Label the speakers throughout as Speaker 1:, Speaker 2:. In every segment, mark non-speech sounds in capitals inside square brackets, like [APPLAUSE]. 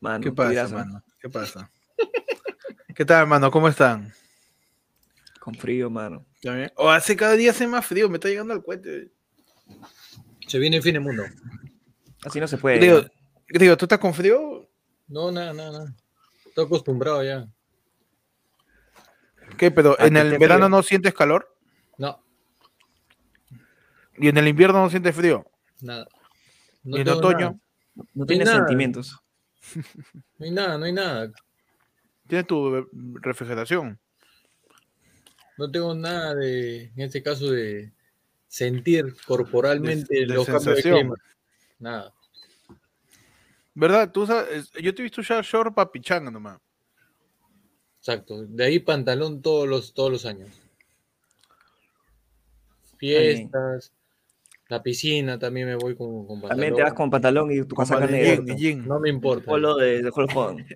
Speaker 1: Mano,
Speaker 2: ¿Qué pasa,
Speaker 1: tirazo.
Speaker 2: mano? ¿Qué pasa? [LAUGHS] ¿Qué tal, mano? ¿Cómo están?
Speaker 1: Con frío, mano.
Speaker 2: ¿Ya bien? O hace cada día hace más frío, me está llegando al cohete.
Speaker 3: Se viene el fin del mundo.
Speaker 1: Así no se puede.
Speaker 2: Digo, digo, ¿tú estás con frío?
Speaker 3: No, nada, nada, nada. Estoy acostumbrado ya.
Speaker 2: ¿Qué? Pero
Speaker 1: Ah,
Speaker 2: en
Speaker 1: que
Speaker 2: el
Speaker 1: esté
Speaker 2: verano
Speaker 1: frío.
Speaker 2: no sientes calor
Speaker 3: No,
Speaker 2: y en el invierno no sientes frío.
Speaker 3: nada.
Speaker 2: y en
Speaker 3: tengo
Speaker 2: otoño
Speaker 3: nada.
Speaker 1: no tienes
Speaker 3: nada.
Speaker 1: sentimientos.
Speaker 3: No hay nada, no hay nada.
Speaker 2: tienes tu eh, refrigeración.
Speaker 3: No tengo nada de, en este caso, de sentir corporalmente
Speaker 2: De- de
Speaker 3: los cambios de
Speaker 2: sensación.
Speaker 3: clima. Nada.
Speaker 2: ¿Verdad? Tú usas, es- yo te he visto usar short para pichanga nomás.
Speaker 3: Exacto. De ahí pantalón todos los, todos los años.
Speaker 1: bien.
Speaker 3: Fiestas, la piscina también me voy con, con pantalón.
Speaker 1: También te vas con pantalón y tu
Speaker 2: Con
Speaker 1: casaca
Speaker 2: pantalón,
Speaker 1: negra.
Speaker 2: jean,
Speaker 1: ¿no?
Speaker 2: jean.
Speaker 3: No me importa.
Speaker 1: Polo de, de Hulk Hogan.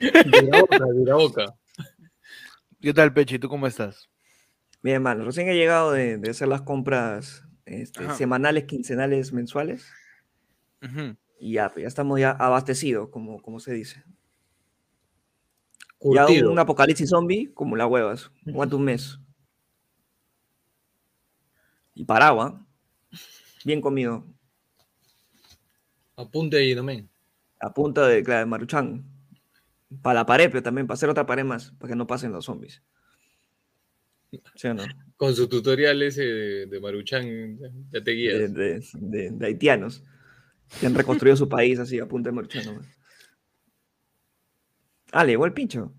Speaker 3: Viraboca,
Speaker 1: [LAUGHS]
Speaker 3: viraboca.
Speaker 2: ¿Qué tal, Pechi? ¿Tú cómo estás?
Speaker 1: [LAUGHS] Bien, mano. Recién he llegado de, de hacer las compras este,
Speaker 2: Ajá.
Speaker 1: semanales, quincenales, mensuales.
Speaker 2: Ujú.
Speaker 1: Y ya, pues, ya estamos ya abastecidos, como, como se dice. Ya
Speaker 3: Curtido.
Speaker 1: un, un apocalipsis zombie, como la huevas. Aguanta un mes. Y paraguas. Bien comido.
Speaker 3: Apunte ahí, no men.
Speaker 1: A punta de, claro, de maruchan. Para la pared, pero también para hacer otra pared más, para que no pasen los zombies. ¿Sí o no?
Speaker 3: Con su tutorial ese de, de Maruchan, ya te guías.
Speaker 1: De, de- de- de haitianos. Que han reconstruido su país así a punta de maruchan. nomás. Ah, le llegó el pincho.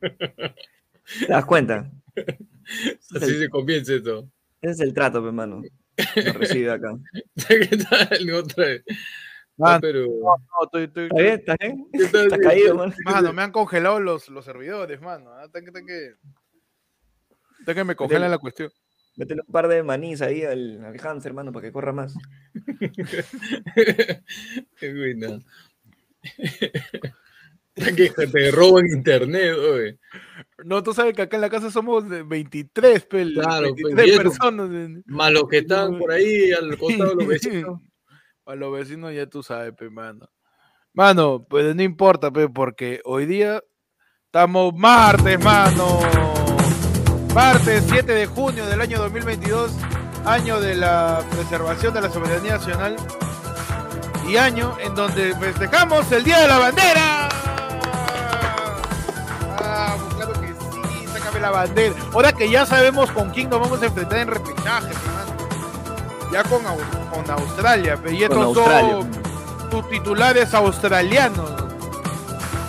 Speaker 1: ¿Te das cuenta?
Speaker 3: Así se comienza esto. [LAUGHS]
Speaker 1: Ese es el trato, hermano. Lo recibe acá.
Speaker 3: ¿Qué tal? Otra vez.
Speaker 2: Ah,
Speaker 3: No, pero.
Speaker 2: no, estoy- estoy-
Speaker 1: ¿Está bien? ¿Está bien?
Speaker 3: ¿Qué tal?
Speaker 1: Está caído,
Speaker 3: [LAUGHS]
Speaker 1: hermano.
Speaker 2: Mano, me han congelado los, los servidores, mano. Ah, Está que, está que, está que me congelan la cuestión.
Speaker 1: Métele un par de manís ahí al, al hamster, hermano, para que corra más.
Speaker 3: Qué buena. que te roban internet, oye.
Speaker 2: No, tú sabes que acá en la casa somos de 23, pel,
Speaker 3: Claro, pues,
Speaker 2: 23
Speaker 3: y eso.
Speaker 2: personas. en-
Speaker 3: Más los que están por ahí al costado de
Speaker 2: [LAUGHS]
Speaker 3: los vecinos.
Speaker 2: A los vecinos ya tú sabes, pe, mano. Mano, pues no importa, pe, porque hoy día estamos martes, mano. Martes 7 de junio del año 2022, año de la preservación de la soberanía nacional y año en donde festejamos el Día de la Bandera. Ah, claro que sí, sácame la bandera. Ahora que ya sabemos con quién nos vamos a enfrentar en repechaje, pe, mano ya con, Au- con Australia, pe, y
Speaker 1: Con
Speaker 2: estos
Speaker 1: Australia.
Speaker 2: dos tus titulares australianos.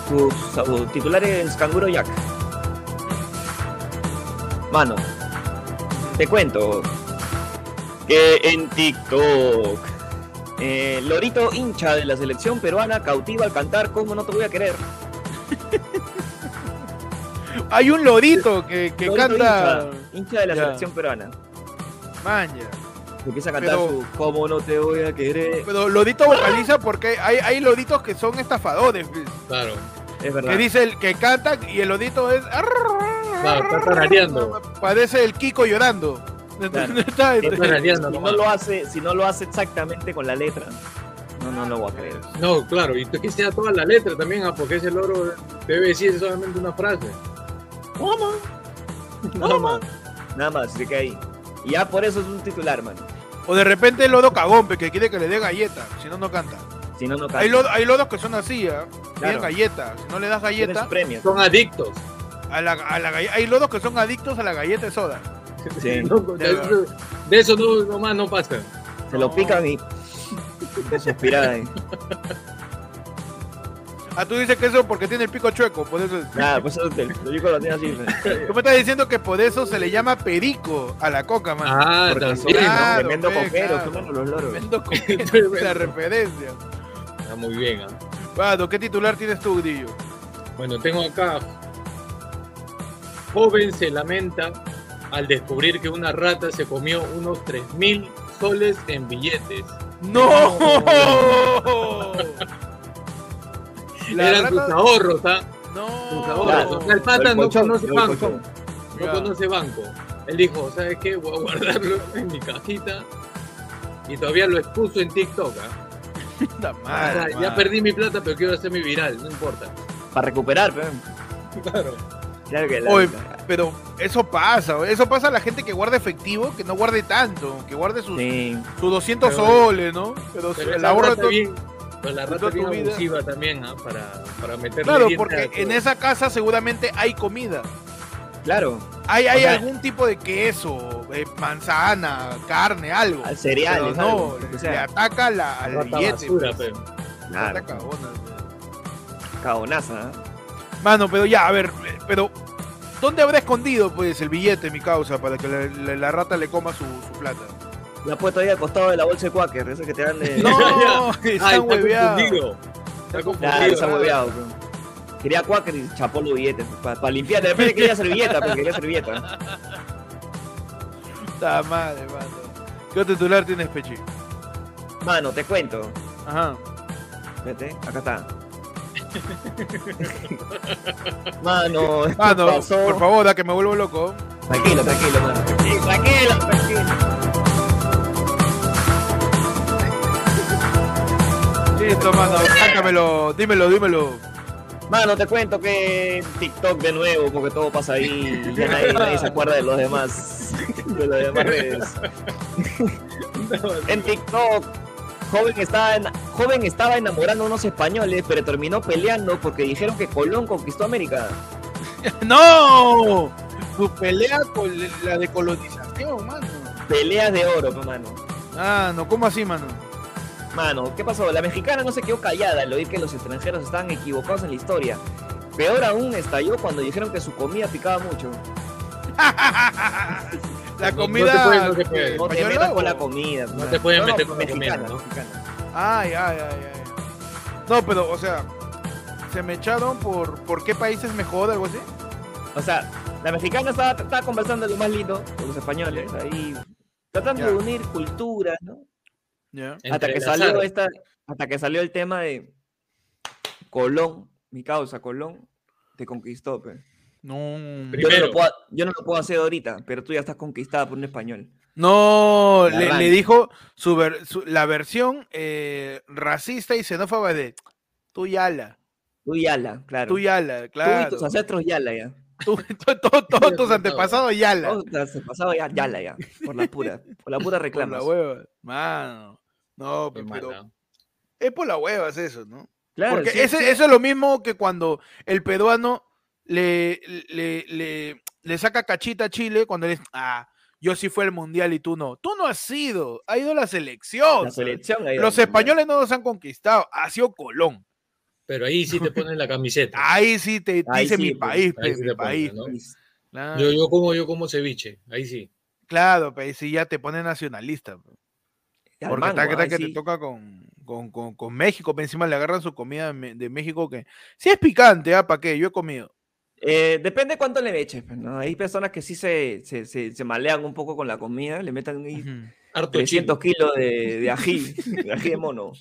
Speaker 1: Tus uh, titulares Canguro Jack. Mano, te cuento que en TikTok eh, Lorito hincha de la selección peruana cautiva al cantar Cómo no te voy a querer.
Speaker 2: Hay un lorito que, que
Speaker 1: Lorito
Speaker 2: canta
Speaker 1: hincha, hincha de la
Speaker 2: Ya.
Speaker 1: selección peruana.
Speaker 2: Manja.
Speaker 1: Empieza a cantar
Speaker 2: Pero-
Speaker 1: su Cómo no te voy a querer.
Speaker 2: Pero lorito vocaliza porque hay, hay loritos que son estafadores, pues,
Speaker 3: Claro.
Speaker 1: Es
Speaker 2: que
Speaker 1: verdad.
Speaker 2: dice el que canta y el lorito es
Speaker 3: Claro, está tarareando.
Speaker 2: parece el Kiko llorando.
Speaker 1: Claro.
Speaker 2: [LAUGHS] Está- este,
Speaker 1: Es verdad,
Speaker 3: Tarareando
Speaker 1: si no
Speaker 3: nomás.
Speaker 1: lo hace, si no lo hace exactamente con la letra, no, no lo voy a creer.
Speaker 3: No, claro. Y que sea toda la letra también, ah, porque ese loro debe decir solamente una frase.
Speaker 1: Nada más. Nada más, se queda ahí. Y ya por eso es un titular, mano.
Speaker 2: O de repente el lodo cagón, pe, que quiere que le dé galleta, si no, no canta.
Speaker 1: Si no, no canta.
Speaker 2: Hay, lodo- hay lodos que son así, ¿ah?
Speaker 1: Claro.
Speaker 2: Tienen galleta. Si no le das
Speaker 1: Tiene
Speaker 2: galleta,
Speaker 1: su premio.
Speaker 3: Son adictos.
Speaker 2: A la, a la galle- hay lodos que son adictos a la galleta de soda.
Speaker 1: Sí.
Speaker 3: [LAUGHS] No, de, eso, de eso no, nomás no pasa.
Speaker 1: Se lo pican y. Te suspira ahí.
Speaker 2: Ah, tú dices que eso porque tiene el pico chueco, por eso.
Speaker 1: Nada, pues eso te lo digo lo tiene así. pues.
Speaker 2: Tú me estás diciendo que por eso se le llama perico a la coca, man.
Speaker 3: Ah,
Speaker 1: Porque son
Speaker 3: también.
Speaker 2: Claro,
Speaker 1: tremendo
Speaker 2: pues,
Speaker 1: coquero,
Speaker 2: claro.
Speaker 1: claro. los loros.
Speaker 2: Tremendo coquero,
Speaker 3: [LAUGHS] Tremendo.
Speaker 2: la referencia.
Speaker 3: Está muy bien. ah.
Speaker 2: Vado, ¿qué titular tienes tú, Grillo?
Speaker 3: Bueno, tengo acá. Joven se lamenta al descubrir que una rata se comió unos 3 mil soles en billetes.
Speaker 2: ¡No! La
Speaker 3: Eran
Speaker 2: rata-
Speaker 3: sus ahorros, ¿ah? Sus ahorros.
Speaker 1: Claro.
Speaker 3: O sea, el pata
Speaker 1: El
Speaker 3: no
Speaker 1: colchón,
Speaker 3: conoce
Speaker 1: el
Speaker 3: banco.
Speaker 1: colchón.
Speaker 3: No
Speaker 2: Ya.
Speaker 3: conoce banco. Él dijo, ¿sabes qué? [LAUGHS] Voy a guardarlo en mi cajita. Y todavía lo expuso en TikTok, ¿ah?
Speaker 2: Puta madre,
Speaker 3: Ah, ya
Speaker 2: mano.
Speaker 3: perdí mi plata, pero quiero hacer mi viral, no importa.
Speaker 1: Para recuperar, pero.
Speaker 3: Claro.
Speaker 1: Claro que la-
Speaker 2: Oye, pero eso pasa, güey. eso pasa a la gente que guarda efectivo, que no guarde tanto, que guarde sus,
Speaker 1: Sí.
Speaker 2: sus 200
Speaker 3: Pero-
Speaker 2: soles, ¿no? Pero,
Speaker 3: Pero
Speaker 2: el
Speaker 3: la
Speaker 2: ahorro de
Speaker 3: rata
Speaker 2: todo-
Speaker 3: bien, pero la rata
Speaker 2: toda tu
Speaker 3: bien
Speaker 2: vida.
Speaker 3: abusiva también, ¿ah? Para, para meterle
Speaker 2: Claro,
Speaker 3: diente a
Speaker 2: porque
Speaker 3: todo.
Speaker 2: en esa casa seguramente hay comida.
Speaker 1: Claro.
Speaker 2: Hay, hay
Speaker 1: sea-
Speaker 2: algún tipo de queso, eh, manzana, carne, algo.
Speaker 1: Al
Speaker 2: Pero
Speaker 1: cereales, algo, lo
Speaker 2: no,
Speaker 1: que
Speaker 2: le,
Speaker 1: sea.
Speaker 2: le ataca la, al
Speaker 3: Rata
Speaker 2: billete.
Speaker 3: basura,
Speaker 2: pues.
Speaker 3: pe.
Speaker 2: Rata
Speaker 1: Claro,
Speaker 2: cagona, güey.
Speaker 1: cagonaza. ¿ah?
Speaker 2: Mano, pero ya, a ver, eh, pero ¿dónde habrá escondido pues el billete, mi causa, para que la, la- la rata le coma su, su plata?
Speaker 1: La ha puesto ahí al costado de la bolsa de Quaker, esa que te dan de.
Speaker 2: [LAUGHS] No,
Speaker 3: Ay,
Speaker 2: están
Speaker 3: está
Speaker 2: hueveados.
Speaker 3: confundido. Está
Speaker 1: Claro,
Speaker 3: confundido.
Speaker 1: se ha hueveado, pero. Quería Quaker y chapó los billetes. Para limpiar, de repente quería servilleta, pero quería servilleta.
Speaker 2: Puta madre, mano. ¿Qué otro titular tienes, Pechi?
Speaker 1: Mano, te cuento.
Speaker 2: Ajá.
Speaker 1: Vete, acá está. [LAUGHS] Mano, esto
Speaker 2: Mano,
Speaker 1: pasó.
Speaker 2: por favor, da que me vuelvo loco.
Speaker 1: Tranquilo, tranquilo, mano. Sí, tranquilo, tranquilo.
Speaker 2: Listo, mano, sácamelo, dímelo, dímelo.
Speaker 1: Mano, te cuento que TikTok de nuevo, porque todo pasa ahí y ya nadie, nadie se acuerda de los demás, de los demás redes. En TikTok, joven estaba, en- joven estaba enamorando a unos españoles, pero terminó peleando porque dijeron que Colón conquistó América.
Speaker 2: ¡No! Tu pelea con la decolonización, mano.
Speaker 1: Peleas de oro, pues, mano.
Speaker 2: Ah, no, ¿cómo así, mano?
Speaker 1: Mano, ¿qué pasó? La mexicana no se quedó callada al oír que los extranjeros estaban equivocados en la historia. Peor aún estalló cuando dijeron que su comida picaba mucho.
Speaker 2: La
Speaker 3: No,
Speaker 2: comida.
Speaker 3: no se puede, no se puede.
Speaker 1: No te
Speaker 2: española
Speaker 1: metas
Speaker 2: o-
Speaker 1: con la comida. No pues,
Speaker 3: te puedes meter con la comida, ¿no?
Speaker 2: Ay, ay, ay, ay. No, pero, o sea, se me echaron por por qué país es mejor, algo así.
Speaker 1: O sea, la mexicana estaba, estaba conversando lo más lindo con los españoles, ahí tratando
Speaker 2: Ya.
Speaker 1: de unir culturas, ¿no?
Speaker 2: Ya.
Speaker 1: Hasta que
Speaker 3: Entrelazar.
Speaker 1: salió esta, hasta que salió el tema de Colón, mi causa Colón te conquistó, pe.
Speaker 2: No.
Speaker 1: Yo no,
Speaker 3: Primero.
Speaker 1: lo puedo, yo no lo puedo hacer ahorita, pero tú ya estás conquistada por un español.
Speaker 2: No,
Speaker 1: La
Speaker 2: le,
Speaker 1: arranca.
Speaker 2: le dijo su ver- su- la versión eh, racista y xenófoba de tú yala,
Speaker 1: Tú y Ala, claro.
Speaker 2: tú yala, claro.
Speaker 1: Tú y tus ancestros Yala ya.
Speaker 2: [LAUGHS] Tú- to- to- Todos tus antepasados yala.
Speaker 1: Todos los antepasados ya, Yala ya. Por la pura, por la pura
Speaker 2: Por
Speaker 1: reclamas.
Speaker 2: la hueva. Mano. No,
Speaker 3: Qué
Speaker 2: pe-
Speaker 3: mal,
Speaker 2: pero
Speaker 3: ¿ah?
Speaker 2: es por la hueva es eso, ¿no?
Speaker 1: Claro,
Speaker 2: Porque
Speaker 1: sí,
Speaker 2: ese-
Speaker 1: sí.
Speaker 2: eso es lo mismo que cuando el peruano le, le, le, le saca cachita a Chile cuando le dice, ah, yo sí fui al mundial y tú no. Tú no has sido, ha ido la selección.
Speaker 1: La selección ahí
Speaker 2: Los
Speaker 1: donde-
Speaker 2: españoles no nos han conquistado, ha sido Colón.
Speaker 3: Pero ahí sí te pones la camiseta.
Speaker 2: [LAUGHS] Ahí sí te
Speaker 1: Ahí
Speaker 2: dice
Speaker 1: sí,
Speaker 2: mi
Speaker 1: pues,
Speaker 2: país,
Speaker 3: ahí
Speaker 2: pe,
Speaker 3: sí
Speaker 2: mi
Speaker 3: te pones,
Speaker 2: país.
Speaker 3: ¿no?
Speaker 2: pe. Claro,
Speaker 3: Yo, yo como yo como ceviche, ahí sí.
Speaker 2: claro, pe, si ya te pone nacionalista. pe.
Speaker 1: Al
Speaker 2: Porque
Speaker 1: mango,
Speaker 2: está que, está
Speaker 1: ahí
Speaker 2: que
Speaker 1: sí.
Speaker 2: te toca con, con, con- con México, pe, encima le agarran su comida de Me- de México que sí es picante, ¿ah? ¿Para qué? Yo he comido.
Speaker 1: Eh, depende cuánto le eches. pues, ¿no? Hay personas que sí se, se, se, se malean un poco con la comida, le metan ahí
Speaker 2: Ujú.
Speaker 3: Harto
Speaker 1: 300 kilos de, de ají, de ají de
Speaker 3: [LAUGHS]
Speaker 1: mono.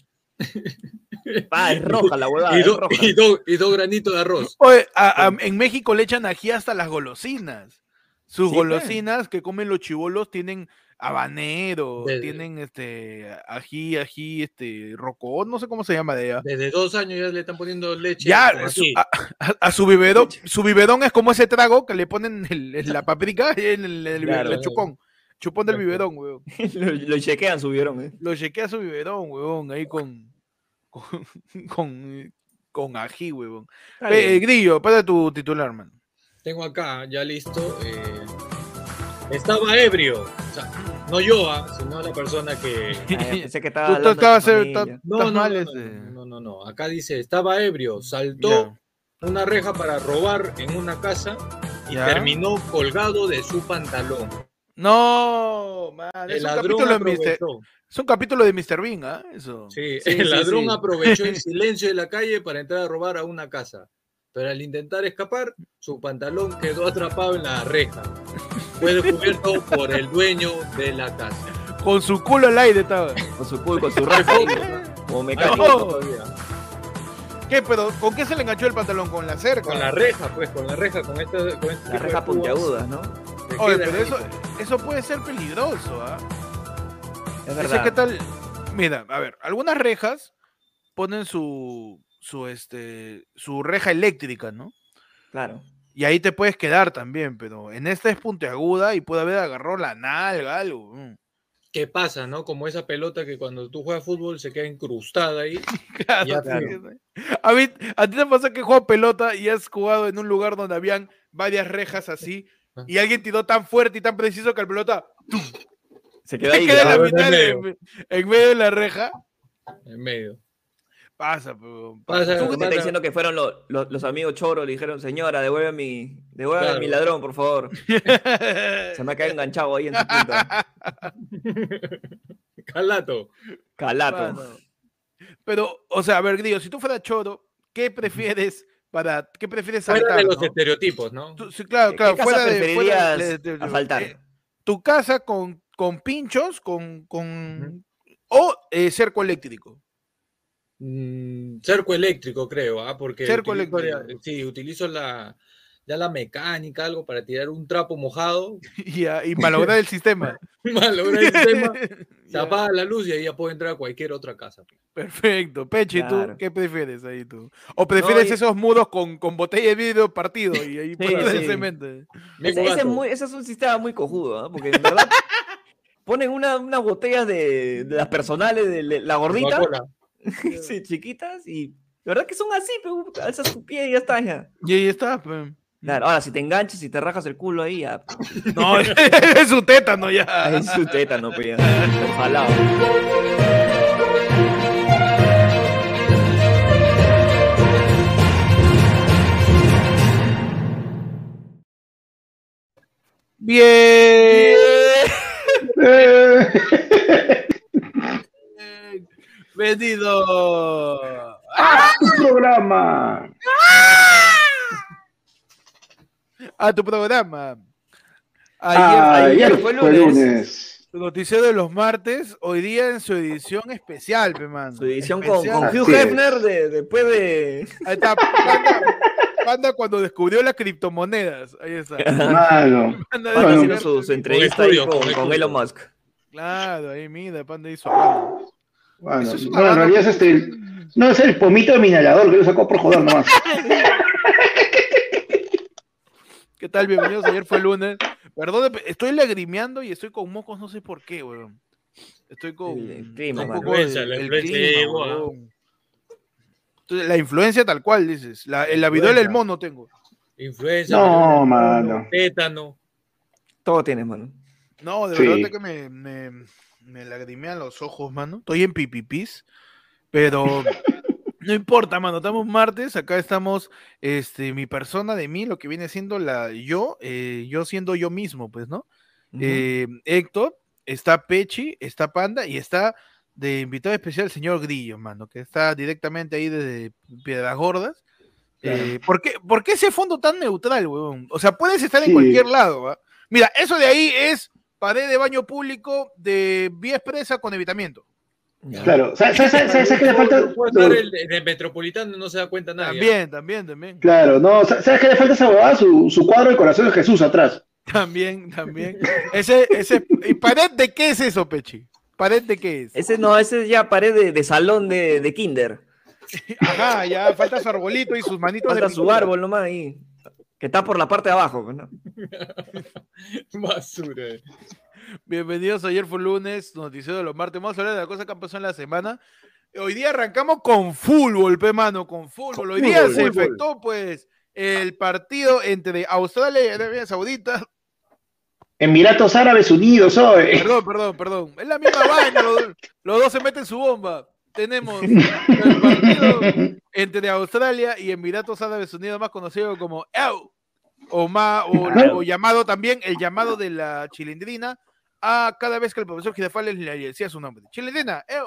Speaker 1: Pa, es roja la
Speaker 3: chile.
Speaker 1: huevada,
Speaker 3: y,
Speaker 1: es
Speaker 3: do-
Speaker 1: roja.
Speaker 3: y do- y dos granitos de arroz.
Speaker 2: Oye, a- a- en México le echan ají hasta las golosinas. Sus
Speaker 1: Sí, pe.
Speaker 2: golosinas que comen los chivolos tienen habanero,
Speaker 3: De-
Speaker 2: tienen este ají, ají, este rocón, no sé cómo se llama de allá.
Speaker 3: Desde dos años ya le están poniendo leche.
Speaker 2: Ya, ah.
Speaker 3: como
Speaker 2: su-
Speaker 3: aquí.
Speaker 2: a, a- a su biberón, su biberón es como ese trago que le ponen el- el-
Speaker 1: [LAUGHS]
Speaker 2: la paprika y el, el- el-
Speaker 1: Claro.
Speaker 2: el chupón. Chupón del
Speaker 3: Clap,
Speaker 2: biberón, weón.
Speaker 1: [LAUGHS] Lo, lo chequean, subieron. ¿eh?
Speaker 2: Lo chequea su biberón, weón, ahí con. con. [LAUGHS] con, con ají, weón.
Speaker 1: Está
Speaker 2: Eh,
Speaker 1: bien.
Speaker 2: Grillo, para tu titular, man.
Speaker 3: Tengo acá, ya listo. eh, estaba ebrio. O sea, no yo, ah, sino la persona que.
Speaker 1: Ah, ya pensé que
Speaker 2: Tú-
Speaker 1: estaba
Speaker 2: tú
Speaker 1: hablando de tu
Speaker 2: estabas, eh,
Speaker 1: familia.
Speaker 2: ta-
Speaker 3: No,
Speaker 2: estás
Speaker 3: no,
Speaker 2: mal,
Speaker 3: no, no,
Speaker 2: este.
Speaker 3: no, no, no. Acá dice, estaba ebrio, saltó
Speaker 2: Ya.
Speaker 3: una reja para robar en una casa y
Speaker 2: Ya.
Speaker 3: terminó colgado de su pantalón.
Speaker 2: No, man,
Speaker 3: El
Speaker 2: Ah, es, un
Speaker 3: ladrón
Speaker 2: capítulo de Mr.
Speaker 3: aprovechó.
Speaker 2: es un capítulo de Mr. Bean, ¿ah? Eso.
Speaker 1: Sí,
Speaker 3: Sí,
Speaker 1: sí,
Speaker 3: [LAUGHS] el ladrón
Speaker 1: sí.
Speaker 3: aprovechó
Speaker 1: [LAUGHS]
Speaker 3: el silencio de la calle para entrar a robar a una casa. Pero al intentar escapar, su pantalón quedó atrapado en la reja. Fue descubierto por el dueño de la casa.
Speaker 2: Con su culo al aire estaba.
Speaker 1: Con su culo, con su ropa. ahí, Como mecánico.
Speaker 2: No.
Speaker 3: Todavía.
Speaker 2: ¿Qué? Pero ¿con qué se le enganchó el pantalón? ¿Con la cerca?
Speaker 3: Con la reja, pues, con la reja, con esta. Con este
Speaker 1: La reja puntiaguda, ¿no?
Speaker 2: Oye, pero eso, eso puede ser peligroso, ¿ah?
Speaker 1: Es
Speaker 2: No sé qué
Speaker 1: verdad.
Speaker 2: tal. Mira, a ver, algunas rejas ponen su, su, este, su reja eléctrica, ¿no?
Speaker 4: Claro.
Speaker 2: Y ahí te puedes quedar también, pero en esta es puntiaguda y puede haber agarrado la nalga, algo. mm.
Speaker 3: ¿Qué pasa, no? Como esa pelota que cuando tú juegas fútbol se queda incrustada ahí.
Speaker 2: Claro,
Speaker 3: Ya,
Speaker 2: sí,
Speaker 3: claro.
Speaker 2: sí. A, mí, a ti te pasa que juegas pelota y has jugado en un lugar donde habían varias rejas así
Speaker 3: Ah.
Speaker 2: y alguien tiró tan fuerte y tan preciso que la pelota
Speaker 1: Se
Speaker 2: te
Speaker 1: queda ahí.
Speaker 2: queda en la
Speaker 1: grabado.
Speaker 3: ver,
Speaker 2: mitad de- en,
Speaker 3: dale.
Speaker 2: medio de la reja.
Speaker 3: En medio. [LAUGHS]
Speaker 2: Pasa, pero
Speaker 3: Pasa,
Speaker 1: Tú que te
Speaker 3: pasa.
Speaker 1: está diciendo que fueron los, los- los amigos choros, le dijeron, señora, devuelve mi, devuelve
Speaker 3: Claro.
Speaker 1: mi ladrón, por favor. Se me ha caído enganchado ahí en su punta.
Speaker 3: Calato.
Speaker 1: Calato. Eh,
Speaker 2: Mano. [LAUGHS] Pero, o sea, a ver, Grillo, si tú fueras choro, ¿qué prefieres para qué prefieres
Speaker 3: Fuera
Speaker 2: saltar?
Speaker 3: de los
Speaker 2: no?
Speaker 3: estereotipos, ¿no?
Speaker 2: Tú- sí, claro,
Speaker 1: ¿Qué
Speaker 2: claro,
Speaker 1: casa
Speaker 2: fuera de, fuera de-
Speaker 1: preferirías
Speaker 2: de- de-
Speaker 1: asaltar?
Speaker 2: eh, tu casa con, con pinchos, con, con o eh, cerco eléctrico.
Speaker 3: Mm, cerco eléctrico, creo, ¿ah? Porque
Speaker 2: Cerco
Speaker 3: utilizo ya-
Speaker 2: eléctrico.
Speaker 3: sí, utilizo la, ya la mecánica, algo para tirar un trapo mojado, [LAUGHS]
Speaker 2: Y, ah, y malograr el [LAUGHS] sistema.
Speaker 3: malograr
Speaker 2: [LAUGHS]
Speaker 3: el tema, se
Speaker 2: Ya,
Speaker 3: apaga la luz y ahí ya puedo entrar a cualquier otra casa.
Speaker 2: Perfecto. Peche, ¿y ¿tú
Speaker 1: Claro.
Speaker 2: qué prefieres ahí tú? ¿O prefieres
Speaker 1: y-
Speaker 2: esos muros con, con botella de vidrio partido y ahí puesto de
Speaker 1: sí.
Speaker 2: cemento?
Speaker 1: Ese,
Speaker 3: Mismo
Speaker 1: ese es
Speaker 3: gato.
Speaker 1: muy- ese es un sistema muy cojudo, ¿ah? porque en verdad [LAUGHS] ponen una- unas botellas de, de las personales de le- la gordita,
Speaker 3: Coca-Cola.
Speaker 1: [LAUGHS] sí, chiquitas, y la verdad que son así, pero alzas tu pie y ya está. Ya.
Speaker 2: Y ahí está. pe.
Speaker 1: Claro, ahora, si te enganchas y te rajas el culo ahí, ya.
Speaker 2: [LAUGHS]
Speaker 1: [LAUGHS]
Speaker 2: No, [LAUGHS] es su tétano ya.
Speaker 1: Es su teta, no, pues ya. Ojalá.
Speaker 2: Bien.
Speaker 5: Eh,
Speaker 2: Venido.
Speaker 5: tu programa.
Speaker 2: A tu programa.
Speaker 5: Ah,
Speaker 2: Ayer,
Speaker 5: ayer
Speaker 2: ayer
Speaker 5: fue lunes.
Speaker 2: Tu noticiero de los martes, hoy día en su edición especial, pe, mano.
Speaker 1: Su edición con, con
Speaker 2: Especial.
Speaker 1: Hugh
Speaker 5: Así es.
Speaker 1: Hefner de- después de.
Speaker 2: Ahí está, Panda, Panda cuando descubrió las criptomonedas.
Speaker 1: [LAUGHS]
Speaker 2: Ahí está.
Speaker 5: Mano.
Speaker 1: Cuando
Speaker 2: Panda
Speaker 5: Bueno.
Speaker 1: hicieron sus entrevistas ahí
Speaker 3: estudio,
Speaker 1: con,
Speaker 3: con
Speaker 1: con
Speaker 3: estudio.
Speaker 1: Elon Musk.
Speaker 2: Claro, ahí mira, Panda hizo. algo.
Speaker 5: Bueno,
Speaker 2: Eso es una
Speaker 5: bueno, en
Speaker 2: banda.
Speaker 5: realidad es este. el- No, es el pomito de mi inhalador que lo sacó por joder nomás.
Speaker 2: ¿Qué tal? Bienvenidos. Ayer fue lunes. Perdón, estoy lagrimeando y estoy con mocos, no sé por qué, weón. Estoy con.
Speaker 1: El- el clima,
Speaker 2: un
Speaker 1: mano.
Speaker 2: poco el-
Speaker 3: Influencia, la
Speaker 2: el
Speaker 3: influencia, ah.
Speaker 2: clima,
Speaker 3: sí, weón.
Speaker 2: weón. Entonces, la influencia tal cual, dices. La, la viruela del
Speaker 3: Influenza.
Speaker 2: mono tengo.
Speaker 3: Influenza,
Speaker 5: No,
Speaker 3: tétano,
Speaker 5: mano.
Speaker 3: tétano.
Speaker 1: Todo tienes, mano.
Speaker 2: No, de
Speaker 5: Sí.
Speaker 2: verdad que me, me, me lagrimean los ojos, mano. Estoy en pipipis, pero no importa, mano. Estamos martes, acá estamos, este, mi persona de mí, lo que viene siendo la yo, eh, yo siendo yo mismo, pues, ¿no? Eh, Héctor, está Pechi, está Panda y está de invitado especial el señor Grillo, mano, que está directamente ahí desde Piedras Gordas. Eh, ¿por, qué, por qué ese fondo tan neutral, huevón? O sea, puedes estar en
Speaker 5: Sí.
Speaker 2: cualquier lado. ¿ah? Mira, eso de ahí es pared de baño público de vía expresa con evitamiento.
Speaker 1: Ujú. Ya.
Speaker 5: Claro. ¿Sabes, sabes, sabes, sabes qué le falta?
Speaker 3: Puede estar el, el de metropolitano, no se da cuenta
Speaker 1: Ah,
Speaker 3: nadie. ¿ah?
Speaker 2: También, también, también.
Speaker 5: Claro, no. ¿Sabes sabes qué le falta a esa bobada? Su, su cuadro del corazón de Jesús atrás.
Speaker 2: También, [LAUGHS] también. Ese, ese, ¿Y pared de qué es eso, Pechi? ¿Pared de qué es?
Speaker 1: Ese no, ese ya pared de, de salón de, de kinder.
Speaker 2: Ajá, ya falta su arbolito y sus manitos
Speaker 1: Falta
Speaker 2: de
Speaker 1: su
Speaker 2: pintura.
Speaker 1: árbol nomás ahí. Que está por la parte de abajo, pues, ¿no?
Speaker 3: [LAUGHS] Basura.
Speaker 2: Bienvenidos, ayer fue lunes, noticiero de los martes. Vamos a hablar de las cosas que han pasado en la semana. Hoy día arrancamos con fútbol, pe mano, con fútbol. Hoy día
Speaker 5: fútbol,
Speaker 2: se
Speaker 5: fútbol.
Speaker 2: efectuó, pues, el partido entre Australia y Arabia Saudita.
Speaker 5: Emiratos Árabes Unidos, hoy.
Speaker 2: Perdón, perdón, perdón. Es la misma vaina, los, los dos se meten su bomba. Tenemos el partido entre Australia y Emiratos Árabes Unidos, más conocido como EU, o, ma- o-
Speaker 5: Claro.
Speaker 2: o llamado también el llamado de la chilindrina a cada vez que el profesor Girafales le decía su nombre. Chilindrina, EU.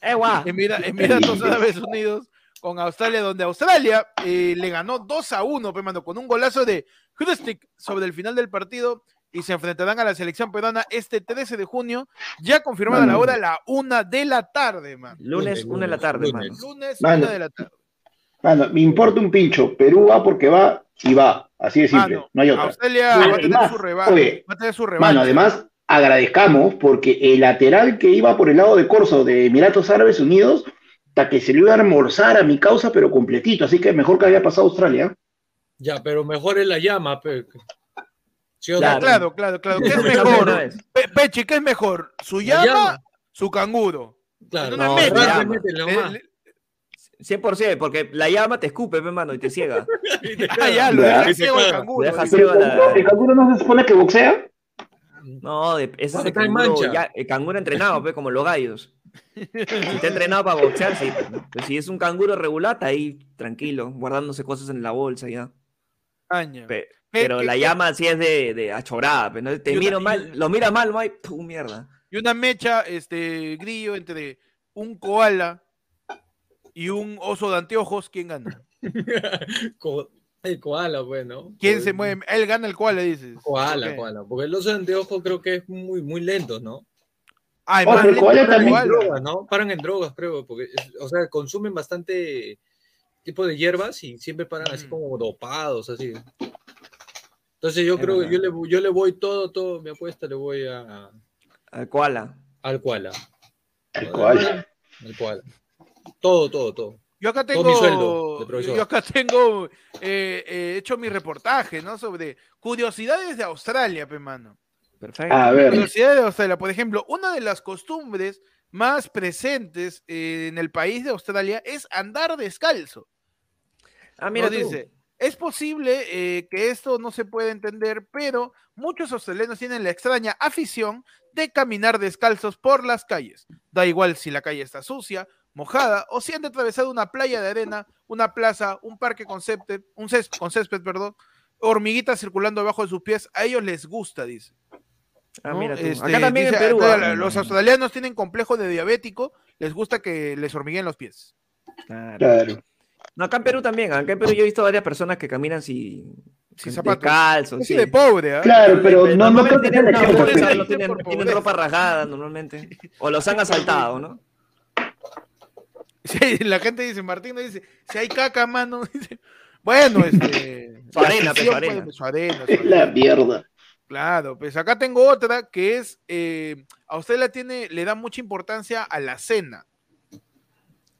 Speaker 1: ¡Eh, guau!
Speaker 2: Emira- Emiratos Árabes Unidos con Australia, donde Australia eh, le ganó 2 a 1, pe, mano, con un golazo de Krustic sobre el final del partido y se enfrentarán a la selección peruana este 13 de junio, ya confirmada
Speaker 5: Mano.
Speaker 2: la hora, la 1 de la tarde, man.
Speaker 1: Lunes,
Speaker 3: Lunes,
Speaker 1: una de la tarde,
Speaker 3: lunes.
Speaker 1: mano.
Speaker 2: Lunes,
Speaker 5: Mano.
Speaker 2: 1 de la tarde.
Speaker 5: [LAUGHS] Mano, me importa un pincho. Perú va porque va y va. Así de simple.
Speaker 2: Mano,
Speaker 5: no hay otra.
Speaker 2: Australia
Speaker 5: Mano,
Speaker 2: va a tener
Speaker 5: además,
Speaker 2: su revancha.
Speaker 5: oye,
Speaker 2: Va a tener su revancha.
Speaker 5: Mano, además, agradezcamos porque el lateral que iba por el lado de Corso de Emiratos Árabes Unidos hasta que se le iba a almorzar a mi causa, pero completito. Así que mejor que había pasado Australia.
Speaker 3: Ya, pero mejor es la llama. pe. ¿Sí o no?
Speaker 1: Claro.
Speaker 2: Claro, claro, claro. ¿Qué es mejor? Pe- Pechi, ¿qué es mejor? ¿Su
Speaker 3: La
Speaker 2: llama?
Speaker 3: llama.
Speaker 2: ¿Su canguro?
Speaker 3: Claro.
Speaker 2: No,
Speaker 3: Ahorrarte,
Speaker 1: llama.
Speaker 3: métele
Speaker 2: Le-
Speaker 5: Eh,
Speaker 3: nomás.
Speaker 2: le-
Speaker 1: 100%, porque la llama te escupe, pe, mano, y te ciega.
Speaker 3: [LAUGHS] Y te
Speaker 2: Ah, ya,
Speaker 3: cagas.
Speaker 2: lo
Speaker 5: Ya.
Speaker 2: deja
Speaker 3: Y te
Speaker 2: ciego el
Speaker 3: cagas.
Speaker 2: canguro.
Speaker 1: Lo deja
Speaker 2: dice.
Speaker 1: ciego.
Speaker 5: Pero el
Speaker 1: la-
Speaker 5: canguro, el canguro no se supone que boxea.
Speaker 1: No, de, ese es el
Speaker 3: Porque está en
Speaker 1: canguro,
Speaker 3: mancha.
Speaker 1: ya- el canguro entrenado, pe, como los gallos. Si está entrenado para boxear, sí. Pero si es un canguro regular, está ahí tranquilo, guardándose cosas en la bolsa ya.
Speaker 2: Aña.
Speaker 1: Pe-
Speaker 2: ¿Qué-
Speaker 1: pero
Speaker 2: qué-
Speaker 1: la
Speaker 2: qué-
Speaker 1: llama sí es de, de achorada, pe, ¿no? te
Speaker 2: Yo
Speaker 1: miro
Speaker 2: ta-
Speaker 1: mal, lo mira mal, Mike, pum, mierda.
Speaker 2: Y una mecha, este, grillo entre un koala y un oso de anteojos, ¿quién gana?
Speaker 3: [LAUGHS] Co- El koala, pues, ¿no?
Speaker 2: ¿Quién
Speaker 3: Pues,
Speaker 2: se mueve? Él gana el koala, dices.
Speaker 3: Koala,
Speaker 2: Ok.
Speaker 3: koala. Porque el oso de anteojo creo que es muy, muy lento, ¿no?
Speaker 2: Ah,
Speaker 5: Ojo,
Speaker 2: más
Speaker 5: el
Speaker 2: lento
Speaker 5: koala
Speaker 2: que el
Speaker 5: también.
Speaker 2: koala.
Speaker 3: drogas, ¿no? Paran en drogas, creo, porque, es- o sea, consumen bastante tipo de hierbas y siempre paran así
Speaker 2: Mm.
Speaker 3: como dopados, así. Entonces yo
Speaker 1: Es
Speaker 3: creo que yo le,
Speaker 1: verdad.
Speaker 3: yo le voy todo, todo, mi apuesta le voy a,
Speaker 1: Al Ah, koala.
Speaker 3: al koala.
Speaker 5: El cual.
Speaker 3: Al koala. Todo, todo, todo.
Speaker 2: Yo acá
Speaker 3: Todo
Speaker 2: tengo,
Speaker 3: mi sueldo de profesor.
Speaker 2: yo acá tengo eh, eh, hecho mi reportaje, ¿no? Sobre curiosidades de Australia, pe mano.
Speaker 1: Perfecto.
Speaker 2: Ah,
Speaker 5: A ver,
Speaker 2: Curiosidades de Australia, por ejemplo, una de las costumbres más presentes eh, en el país de Australia es andar descalzo.
Speaker 1: Ah, mira,
Speaker 2: Nos
Speaker 1: tú.
Speaker 2: dice, es posible eh, que esto no se pueda entender, pero muchos australianos tienen la extraña afición de caminar descalzos por las calles. Da igual si la calle está sucia, mojada o si han atravesado una playa de arena, una plaza, un parque con césped, un césped, con césped, perdón, hormiguitas circulando debajo de sus pies, a ellos les gusta, dice.
Speaker 1: Ah,
Speaker 2: ¿no?
Speaker 1: mira tú.
Speaker 2: Este,
Speaker 1: Acá también
Speaker 2: dice,
Speaker 1: en Perú.
Speaker 2: ah,
Speaker 1: ah,
Speaker 2: Los australianos tienen complejo de diabético, les gusta que les hormiguen los pies.
Speaker 1: claro.
Speaker 5: claro.
Speaker 1: No, acá en Perú también. Acá en Perú yo he visto varias personas que caminan sin, sin
Speaker 2: zapatos.
Speaker 1: descalzos.
Speaker 2: Es
Speaker 1: Sí.
Speaker 2: de pobre, ¿ah?
Speaker 5: Claro, pero no, no
Speaker 1: Normalmente
Speaker 5: creo que sea
Speaker 1: tienen
Speaker 5: la
Speaker 1: una
Speaker 5: excusa.
Speaker 1: bolsa,
Speaker 5: pero-
Speaker 1: no tienen,
Speaker 2: Por
Speaker 1: tienen
Speaker 2: pobreza.
Speaker 1: ropa rajada normalmente. O los han asaltado, ¿no?
Speaker 2: [LAUGHS] Sí, la gente dice, Martín no dice, si hay caca, mano. [LAUGHS] dice, bueno, este.
Speaker 1: Su
Speaker 2: la
Speaker 1: arena, pues, su
Speaker 2: afición
Speaker 1: arena.
Speaker 2: puede- su arena, su
Speaker 5: Es la
Speaker 2: arena.
Speaker 5: mierda.
Speaker 2: Claro, pues acá tengo otra que es, eh, a usted la tiene, le da mucha importancia a la cena.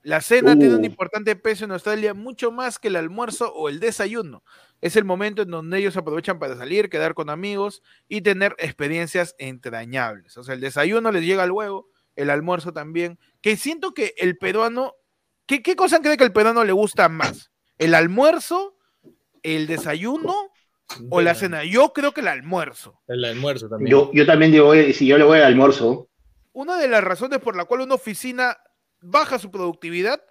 Speaker 2: La cena tiene un
Speaker 5: Uh.
Speaker 2: importante peso en Australia, mucho más que el almuerzo o el desayuno. Es el momento en donde ellos aprovechan para salir, quedar con amigos y tener experiencias entrañables. O sea, el desayuno les llega al huevo, el almuerzo también. Que siento que el peruano, ¿qué, qué cosa cree que el peruano le gusta más? ¿El almuerzo, el desayuno o la cena? Yo creo que el almuerzo.
Speaker 3: El almuerzo también.
Speaker 5: Yo, yo también digo, oye, si yo le voy al almuerzo,
Speaker 2: una de las razones por la cual una oficina baja su productividad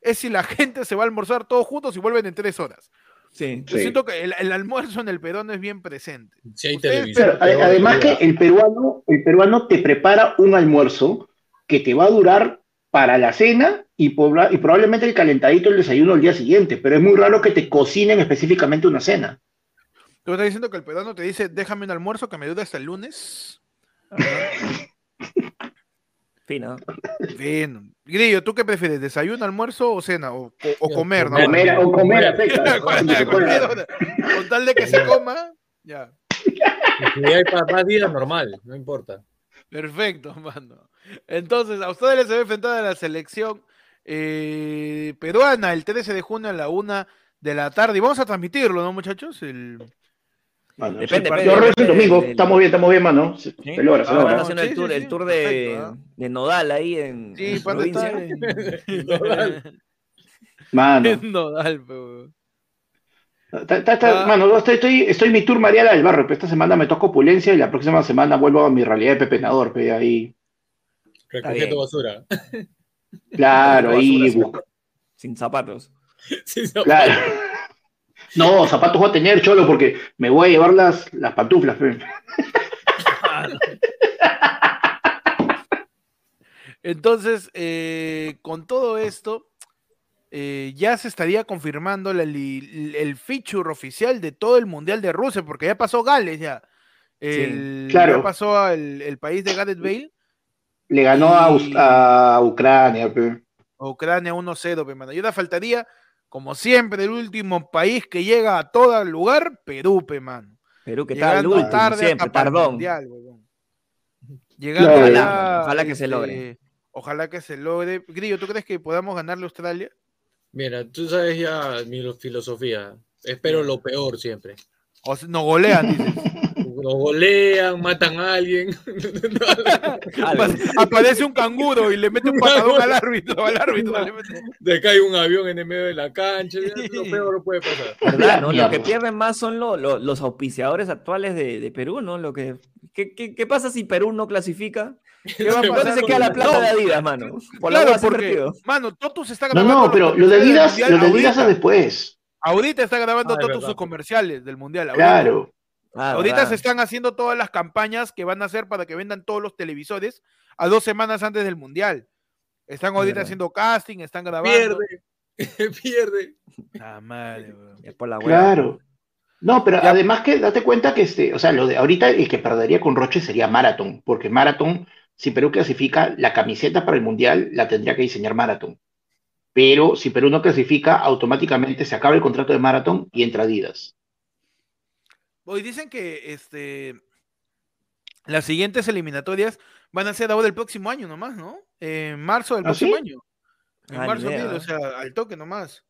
Speaker 2: es si la [LAUGHS] gente se va a almorzar todos juntos y vuelven en tres horas.
Speaker 1: Sí.
Speaker 2: Yo
Speaker 5: Sí.
Speaker 2: siento que el, el almuerzo en el Perón es bien presente.
Speaker 3: Si hay
Speaker 2: Ustedes-
Speaker 3: televisión.
Speaker 5: Pero, ade- además que el peruano, el peruano te prepara un almuerzo que te va a durar para la cena y, pobla- y probablemente el calentadito el desayuno el día siguiente, pero es muy raro que te cocinen específicamente una cena.
Speaker 2: ¿Tú estás diciendo que el peruano te dice, déjame un almuerzo que me dure hasta el lunes?
Speaker 1: Fino.
Speaker 5: Ah,
Speaker 2: Bien. Grillo, ¿tú qué prefieres? ¿Desayuno, almuerzo o cena? ¿O, o- o
Speaker 3: Yo,
Speaker 2: comer? ¿no?
Speaker 5: Comer, o comer, afecta.
Speaker 2: Cualquier hora. [LAUGHS] Con tal de que se coma, ya.
Speaker 3: Si hay para más días, normal, no importa.
Speaker 2: Perfecto, [LAUGHS] mano. Entonces, a ustedes les se ve enfrentada la selección eh, peruana el 13 de junio a la una de la tarde. Y vamos a transmitirlo, ¿no, muchachos? El...
Speaker 5: Mano,
Speaker 1: Depende,
Speaker 5: sí,
Speaker 1: depende,
Speaker 5: yo regreso el
Speaker 1: depende
Speaker 5: domingo,
Speaker 1: del-
Speaker 5: estamos bien, estamos bien, mano. Se,
Speaker 1: ¿Sí?
Speaker 5: se logra, se
Speaker 2: Ah,
Speaker 1: Ahora
Speaker 5: logra.
Speaker 1: están haciendo
Speaker 2: sí,
Speaker 1: el tour,
Speaker 2: sí,
Speaker 1: el
Speaker 2: sí,
Speaker 1: tour
Speaker 2: perfecto,
Speaker 1: de,
Speaker 2: ah.
Speaker 1: de Nodal ahí en, en
Speaker 2: Sí,
Speaker 1: su
Speaker 2: ¿cuándo
Speaker 1: provincia.
Speaker 2: está? [LAUGHS] En
Speaker 1: [LAUGHS]
Speaker 5: Mano,
Speaker 2: en Nodal, pe, weón.
Speaker 5: ta- ta- ta-
Speaker 2: Ah.
Speaker 5: mano, yo estoy, estoy, estoy en mi tour Mariala del Barrio, pero esta semana me toca opulencia y la próxima semana vuelvo a mi realidad de pepenador,
Speaker 1: [LAUGHS]
Speaker 5: pe, ahí.
Speaker 1: bien.
Speaker 3: Recogiendo basura. [LAUGHS]
Speaker 5: Claro, ahí
Speaker 1: Basura,
Speaker 5: busca-
Speaker 1: Sin zapatos.
Speaker 3: Sí, sí.
Speaker 5: Claro. [LAUGHS] No, zapatos voy a tener, Cholo, porque me voy a llevar las, las pantuflas. pe.
Speaker 2: Entonces, eh, con todo esto, eh, ya se estaría confirmando la li- el feature oficial de todo el Mundial de Rusia, porque ya pasó Gales, ya. El- Ya
Speaker 5: claro.
Speaker 2: pasó al- el país de Gareth Bale.
Speaker 5: Le ganó a, Aus-
Speaker 2: Y-
Speaker 5: a Ucrania. pe.
Speaker 2: a Ucrania 1-0, pe, mano. Y ahora faltaría, como siempre, el último país que llega a todo lugar, Perú, pe, mano.
Speaker 1: Perú que está el
Speaker 2: Llegando
Speaker 1: último,
Speaker 2: tarde
Speaker 1: siempre,
Speaker 2: hasta para el
Speaker 1: tardón.
Speaker 2: Mundial, huevón. Llegando
Speaker 5: Claro.
Speaker 2: ya,
Speaker 1: Ojalá que se logre.
Speaker 2: Ojalá que se logre. Grillo, ¿tú crees que podamos ganarle a Australia?
Speaker 3: Mira, tú sabes ya mi lo- filosofía. Espero lo peor siempre.
Speaker 2: O sea, nos
Speaker 1: [LAUGHS]
Speaker 2: golean, dices.
Speaker 3: Lo golean, matan a alguien. [LAUGHS]
Speaker 2: [LAUGHS]
Speaker 1: Algo.
Speaker 2: Aparece un canguro y le
Speaker 1: [LAUGHS]
Speaker 2: mete un patadón al árbitro. Al árbitro le mete-
Speaker 3: Te cae un avión en el medio de la cancha. Lo peor puede pasar.
Speaker 1: ¿Verdad? ¿no? Lo que
Speaker 5: Mierda.
Speaker 1: pierden más son lo- lo- los auspiciadores actuales de, de Perú, ¿no? Lo que, ¿qué, qué, qué pasa si Perú no clasifica? ¿Qué va a
Speaker 2: Se
Speaker 1: pasar? ¿Dónde se
Speaker 2: con-
Speaker 1: queda la plata
Speaker 2: No.
Speaker 1: de Adidas,
Speaker 2: [LAUGHS]
Speaker 1: mano? Por la
Speaker 2: Claro,
Speaker 1: hueá se
Speaker 2: porque,
Speaker 1: perdió.
Speaker 2: mano, Totus está
Speaker 5: No,
Speaker 2: grabando.
Speaker 5: no, pero
Speaker 2: los
Speaker 5: lo de
Speaker 2: comerciales
Speaker 5: Adidas,
Speaker 2: del
Speaker 5: lo de
Speaker 2: Mundial
Speaker 5: Adidas es
Speaker 2: ahorita.
Speaker 5: después.
Speaker 2: Ahorita está grabando
Speaker 3: Ah, es
Speaker 2: todos sus
Speaker 3: verdad.
Speaker 2: comerciales del mundial. ahorita.
Speaker 5: Claro.
Speaker 1: Ah,
Speaker 2: Ahorita
Speaker 1: ¿verdad?
Speaker 2: se están haciendo todas las campañas que van a hacer para que vendan todos los televisores a dos semanas antes del mundial. Están ahorita
Speaker 1: verdad.
Speaker 2: haciendo casting, están grabando.
Speaker 3: Pierde. [LAUGHS] Pierde.
Speaker 2: Ah, madre, weón.
Speaker 1: Es por la hueá.
Speaker 5: Claro. No, pero
Speaker 2: Ya.
Speaker 5: además que date cuenta que este, o sea, lo de ahorita el que perdería con Roche sería Marathon, porque Marathon, si Perú clasifica la camiseta para el Mundial, la tendría que diseñar Marathon. Pero si Perú no clasifica, automáticamente se acaba el contrato de Marathon y entra Adidas.
Speaker 2: Hoy dicen que este las siguientes eliminatorias van a ser ahora el próximo año nomás, ¿no? En marzo del
Speaker 5: ¿Ah,
Speaker 2: próximo
Speaker 5: sí?
Speaker 2: año. En
Speaker 1: Ah, ni
Speaker 2: marzo,
Speaker 1: idea.
Speaker 2: abril, o sea, al toque nomás.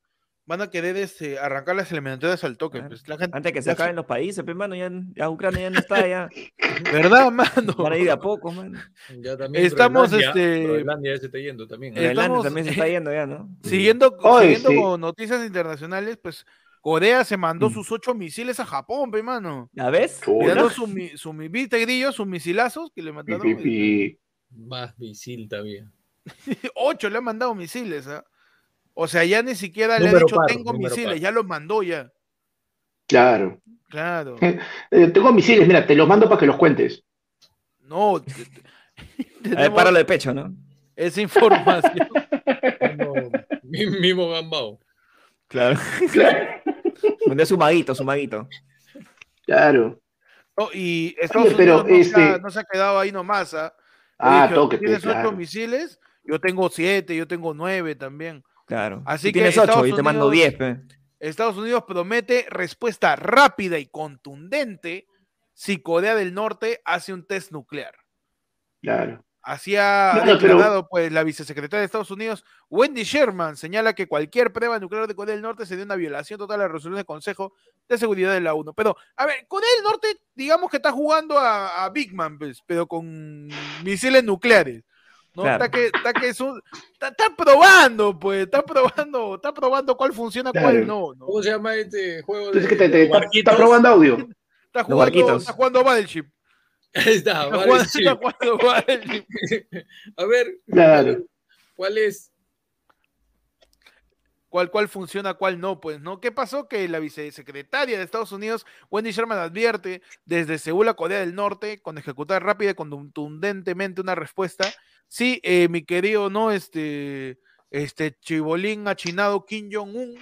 Speaker 2: Van a querer este, arrancar las eliminatorias al toque.
Speaker 1: Claro.
Speaker 2: pues, la gente-
Speaker 1: Antes que se
Speaker 2: la
Speaker 1: acaben los países, pues, mano, ya, ya Ucrania ya no está, ya
Speaker 2: [LAUGHS] ¿Verdad, mano?
Speaker 1: van a ir de a poco, mano.
Speaker 3: Ya también
Speaker 2: Estamos,
Speaker 3: Groenlandia-
Speaker 2: este-
Speaker 3: Groenlandia ya se está yendo también. ¿eh?
Speaker 2: Eh,
Speaker 1: Groenlandia
Speaker 2: Estamos-
Speaker 1: también se está yendo ya, ¿no?
Speaker 2: Siguiendo,
Speaker 5: Oye,
Speaker 2: siguiendo
Speaker 5: sí.
Speaker 2: con noticias internacionales, pues Corea se mandó
Speaker 1: Mm.
Speaker 2: sus ocho misiles a Japón, pe mano.
Speaker 1: ¿La ves?
Speaker 5: Chulo.
Speaker 2: Mirando su, mi- su mi- viste grillo, sus misilazos que le
Speaker 5: Pi,
Speaker 2: mandaron.
Speaker 5: pi, pi.
Speaker 3: Más misil también.
Speaker 2: [LAUGHS] Ocho le han mandado misiles, ¿ah? O sea, ya ni siquiera le ha
Speaker 3: Número
Speaker 2: dicho
Speaker 3: par,
Speaker 2: tengo
Speaker 3: número
Speaker 2: misiles,
Speaker 3: par.
Speaker 2: ya los mandó ya.
Speaker 5: Claro.
Speaker 2: Claro.
Speaker 5: Eh, tengo misiles, mira, te los mando para que los cuentes.
Speaker 2: No. te- te-
Speaker 1: A ver,
Speaker 2: [LAUGHS] tenemos
Speaker 1: páralo de pecho, ¿no?
Speaker 2: Esa información.
Speaker 3: Como mi- Mismo [LAUGHS] gambao.
Speaker 1: Claro.
Speaker 5: Claro.
Speaker 1: Mandé su maguito, su maguito.
Speaker 5: Claro.
Speaker 2: No, y Estados
Speaker 5: Oye, pero,
Speaker 2: Unidos no, se ha,
Speaker 5: este-
Speaker 2: no se ha quedado ahí nomás. ¿ah? Le
Speaker 5: Ah,
Speaker 2: dijeron,
Speaker 5: toque,
Speaker 2: Tienes ocho
Speaker 5: claro.
Speaker 2: misiles, yo tengo siete, yo tengo nueve también.
Speaker 1: Claro.
Speaker 2: Así
Speaker 1: Tú
Speaker 2: que
Speaker 1: tienes ocho
Speaker 2: Estados
Speaker 1: y te mando
Speaker 2: Unidos-
Speaker 1: 10, pe.
Speaker 2: Estados Unidos promete respuesta rápida y contundente si Corea del Norte hace un test nuclear.
Speaker 5: Claro.
Speaker 2: Así ha
Speaker 5: Claro, pero-
Speaker 2: declarado pues, la vicesecretaria de Estados Unidos, Wendy Sherman, señala que cualquier prueba nuclear de Corea del Norte sería una violación total a la resolución del Consejo de Seguridad de la ONU. Pero, a ver, Corea del Norte, digamos que está jugando a, a Big Man, pues, pero con misiles nucleares. ¿no?
Speaker 1: Claro.
Speaker 2: Está que, está que es un- está- está probando, pues, está probando, está probando cuál funciona, cuál
Speaker 5: Claro.
Speaker 2: no. ¿no?
Speaker 3: ¿Cómo se llama este juego? de-
Speaker 5: Entonces, ¿qué te, te-
Speaker 3: de
Speaker 5: está,
Speaker 3: barquitos?
Speaker 5: está
Speaker 2: [LAUGHS]
Speaker 5: probando audio?
Speaker 2: Está
Speaker 1: Los
Speaker 2: jugando,
Speaker 1: barquitos.
Speaker 2: está jugando Battleship.
Speaker 3: [LAUGHS] Ahí está,
Speaker 2: Está
Speaker 3: vale,
Speaker 2: jugando,
Speaker 3: sí.
Speaker 2: está jugando Battleship.
Speaker 3: A ver,
Speaker 5: Claro.
Speaker 3: ¿cuál es?
Speaker 2: cuál, cuál funciona, cuál no, pues, ¿no? ¿Qué pasó? Que la vicesecretaria de Estados Unidos, Wendy Sherman, advierte desde Seúl a Corea del Norte con ejecutar rápida y contundentemente una respuesta. Sí, eh, mi querido, ¿no? Este, este chibolín achinado Kim Jong-un,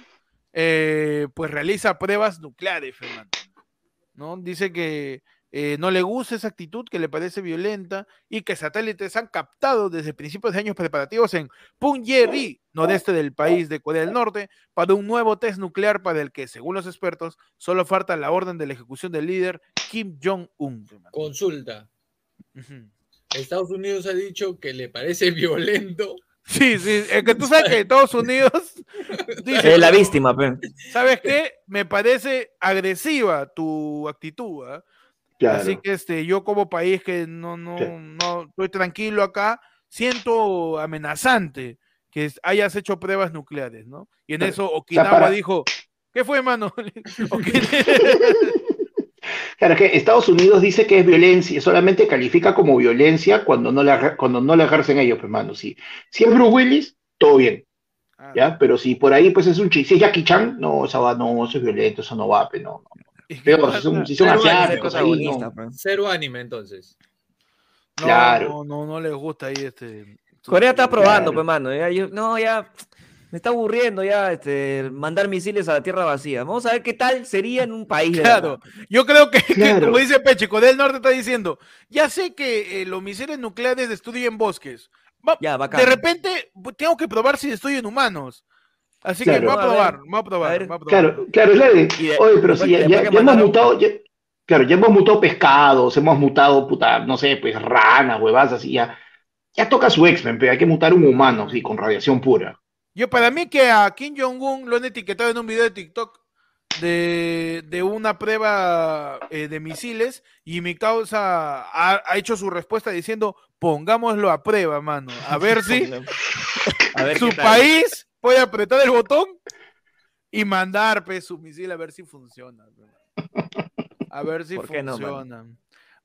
Speaker 2: eh, pues realiza pruebas nucleares, Fernando. ¿No? Dice que eh, no le gusta esa actitud, que le parece violenta y que satélites han captado desde principios de años preparativos en Punggye-ri, noreste del país de Corea del Norte, para un nuevo test nuclear para el que, según los expertos, solo falta la orden de la ejecución del líder Kim Jong-un.
Speaker 3: Consulta.
Speaker 2: Ujú.
Speaker 3: Estados Unidos ha dicho que le parece [LAUGHS] violento.
Speaker 2: Sí, sí, es que tú sabes que Estados
Speaker 5: [LAUGHS]
Speaker 2: Unidos dice,
Speaker 1: Es la víctima, pe.
Speaker 2: ¿sabes qué? Me parece agresiva tu actitud, ¿ah?
Speaker 5: Claro.
Speaker 2: Así que este, yo como país que no, no,
Speaker 5: Sí.
Speaker 2: no estoy tranquilo acá, siento amenazante que es- hayas hecho pruebas nucleares, ¿no? Y en
Speaker 5: Claro.
Speaker 2: eso
Speaker 5: sea,
Speaker 2: Okinawa
Speaker 5: para-
Speaker 2: dijo, ¿qué fue, mano? [LAUGHS] Okinawa-
Speaker 5: Claro, que Estados Unidos dice que es violencia, solamente califica como violencia cuando no la, ejer- cuando no la ejercen ellos, pues, hermano. Si, si es Bruce Willis, todo bien,
Speaker 2: [LAUGHS] Ah,
Speaker 5: ¿ya? Pero si por ahí, pues, es un chiste, si es Jackie Chan, no, esa va, no, eso es violento, eso no va, pues, no. no.
Speaker 2: es que
Speaker 5: Pero si son,
Speaker 2: pasa-
Speaker 5: si son
Speaker 3: Pero bueno,
Speaker 5: asiáticos ahí,
Speaker 1: Protagonista,
Speaker 5: no.
Speaker 1: pe.
Speaker 3: Cero anime, entonces.
Speaker 2: no,
Speaker 5: claro.
Speaker 2: no, no, no les gusta ahí este...
Speaker 1: Corea está probando,
Speaker 5: Claro.
Speaker 1: pe, mano. Ya, yo- no, ya me está aburriendo ya este, mandar misiles a la tierra vacía. Vamos a ver qué tal sería en un país. de
Speaker 2: Claro,
Speaker 1: verdad.
Speaker 2: yo creo que, que
Speaker 5: Claro.
Speaker 2: como dice Peche, Corea del Norte está diciendo, ya sé que eh, los misiles nucleares destruyen bosques. Va-
Speaker 1: Ya, bacán.
Speaker 2: de repente bu- tengo que probar si destruyen humanos. Así que
Speaker 5: Claro.
Speaker 2: voy a
Speaker 1: A ver,
Speaker 2: probar, voy a
Speaker 1: a
Speaker 2: probar,
Speaker 1: ver.
Speaker 2: voy a probar.
Speaker 5: Claro, claro, es la de-
Speaker 1: Y de-
Speaker 5: Oye, pero si ya,
Speaker 1: después-
Speaker 5: ya-
Speaker 1: después que
Speaker 5: ya hemos
Speaker 1: mandaron-
Speaker 5: mutado, ya- claro, ya hemos mutado pescados, hemos mutado, puta, no sé, pues ranas, huevas, así ya. Ya toca su X-Men, pero hay que mutar un humano, sí, con radiación pura.
Speaker 2: Yo para mí que a Kim Jong-un lo han etiquetado en un video de TikTok de, de una prueba eh, de misiles y mi causa ha, ha hecho su respuesta diciendo pongámoslo a prueba, mano. A
Speaker 1: [LAUGHS]
Speaker 2: ver si
Speaker 1: A ver
Speaker 2: su
Speaker 1: qué tal.
Speaker 2: país puede apretar el botón y mandar pues, su misil a ver si funciona. pe. A ver si
Speaker 1: ¿Por qué no, mano?
Speaker 2: funciona.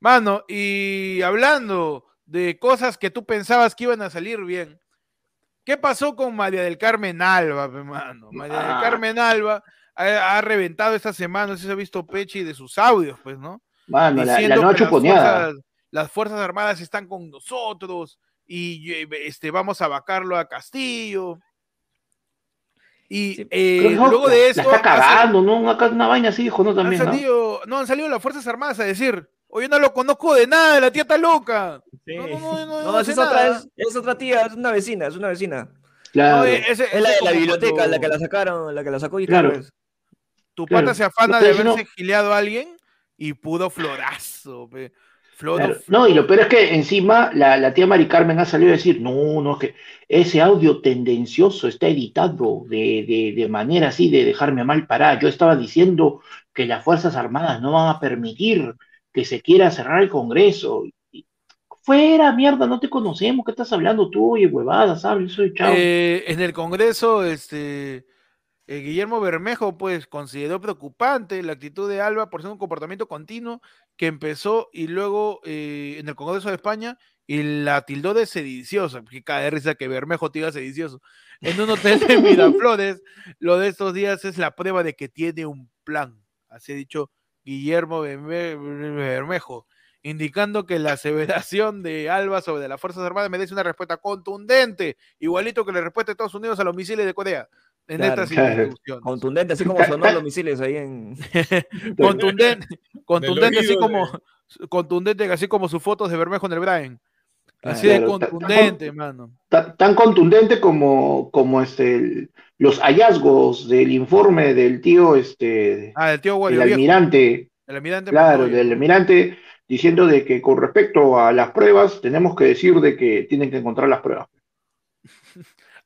Speaker 2: mano? y hablando de cosas que tú pensabas que iban a salir bien, ¿qué pasó con María del Carmen Alba, pe, mano? María
Speaker 5: Ah.
Speaker 2: del Carmen Alba ha, ha reventado esta semana, no sé si ha visto Pechi de sus audios, pues, ¿no?
Speaker 5: Mano, la, la
Speaker 2: diciendo
Speaker 5: Ah, no
Speaker 2: que las
Speaker 5: chuponeada.
Speaker 2: fuerzas, las Fuerzas Armadas están con nosotros y eh, este, vamos a vacarlo a Castillo. Y
Speaker 1: Sí,
Speaker 2: eh,
Speaker 5: Creo que no,
Speaker 2: luego
Speaker 5: la-
Speaker 2: de eso,
Speaker 5: La está
Speaker 2: ha sal-
Speaker 5: cagando, ¿no? Acá una vaina así, hijo, ¿no?
Speaker 2: han
Speaker 5: También, ¿no?
Speaker 2: salido, no, han salido las Fuerzas Armadas a decir, oye, no lo conozco de nada, la tía está loca.
Speaker 1: Sí.
Speaker 2: No, no, no, no,
Speaker 1: No,
Speaker 2: no
Speaker 1: esa
Speaker 2: sé
Speaker 1: es otra,
Speaker 2: nada.
Speaker 1: es, es otra tía, es una vecina, es una vecina.
Speaker 5: Claro.
Speaker 2: No, eh, ese-
Speaker 1: Es la
Speaker 2: ese
Speaker 1: de
Speaker 2: como
Speaker 1: la biblioteca,
Speaker 2: cuando
Speaker 1: la que la sacaron, la que la sacó y
Speaker 5: Claro.
Speaker 1: pues.
Speaker 2: Tu
Speaker 5: claro.
Speaker 2: pata se afana
Speaker 5: No,
Speaker 2: de
Speaker 5: pero si no-
Speaker 2: haberse gileado a alguien y pudo florazo, pe. Floro-
Speaker 5: Claro. No, y lo peor es que encima la, la tía Mari Carmen ha salido a decir, no, no, es que ese audio tendencioso está editado de, de- de manera así de dejarme mal parada. Yo estaba diciendo que las Fuerzas Armadas no van a permitir que se quiera cerrar el Congreso. Y- Fuera, mierda, no te conocemos, ¿qué estás hablando tú? Oye, huevadas, ¿sabes? Yo soy chao.
Speaker 2: Eh, en el Congreso, este, eh, Guillermo Bermejo, pues, consideró preocupante la actitud de Alba por ser un comportamiento continuo que empezó y luego eh, en el Congreso de España y la tildó de sediciosa. Que cae de risa que Bermejo tira sedicioso. En un hotel de
Speaker 5: [LAUGHS]
Speaker 2: Miraflores, lo de estos días es la prueba de que tiene un plan. Así ha dicho Guillermo Berme- Bermejo, indicando que la aseveración de Alba sobre las Fuerzas Armadas merece una respuesta contundente, igualito que la respuesta de Estados Unidos a los misiles de Corea en
Speaker 1: Claro,
Speaker 2: estas
Speaker 5: claro.
Speaker 2: instituciones.
Speaker 1: Contundente, así como sonó los misiles ahí en.
Speaker 5: [LAUGHS]
Speaker 2: Contundente, contundente así
Speaker 3: oído
Speaker 2: como contundente así como sus fotos de Bermejo en el Brian. Así de
Speaker 5: Claro, ta- ta-
Speaker 2: contundente, mano.
Speaker 5: tan, tan contundente como, como este, el- los hallazgos del informe del tío, este,
Speaker 2: Ah, el tío
Speaker 5: el
Speaker 2: Guario viejo,
Speaker 5: almirante.
Speaker 2: el almirante
Speaker 5: Claro,
Speaker 2: Montoya.
Speaker 5: del almirante diciendo de que con respecto a las pruebas tenemos que decir de que tienen que encontrar las pruebas.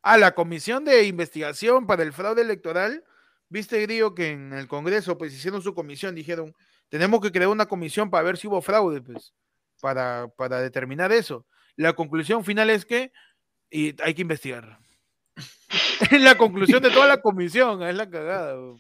Speaker 2: Ah, la Comisión de Investigación para el Fraude Electoral, viste, Grillo, que en el Congreso, pues hicieron su comisión, dijeron, tenemos que crear una comisión para ver si hubo fraude, pues, para, para determinar eso. La conclusión final es que y hay que investigar. [LAUGHS] Es la conclusión de toda la comisión, es la cagada. weón.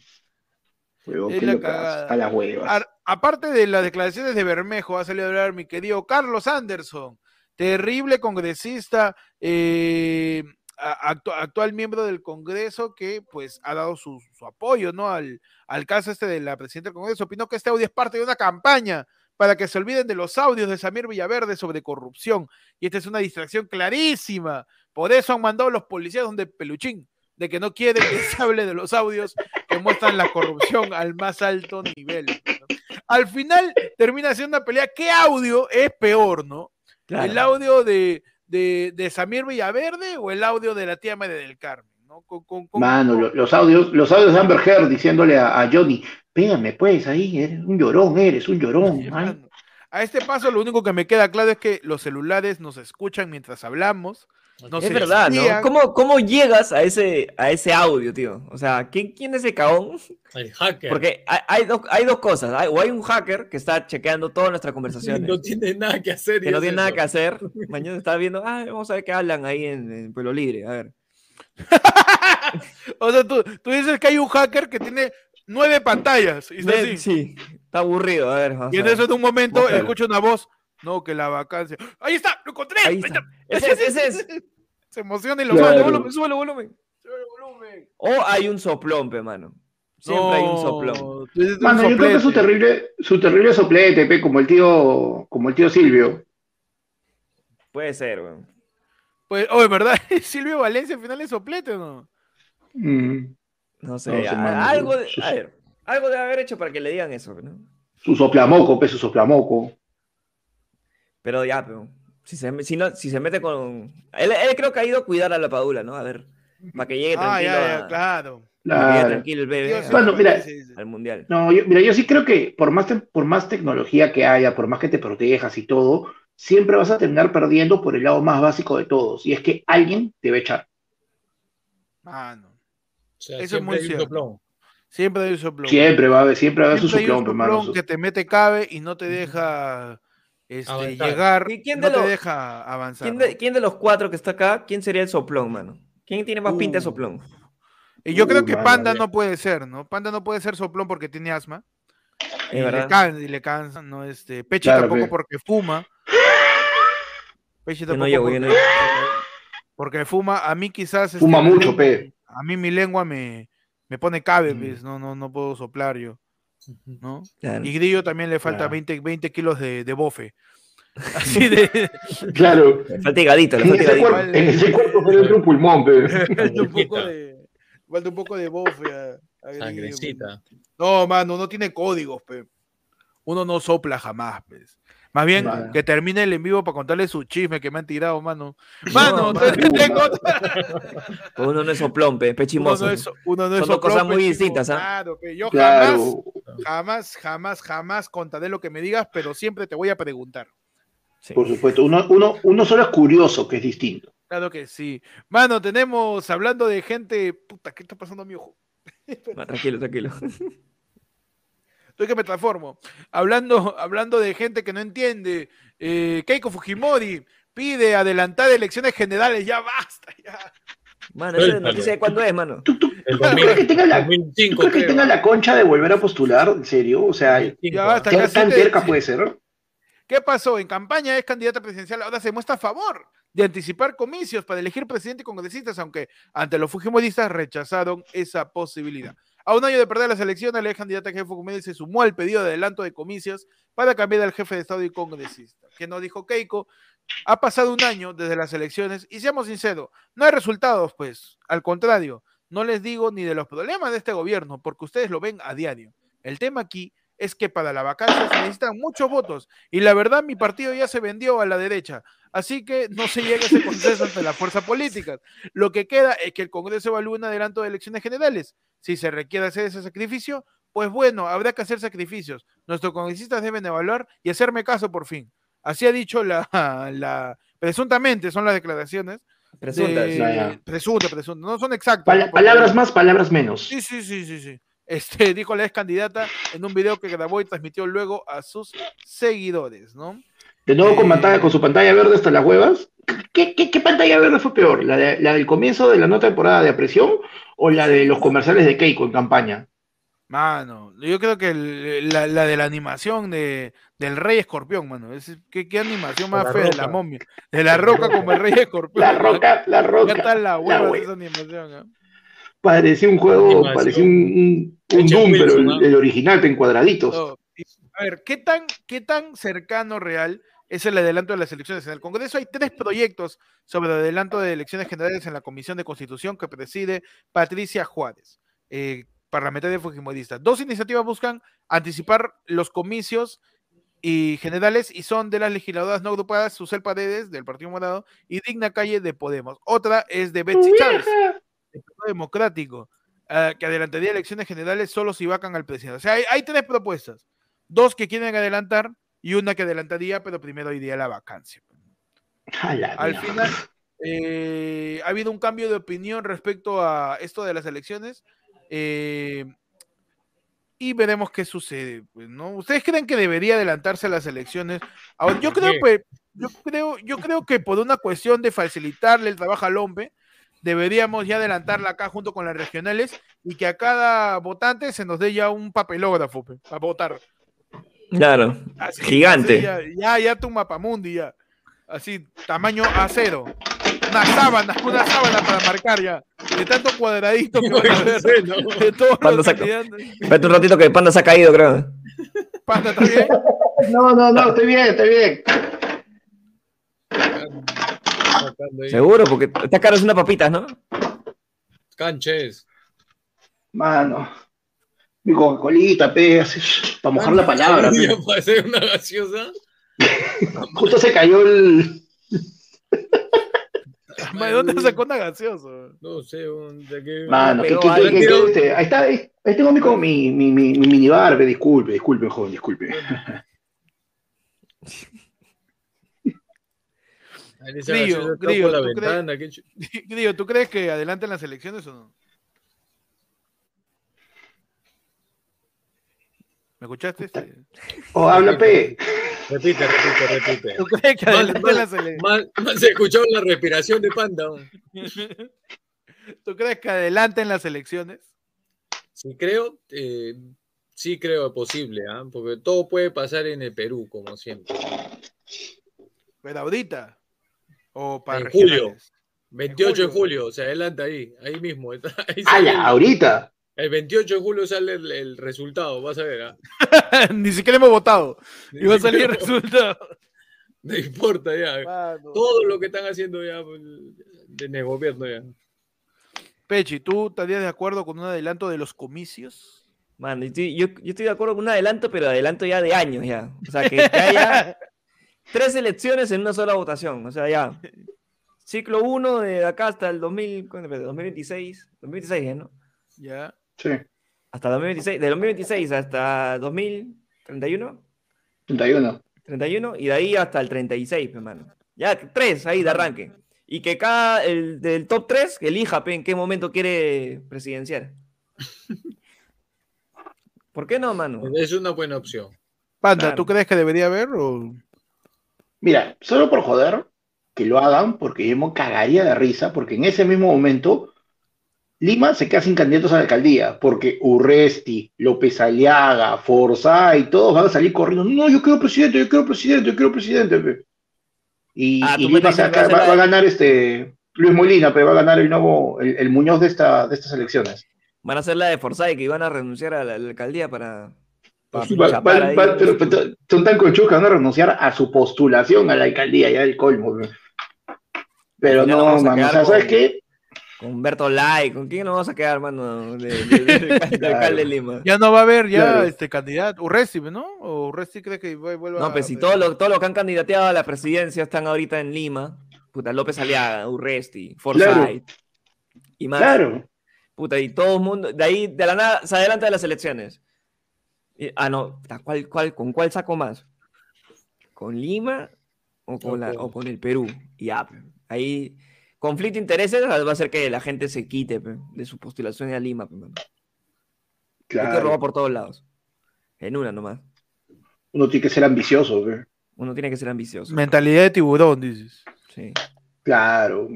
Speaker 5: Huevón,
Speaker 2: Es
Speaker 5: qué
Speaker 2: la
Speaker 5: locas,
Speaker 2: cagada.
Speaker 5: a las huevas.
Speaker 2: Ar- aparte de las declaraciones de Bermejo, ha salido a hablar mi querido Carlos Anderson, terrible congresista, eh, a- actu- actual miembro del Congreso, que pues ha dado su, su apoyo ¿no? al, al caso este de la presidenta del Congreso. Opinó que este audio es parte de una campaña para que se olviden de los audios de Samir Villaverde sobre corrupción. Y esta es una distracción clarísima. Por eso han mandado los policías donde Peluchín, de que no quiere que se hable de los audios que muestran la corrupción al más alto nivel. ¿no? Al final termina siendo una pelea. ¿Qué audio es peor, no? ¿El audio de, de, de Samir Villaverde o el audio de la tía María del Carmen? ¿no? Con- con- con-
Speaker 5: Mano,
Speaker 2: con-
Speaker 5: lo- los audios, los audios de Amber Heard diciéndole a, a Johnny, pégame pues ahí, eres un llorón, eres un llorón. man".
Speaker 2: Mano, A este paso, lo único que me queda claro es que los celulares nos escuchan mientras hablamos. nos
Speaker 1: es verdad, ¿no?
Speaker 2: espían.
Speaker 1: ¿Cómo, ¿Cómo llegas a ese, a ese audio, tío? O sea, ¿quién, quién es ese caón?
Speaker 3: El hacker.
Speaker 1: Porque hay, hay, dos, hay dos cosas. Hay- o hay un hacker que está chequeando todas
Speaker 2: [LAUGHS]
Speaker 1: nuestras conversaciones.
Speaker 3: no tiene nada que hacer. y
Speaker 1: que no
Speaker 3: hace
Speaker 1: tiene nada
Speaker 3: eso.
Speaker 1: que hacer. Mañana está viendo, ah, vamos a ver qué hablan ahí en, en Pueblo Libre. A ver.
Speaker 2: O sea, tú, tú dices que hay un hacker que tiene nueve pantallas. Y está
Speaker 1: Ve-
Speaker 2: así.
Speaker 1: Sí, está aburrido. A ver, vamos
Speaker 2: Y en
Speaker 1: a ver.
Speaker 2: eso, en un momento,
Speaker 1: Búscalo.
Speaker 2: escucha una voz. No, que la vacancia. ¡Ahí está! ¡Lo encontré!
Speaker 1: Ahí está. Ese es, ese es.
Speaker 2: [LAUGHS] Se emociona y lo
Speaker 5: Claro.
Speaker 1: Súbelo,
Speaker 2: manda.
Speaker 1: volumen, súbelo, volumen.
Speaker 2: Sube el volumen.
Speaker 1: O hay un soplón, pe, mano. Siempre hay un soplón.
Speaker 2: No, Pues es un
Speaker 5: Mano, yo creo que su
Speaker 2: soplete.
Speaker 5: terrible, su terrible soplete, pe, como el tío, como el tío Silvio.
Speaker 1: Puede ser, weón.
Speaker 2: Pues, oh, es verdad, [LAUGHS] Silvio Valencia al final es soplete, ¿no?
Speaker 5: Mm,
Speaker 1: No sé.
Speaker 5: No sé,
Speaker 1: a-
Speaker 5: mano,
Speaker 1: algo,
Speaker 5: yo-
Speaker 1: de- a ver, algo debe haber hecho para que le digan eso, ¿no?
Speaker 5: Su soplamoco, pe, su soplamoco.
Speaker 1: Pero ya, pero si se, me- si no, si se mete con. Él, él creo que ha ido a cuidar a la Padula, ¿no? A ver, para que llegue
Speaker 2: Ah,
Speaker 1: tranquilo.
Speaker 2: ya, ya,
Speaker 1: a-
Speaker 2: claro.
Speaker 1: para que llegue
Speaker 5: Claro.
Speaker 1: tranquilo el bebé
Speaker 2: Dios,
Speaker 1: a-
Speaker 2: sí,
Speaker 5: Bueno, mira,
Speaker 2: sí, sí.
Speaker 1: al mundial.
Speaker 5: No, yo, mira, yo sí creo que por más, te- por más tecnología que haya, por más que te protejas y todo, siempre vas a terminar perdiendo por el lado más básico de todos, y es que alguien te va a echar.
Speaker 2: Mano.
Speaker 3: O sea,
Speaker 2: Eso es
Speaker 3: siempre
Speaker 2: muy
Speaker 3: hay un
Speaker 2: cierto.
Speaker 3: soplón.
Speaker 2: Siempre hay un soplón.
Speaker 5: Siempre va a haber, siempre va a haber su
Speaker 2: Siempre hay un
Speaker 5: soplón, hermano.
Speaker 2: soplón que te mete cabe y no te deja este,
Speaker 3: Avanzar.
Speaker 2: llegar,
Speaker 1: ¿Y quién
Speaker 2: no
Speaker 1: de
Speaker 2: te
Speaker 1: los-
Speaker 2: deja avanzar.
Speaker 1: ¿Quién de, quién de los cuatro que está acá, quién sería el soplón, mano? ¿Quién tiene más pinta de
Speaker 5: Uh.
Speaker 1: soplón?
Speaker 2: Y yo creo
Speaker 5: Uh,
Speaker 2: que
Speaker 5: mano,
Speaker 2: Panda
Speaker 5: ya.
Speaker 2: no puede ser, ¿no? Panda no puede ser soplón porque tiene asma.
Speaker 1: Es
Speaker 2: Y le,
Speaker 1: verdad.
Speaker 2: cansa, y le cansa, ¿no? Este, Pechi
Speaker 5: Claro,
Speaker 2: tampoco
Speaker 5: pe.
Speaker 2: porque fuma. Pechi
Speaker 1: Yo
Speaker 2: tampoco
Speaker 1: no llego, yo
Speaker 2: porque,
Speaker 1: no llego.
Speaker 2: porque fuma. A mí quizás... este,
Speaker 5: Fuma
Speaker 2: mi
Speaker 5: mucho,
Speaker 2: lengua-
Speaker 5: pe.
Speaker 2: A mí mi lengua me, me pone cabe,
Speaker 5: Mm.
Speaker 2: pues, No, no, no puedo soplar yo, ¿no?
Speaker 1: Claro. [LAUGHS]
Speaker 2: Y Grillo también le falta
Speaker 5: Claro.
Speaker 2: 20, 20 kilos de, de bofe. Así
Speaker 1: [LAUGHS]
Speaker 2: [LAUGHS] de...
Speaker 3: [LAUGHS]
Speaker 5: Claro.
Speaker 1: Le falta higadito, le
Speaker 5: En
Speaker 1: falta
Speaker 5: ese,
Speaker 1: higadito.
Speaker 5: cuerpo, en ese cuerpo se le entra un pulmón, pe.
Speaker 2: falta un poco
Speaker 3: Sangrecita.
Speaker 2: de... Falta un poco de bofe a- a Grillo, pues.
Speaker 3: Sangrecita.
Speaker 2: No, mano, no tiene códigos, pe. Uno no sopla jamás, pe. Más bien,
Speaker 5: Vale.
Speaker 2: que termine el en vivo para contarle su chisme que me han tirado, mano. Mano,
Speaker 1: mano.
Speaker 2: te- te- te-
Speaker 5: Uy,
Speaker 1: Uno no es soplón, pe, es
Speaker 2: [LAUGHS] uno
Speaker 1: pechimoso.
Speaker 2: no es, uno no
Speaker 1: Son
Speaker 2: es
Speaker 1: dos
Speaker 2: soplón,
Speaker 1: cosas
Speaker 2: pe,
Speaker 1: muy
Speaker 2: chico.
Speaker 1: distintas, ¿ah?
Speaker 2: Claro, pe. [LAUGHS] Yo
Speaker 5: Claro.
Speaker 2: jamás, jamás, jamás, jamás contaré lo que me digas, pero siempre te voy a preguntar.
Speaker 1: Sí.
Speaker 5: Por supuesto, uno, uno, uno solo es curioso, que es distinto.
Speaker 2: Claro que sí. Mano, tenemos, hablando de gente, puta, ¿qué está pasando a mi ojo?
Speaker 1: Va, Tranquilo,
Speaker 2: [LAUGHS]
Speaker 1: tranquilo.
Speaker 2: Estoy que me transformo. Hablando, hablando de gente que no entiende, eh, Keiko Fujimori pide adelantar elecciones generales. Ya basta, ya.
Speaker 1: Mano, esa
Speaker 3: Suéltalo.
Speaker 1: noticia de cuándo es, mano.
Speaker 5: ¿Tú, tú,
Speaker 3: El
Speaker 5: tú crees que
Speaker 3: 2000,
Speaker 5: tenga la, ¿tú
Speaker 3: 2005,
Speaker 5: crees que
Speaker 3: creo.
Speaker 5: tenga la concha de volver a postular? ¿En serio? O sea,
Speaker 3: 2005,
Speaker 2: Ya
Speaker 3: [LAUGHS]
Speaker 2: basta.
Speaker 5: ¿tan, tan
Speaker 2: Siete-
Speaker 5: terca puede ser?
Speaker 2: ¿Qué pasó? En campaña es candidata presidencial, ahora se muestra a favor de anticipar comicios para elegir presidente y congresistas, aunque ante los fujimoristas rechazaron esa posibilidad. A un año de perder las elecciones, la ex candidata jefe Fujimori se sumó al pedido de adelanto de comicios para cambiar al jefe de Estado y congresista. Que nos dijo Keiko, ha pasado un año desde las elecciones y seamos sinceros, no hay resultados, pues. Al contrario, no les digo ni de los problemas de este gobierno, porque ustedes lo ven a diario. El tema aquí es que para la vacancia se necesitan muchos votos y la verdad mi partido ya se vendió a la derecha, así que no se llega a ese consenso entre las fuerzas políticas. Lo que queda es que el Congreso evalúe un adelanto de elecciones generales. Si se requiere hacer ese sacrificio, pues bueno, habrá que hacer sacrificios. Nuestros congresistas deben evaluar y hacerme caso por fin. Así ha dicho la, [LAUGHS] la presuntamente son las declaraciones.
Speaker 1: Presunta.
Speaker 2: de-
Speaker 1: sí.
Speaker 5: Ya, ya.
Speaker 2: Presunta, presunta. No son exactas. ¿no?
Speaker 5: Pal-
Speaker 2: Porque-
Speaker 5: palabras más, palabras menos.
Speaker 2: Sí, sí, sí, sí, sí. Este, dijo la ex candidata en un video que grabó y transmitió luego a sus seguidores, ¿no?
Speaker 5: De nuevo con,
Speaker 2: Eh.
Speaker 5: pantalla, con su pantalla verde hasta las huevas. ¿Qué, qué, qué pantalla verde fue peor? ¿La, de- ¿La del comienzo de la nueva temporada de apresión o la de los comerciales de Keiko en campaña?
Speaker 2: Mano, yo creo que el- la, la de la animación de, del Rey Escorpión, mano. Es, ¿qué, qué animación
Speaker 3: Con
Speaker 2: más
Speaker 3: la
Speaker 2: fea de la
Speaker 3: roca.
Speaker 2: momia? De la roca como el Rey Escorpión.
Speaker 5: La
Speaker 2: mano.
Speaker 5: roca, la
Speaker 2: Ya está la
Speaker 5: roca. la
Speaker 2: hueva de
Speaker 5: hue-
Speaker 2: esa animación. ¿ah?
Speaker 5: Parecía un juego,
Speaker 3: Animación.
Speaker 5: parecía un, un, un
Speaker 3: Richard
Speaker 5: Doom, pero
Speaker 3: Wilson,
Speaker 5: el,
Speaker 3: ¿no?
Speaker 5: el original en cuadraditos.
Speaker 2: No, y- A ver, ¿qué tan, ¿qué tan cercano real es el adelanto de las elecciones? En el Congreso hay tres proyectos sobre el adelanto de elecciones generales en la Comisión de Constitución que preside Patricia Juárez, eh, parlamentaria fujimorista. Dos iniciativas buscan anticipar los comicios y generales y son de las legisladoras no agrupadas Susel Paredes del Partido Morado y Digna Calle de Podemos. Otra es de Betsy Chávez el Partido Democrático, ah, que adelantaría elecciones generales solo si vacan al presidente. O sea, hay, hay tres propuestas. Dos que quieren adelantar y una que adelantaría, pero primero iría la vacancia.
Speaker 5: A la
Speaker 2: Al
Speaker 5: mierda.
Speaker 2: final, eh, ha habido un cambio de opinión respecto a esto de las elecciones. eh, y veremos qué sucede. pues, ¿no? ¿Ustedes creen que debería adelantarse a las elecciones? Ahora, yo creo
Speaker 3: Sí.
Speaker 2: que yo creo, yo creo que por una cuestión de facilitarle el trabajo al hombre, deberíamos ya adelantarla acá junto con las regionales y que a cada votante se nos dé ya un papelógrafo pe, para votar.
Speaker 1: Claro.
Speaker 2: Así-
Speaker 1: Gigante.
Speaker 2: así ya, ya, ya tu mapamundi, ya. Así, tamaño acero. Una sábana, una sábana para marcar ya. De tanto
Speaker 3: [LAUGHS]
Speaker 2: cuadradito que van a ver De todos
Speaker 1: Panda
Speaker 2: los
Speaker 1: saco.
Speaker 2: candidatos.
Speaker 1: Espérate un ratito que el panda se ha caído, creo.
Speaker 2: Panda, ¿está bien?
Speaker 5: No, no, no, estoy bien, estoy bien.
Speaker 3: Sacando ahí.
Speaker 1: Seguro, porque estas caras son unas papitas, ¿no?
Speaker 3: Canches.
Speaker 5: Mano. Mi Coca-Colita, pe, para mojar la palabra,
Speaker 3: Uy,
Speaker 5: pe.
Speaker 3: ya pasé una gaseosa.
Speaker 5: Justo se cayó el.
Speaker 2: ¿De dónde sacó una gaseosa?
Speaker 3: No sé, un- de qué.
Speaker 5: Mano, ¿qué,
Speaker 1: Pegó
Speaker 5: qué-
Speaker 1: algo.
Speaker 5: qué- qué- este? Ahí está, ahí, ahí tengo mi, mi, mi, mi, mi minibar, pe, disculpe, disculpe, joven, disculpe.
Speaker 3: Ahí se
Speaker 2: Grillo,
Speaker 3: agachó, se
Speaker 2: Grillo,
Speaker 3: tapó la
Speaker 2: ¿tú crees?
Speaker 3: ventana, qué ch-
Speaker 2: Digo, ¿tú crees que adelantan las elecciones o no? ¿Me escuchaste? Este?
Speaker 5: O Oh, habla P.
Speaker 3: Repite, repite, repite.
Speaker 2: ¿Tú crees que
Speaker 3: Mal,
Speaker 2: adelantan
Speaker 3: mal,
Speaker 2: las ele-
Speaker 3: Mal, mal se escuchó la respiración de Panda. ¿no?
Speaker 2: ¿Tú crees que adelantan las elecciones?
Speaker 3: Sí creo, eh, sí creo posible, ¿ah? porque todo puede pasar en el Perú, como siempre.
Speaker 2: Pero ahorita. O para
Speaker 3: En julio.
Speaker 2: regionales. [LAUGHS]
Speaker 3: 28 de
Speaker 2: En julio.
Speaker 3: julio, se adelanta ahí, ahí mismo. está- ahí sale
Speaker 5: ¡Hala! Ahorita.
Speaker 3: el, el 28 de julio sale el, el resultado, vas a ver. ¿ah?
Speaker 2: Ni siquiera hemos votado. [LAUGHS] Y va a salir
Speaker 3: [LAUGHS]
Speaker 2: el resultado.
Speaker 3: No importa ya. Todo lo que están haciendo ya pues, en el gobierno ya.
Speaker 2: Pechi, ¿tú estarías de acuerdo con un adelanto de los comicios?
Speaker 1: Mano, yo, estoy- yo- yo estoy de acuerdo con un adelanto, pero adelanto ya de años ya. O sea, que, que haya tres elecciones en una sola votación. O sea, ya. Ciclo 1 de acá hasta el 2000, ¿cuándo fue? 2026. 2026, ¿eh, ¿no?
Speaker 2: Ya.
Speaker 5: Sí.
Speaker 1: Hasta 2026. De 2026 hasta 2031.
Speaker 5: 31.
Speaker 1: 31 y de ahí hasta el 36, pe, mano. Ya, tres ahí de arranque. Y que cada, el del top 3, elija pe, en qué momento quiere presidenciar. ¿Por qué no, mano?
Speaker 3: Es una buena opción.
Speaker 2: Panda,
Speaker 1: Claro.
Speaker 2: ¿tú crees que debería haber? O...
Speaker 5: Mira, solo por joder, que lo hagan, porque yo me cagaría de risa, porque en ese mismo momento Lima se queda sin candidatos a la alcaldía, porque Urresti, López Aliaga, Forza y todos van a salir corriendo. No, yo quiero presidente, yo quiero presidente, yo quiero presidente. pe". Y,
Speaker 1: Ah,
Speaker 5: y
Speaker 1: tú me
Speaker 5: Lima
Speaker 1: dices
Speaker 5: se
Speaker 1: que va a
Speaker 5: va,
Speaker 1: ser la-
Speaker 5: va a ganar este Luis Molina, pero va a ganar el nuevo, el, el Muñoz de, esta, de estas elecciones.
Speaker 1: Van a hacer la de Forsyth que iban a renunciar a la, la alcaldía para. para
Speaker 5: Va- va-
Speaker 1: chapar ahí.
Speaker 5: va- pero- pero son tan conchudos que van a renunciar a su postulación a la alcaldía, ya el colmo. pe. Pero
Speaker 1: Al final
Speaker 5: no,
Speaker 1: vamos a
Speaker 5: mano, o sea,
Speaker 1: quedar
Speaker 5: ¿sabes
Speaker 1: con-
Speaker 5: qué?
Speaker 1: Con Berto Lai, ¿con quién nos vamos a quedar, hermano? De, de- de- de alcalde
Speaker 5: Claro.
Speaker 1: de Lima.
Speaker 2: Ya no va a haber ya
Speaker 5: Claro.
Speaker 2: este candidato. Urresti, ¿no? ¿O Urresti cree que vu- vuelva
Speaker 1: No, pues si todos los, todos los que han candidateado a la presidencia están ahorita en Lima. Puta, López Aliaga, Urresti, Forsyth.
Speaker 5: Claro.
Speaker 1: Y más.
Speaker 5: Claro.
Speaker 1: Puta, y todo el mundo. De ahí, de la nada, se adelanta de las elecciones. Y- ah, no. puta, ¿cuál, cuál, ¿Con cuál saco más? ¿Con Lima o con,
Speaker 3: O
Speaker 1: la,
Speaker 3: con-
Speaker 1: o con el Perú? Y ya, pe. ahí. Conflicto de intereses ah, va a hacer que la gente se quite pe, de su postulación a Lima. pe, mano. Hay que
Speaker 5: Claro.
Speaker 1: robar por todos lados. En una nomás.
Speaker 5: Uno tiene que ser ambicioso, pe.
Speaker 1: Uno tiene que ser ambicioso.
Speaker 2: Mentalidad de tiburón, dices.
Speaker 1: Sí.
Speaker 5: Claro.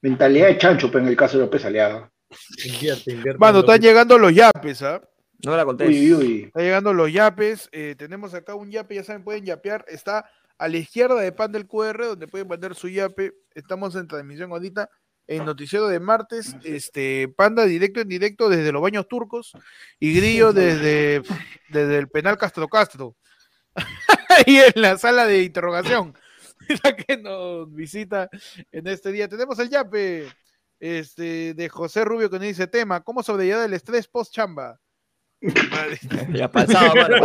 Speaker 5: Mentalidad de chancho, pe, en el caso de López Aliaga.
Speaker 3: Invierte, invierte.
Speaker 2: Mano,
Speaker 3: en lo
Speaker 2: están llegando los yapes, ¿ah?
Speaker 1: No la conté.
Speaker 5: Uy, uy.
Speaker 2: Están llegando los yapes. eh, tenemos acá un yape, ya saben, pueden yapear. Está a la izquierda de Pan del QR, donde pueden mandar su yape. Estamos en transmisión ahorita en Noticiero de Martes. Este, Panda directo en directo desde los baños turcos y Grillo desde, desde el penal Castro Castro. [LAUGHS] Ahí en la sala de interrogación. [LAUGHS] La que nos visita en este día. Tenemos el yape este, de José Rubio que nos dice tema, ¿cómo sobrellevar el estrés post chamba?
Speaker 1: [LAUGHS] Ya pasaba,
Speaker 5: [LAUGHS]
Speaker 1: mano.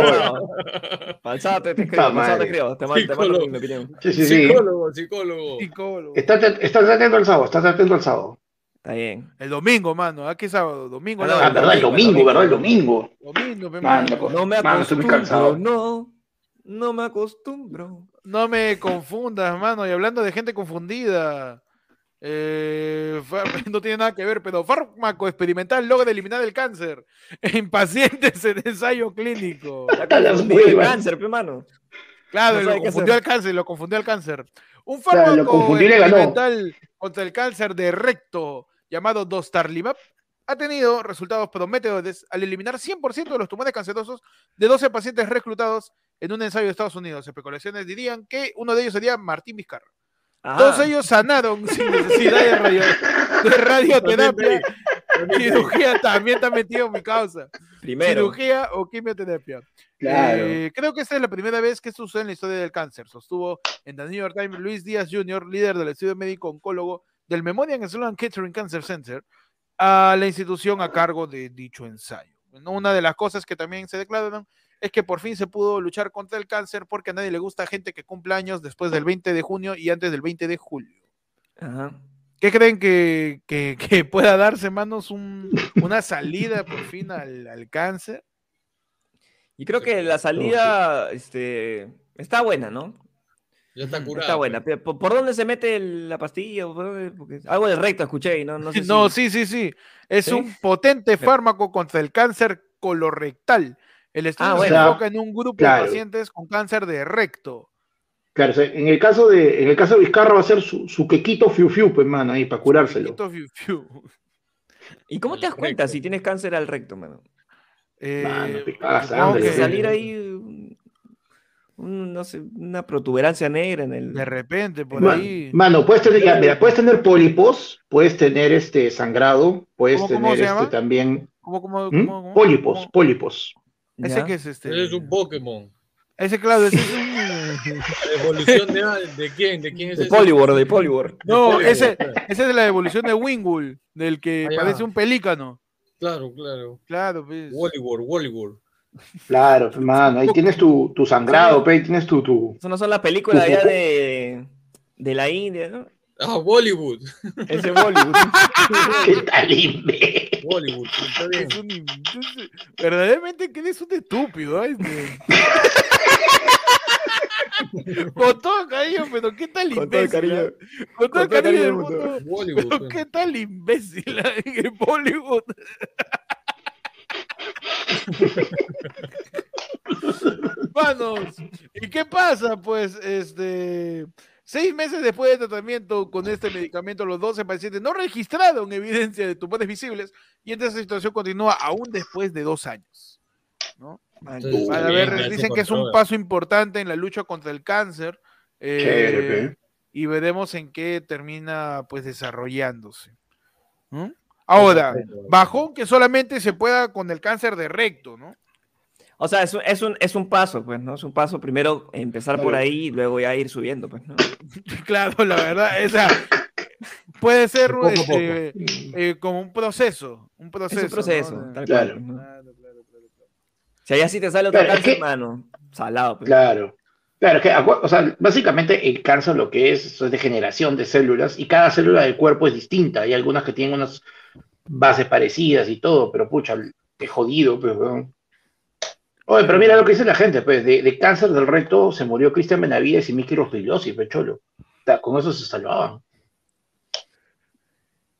Speaker 1: Pasaba. Pasaba, te, te escribo.
Speaker 5: Puta
Speaker 1: pasaba, te
Speaker 5: madre.
Speaker 1: escribo. Te mando, te mando
Speaker 3: Psicólogo.
Speaker 1: mi opinión.
Speaker 5: Sí, sí, sí.
Speaker 3: Psicólogo, psicólogo.
Speaker 2: Psicólogo.
Speaker 5: Estás, estás atento al sábado, estás atento al sábado.
Speaker 1: Está bien.
Speaker 2: El domingo, mano. ¿A qué sábado? Domingo.
Speaker 1: Ah,
Speaker 2: ¿no?
Speaker 1: no,
Speaker 5: Ah, ¿verdad? El domingo, ¿verdad? El domingo.
Speaker 2: Domingo, pe,
Speaker 5: Mano,
Speaker 2: mano.
Speaker 5: co-
Speaker 1: No me
Speaker 5: Mano, estoy muy
Speaker 1: acostumbro,
Speaker 5: cansado.
Speaker 1: no. No me acostumbro.
Speaker 5: [LAUGHS]
Speaker 2: No me confundas, mano. Y hablando de gente confundida. eh, Far- [LAUGHS] no tiene nada que ver, pero fármaco experimental logra eliminar el cáncer en pacientes en ensayo clínico.
Speaker 5: Hasta las
Speaker 1: Confundido el
Speaker 5: huevas.
Speaker 1: cáncer, pe, mano.
Speaker 2: Claro,
Speaker 1: No
Speaker 2: lo
Speaker 1: sabe qué
Speaker 2: confundió al
Speaker 1: hacer.
Speaker 2: cáncer, lo confundió al cáncer. Un
Speaker 5: Claro, lo
Speaker 2: fármaco
Speaker 5: confundió y le ganó.
Speaker 2: experimental contra el cáncer de recto llamado Dostarlimab ha tenido resultados prometedores al eliminar 100% de los tumores cancerosos de 12 pacientes reclutados en un ensayo de Estados Unidos. Especulaciones dirían que uno de ellos sería Martín Vizcarra.
Speaker 1: Ajá.
Speaker 2: Todos ellos sanaron sin necesidad de, radio- de radioterapia. Cirugía también está metido en mi causa.
Speaker 1: Primero.
Speaker 2: Cirugía o quimioterapia.
Speaker 5: Claro.
Speaker 2: Eh, creo que esta es la primera vez que esto sucede en la historia del cáncer. Sostuvo en The New York Times Luis Díaz Jr., líder del estudio médico oncólogo del Memorial Sloan Kettering Cancer Center, a la institución a cargo de dicho ensayo. ¿no? Una de las cosas que también se declararon es que por fin se pudo luchar contra el cáncer porque a nadie le gusta gente que cumple años después del 20 de junio y antes del 20 de julio.
Speaker 1: Ajá.
Speaker 2: ¿Qué creen que, que- que pueda darse, manos, un- una salida por fin al, al cáncer?
Speaker 1: Y creo que la salida este, está buena, ¿no?
Speaker 3: Ya está curado. pues.
Speaker 1: Está buena. Pero, ¿Por, por dónde se mete el- la pastilla? ¿Por dónde? Porque algo del recto escuché y no, no sé si-
Speaker 2: [LAUGHS] No, sí, sí, sí. Es
Speaker 1: ¿Sí?
Speaker 2: un potente
Speaker 1: Pero-
Speaker 2: fármaco contra el cáncer colorectal. El estudio
Speaker 1: Ah, bueno.
Speaker 2: se enfoca en un grupo
Speaker 5: Claro.
Speaker 2: de pacientes con cáncer de recto.
Speaker 5: Claro, o sea, en el caso de, en el caso de Vizcarra va a ser su, su quequito fiu fiu, pues, mano, ahí, para curárselo.
Speaker 2: Chiquito fiu, fiu.
Speaker 1: ¿Y cómo te das cuenta
Speaker 3: Recto.
Speaker 1: si tienes cáncer al recto, mano?
Speaker 2: Eh,
Speaker 5: [LAUGHS] Mano, te cagas,
Speaker 2: supongo
Speaker 5: Ándale,
Speaker 1: Porque
Speaker 2: que
Speaker 5: sí.
Speaker 1: salir ahí, un- un- no sé, una protuberancia negra en el...
Speaker 2: De repente, por
Speaker 5: Ma-
Speaker 2: ahí.
Speaker 5: Mano, puedes tener, ya, mira, puedes tener pólipos, puedes tener este sangrado, puedes
Speaker 2: ¿Cómo-
Speaker 5: tener
Speaker 2: cómo se
Speaker 5: este
Speaker 2: llama?
Speaker 5: también.
Speaker 2: ¿Cómo, cómo,
Speaker 5: ¿Mm?
Speaker 2: cómo- cómo-
Speaker 5: Pólipos,
Speaker 2: cómo-
Speaker 5: pólipos.
Speaker 1: ¿Ya?
Speaker 2: Ese que es este.
Speaker 3: Ese es un Pokémon.
Speaker 2: Ese, claro, ese
Speaker 5: [LAUGHS]
Speaker 2: es un.
Speaker 3: ¿Evolución de, de quién? ¿De quién es
Speaker 1: De
Speaker 3: ese?
Speaker 1: Polywar, de Polywar.
Speaker 2: No, ese,
Speaker 3: claro.
Speaker 2: esa es la evolución de Wingwool, del que
Speaker 3: Ah, ya.
Speaker 2: parece un pelícano.
Speaker 3: Claro, claro.
Speaker 2: Claro, pues.
Speaker 3: Wallyward, Wallyward.
Speaker 5: Claro, pues, mano, ahí tienes tu, tu sangrado, pe, ahí tienes tu, tu.
Speaker 1: Eso no son las películas allá de, de la India, ¿no?
Speaker 3: Ah, Bollywood.
Speaker 1: Ese
Speaker 2: [LAUGHS]
Speaker 1: Bollywood.
Speaker 5: [LAUGHS] ¿Qué tal, imbécil?
Speaker 3: Bollywood, está bien.
Speaker 2: Es un im- entonces, verdaderamente que eres un estúpido, ¿eh? [LAUGHS] Este. Con todo cariño, pero qué tal
Speaker 1: Con todo el
Speaker 2: imbécil.
Speaker 1: cariño.
Speaker 2: ¿ah? Con todo el cariño del mundo.
Speaker 3: Bollywood. pues.
Speaker 2: Pero qué tal imbécil ¿ah? en Bollywood. Manos, ¿y qué pasa? Pues, este, seis meses después del tratamiento con este medicamento, los 12 pacientes no registraron evidencia de tumores visibles y esta situación continúa aún después de dos años.
Speaker 3: Entonces,
Speaker 5: Uy,
Speaker 2: Van a
Speaker 3: está bien,
Speaker 2: ver,
Speaker 3: ya se
Speaker 2: dicen que es un
Speaker 3: controla.
Speaker 2: paso importante en la lucha contra el cáncer eh,
Speaker 5: Chévere, pe.
Speaker 2: y veremos en qué termina pues desarrollándose. ¿Mm? Ahora, bajón que solamente se pueda con el cáncer de recto, ¿no?
Speaker 1: O sea, es un, es, un, es un paso, pues, ¿no? Es un paso primero empezar por
Speaker 5: Claro.
Speaker 1: ahí y luego ya ir subiendo, pues, ¿no?
Speaker 2: [LAUGHS] Claro, la verdad, o sea, puede ser
Speaker 3: Poco a poco.
Speaker 2: este, eh, como un proceso, un proceso.
Speaker 1: es un proceso.
Speaker 2: ¿no?
Speaker 1: tal cual,
Speaker 5: Claro.
Speaker 1: pues, ¿no?
Speaker 2: Claro, claro, claro, claro.
Speaker 1: Si allá sí te sale otro
Speaker 5: Claro, es
Speaker 1: cáncer,
Speaker 5: que-
Speaker 1: mano, salado, pues.
Speaker 5: Claro. Claro, que, acu- o sea, básicamente el cáncer lo que es, eso es degeneración de células y cada célula del cuerpo es distinta. Hay algunas que tienen unas bases parecidas y todo, pero pucha, te jodido, pues, weón. Oye, pero mira lo que dice la gente, pues, de, de cáncer del recto se murió Cristian Benavides y Miki Rostigliosi, pues, cholo. O sea, con eso se salvaban.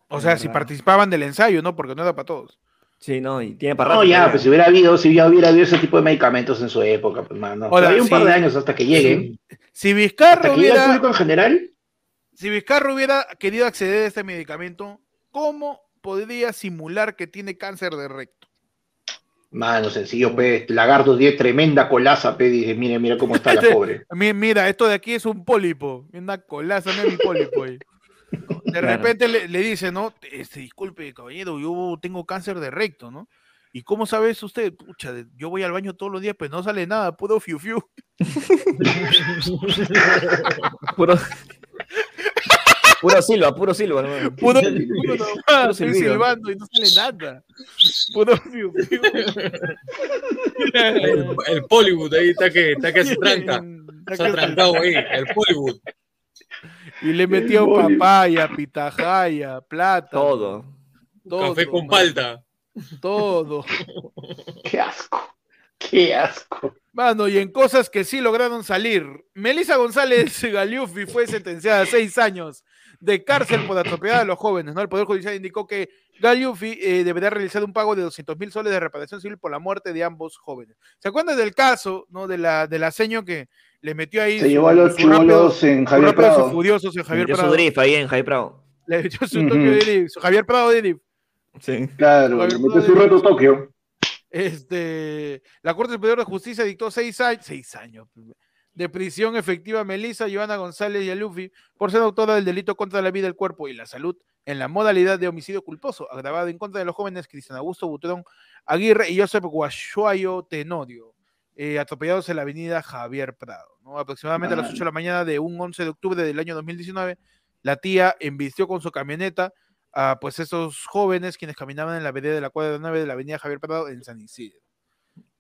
Speaker 2: O
Speaker 1: Es
Speaker 2: sea, si
Speaker 1: verdad.
Speaker 2: participaban del ensayo, ¿no? Porque no era para todos.
Speaker 1: Sí, no, y tiene para
Speaker 5: No,
Speaker 1: rato,
Speaker 5: ya,
Speaker 1: pues,
Speaker 5: pues si hubiera habido, si ya hubiera habido ese tipo de medicamentos en su época, pues, mano.
Speaker 2: Ahora,
Speaker 5: Todavía un par
Speaker 2: sí.
Speaker 5: de años hasta que lleguen,
Speaker 2: Si Vizcarra
Speaker 5: hasta que llegue al
Speaker 2: hubiera
Speaker 5: público en general,
Speaker 2: Si Vizcarra hubiera querido acceder a este medicamento, ¿cómo podría simular que tiene cáncer de recto?
Speaker 5: Mano, sencillo, pues, Lagarto tiene tremenda colaza, pe, dice, mira, mira
Speaker 2: [LAUGHS]
Speaker 5: cómo está la pobre.
Speaker 2: Mi- Mira, esto de aquí es un pólipo, una colaza, no es mi pólipo. ahí. De
Speaker 1: Claro.
Speaker 2: repente le, le dice, ¿no? Este, disculpe, caballero, yo tengo cáncer de recto, ¿no? ¿Y cómo sabes usted? Pucha, de- yo voy al baño todos los días, pues no sale nada, puro fiu
Speaker 3: [LAUGHS]
Speaker 2: fiu.
Speaker 1: Puro... puro silva, puro silva, hermano.
Speaker 2: Puro, puro nomás, estoy
Speaker 1: silbido.
Speaker 2: silbando y no sale nada. Puro fiu fiu.
Speaker 3: El, el Bollywood ahí está que, está [LAUGHS] que
Speaker 2: [LAUGHS]
Speaker 3: se tranca. Se ha trancado ahí, el Bollywood.
Speaker 2: Y le metió
Speaker 5: boli.
Speaker 2: papaya, pitajaya, plata.
Speaker 1: Todo.
Speaker 2: todo,
Speaker 3: Café con
Speaker 2: mano,
Speaker 3: palta.
Speaker 2: Todo.
Speaker 5: Qué asco, qué asco.
Speaker 2: Mano, y en cosas que sí lograron salir. Melissa González [LAUGHS] Galiufi fue sentenciada a seis años de cárcel por atropellar a los jóvenes. ¿no? El Poder Judicial indicó que Galiufi eh, deberá realizar un pago de 200 mil soles de reparación civil por la muerte de ambos jóvenes. ¿Se acuerdan del caso no de la, de la seño que le metió ahí?
Speaker 5: Se
Speaker 2: su-
Speaker 5: llevó a los
Speaker 2: su rápido-
Speaker 5: chulos en
Speaker 2: su
Speaker 5: Javier
Speaker 2: rápido, sus
Speaker 5: Prado.
Speaker 2: furiosos en Javier
Speaker 1: Yo su
Speaker 2: Prado.
Speaker 1: drift ahí en Jaime Prado.
Speaker 2: Le metió su
Speaker 5: Ujú.
Speaker 2: Tokio Drift, su Javier Prado Drift.
Speaker 1: Sí.
Speaker 5: Claro,
Speaker 2: Javier
Speaker 5: le metió su
Speaker 2: Prado.
Speaker 5: reto Tokio.
Speaker 2: Este, la Corte Superior de Justicia dictó seis, a- seis años de prisión efectiva a Melissa, Joana González y a Luffy por ser autora del delito contra la vida, el cuerpo y la salud en la modalidad de homicidio culposo, agravado en contra de los jóvenes Cristian Augusto Butrón Aguirre y Joseph Guachuayo Tenorio, eh, atropellados en la avenida Javier Prado. ¿no? Aproximadamente a las 8 de la mañana de un 11 de octubre del año 2019, la tía embistió con su camioneta a pues estos jóvenes quienes caminaban en la vereda de la cuadra 9 de la avenida Javier Prado en San Isidro.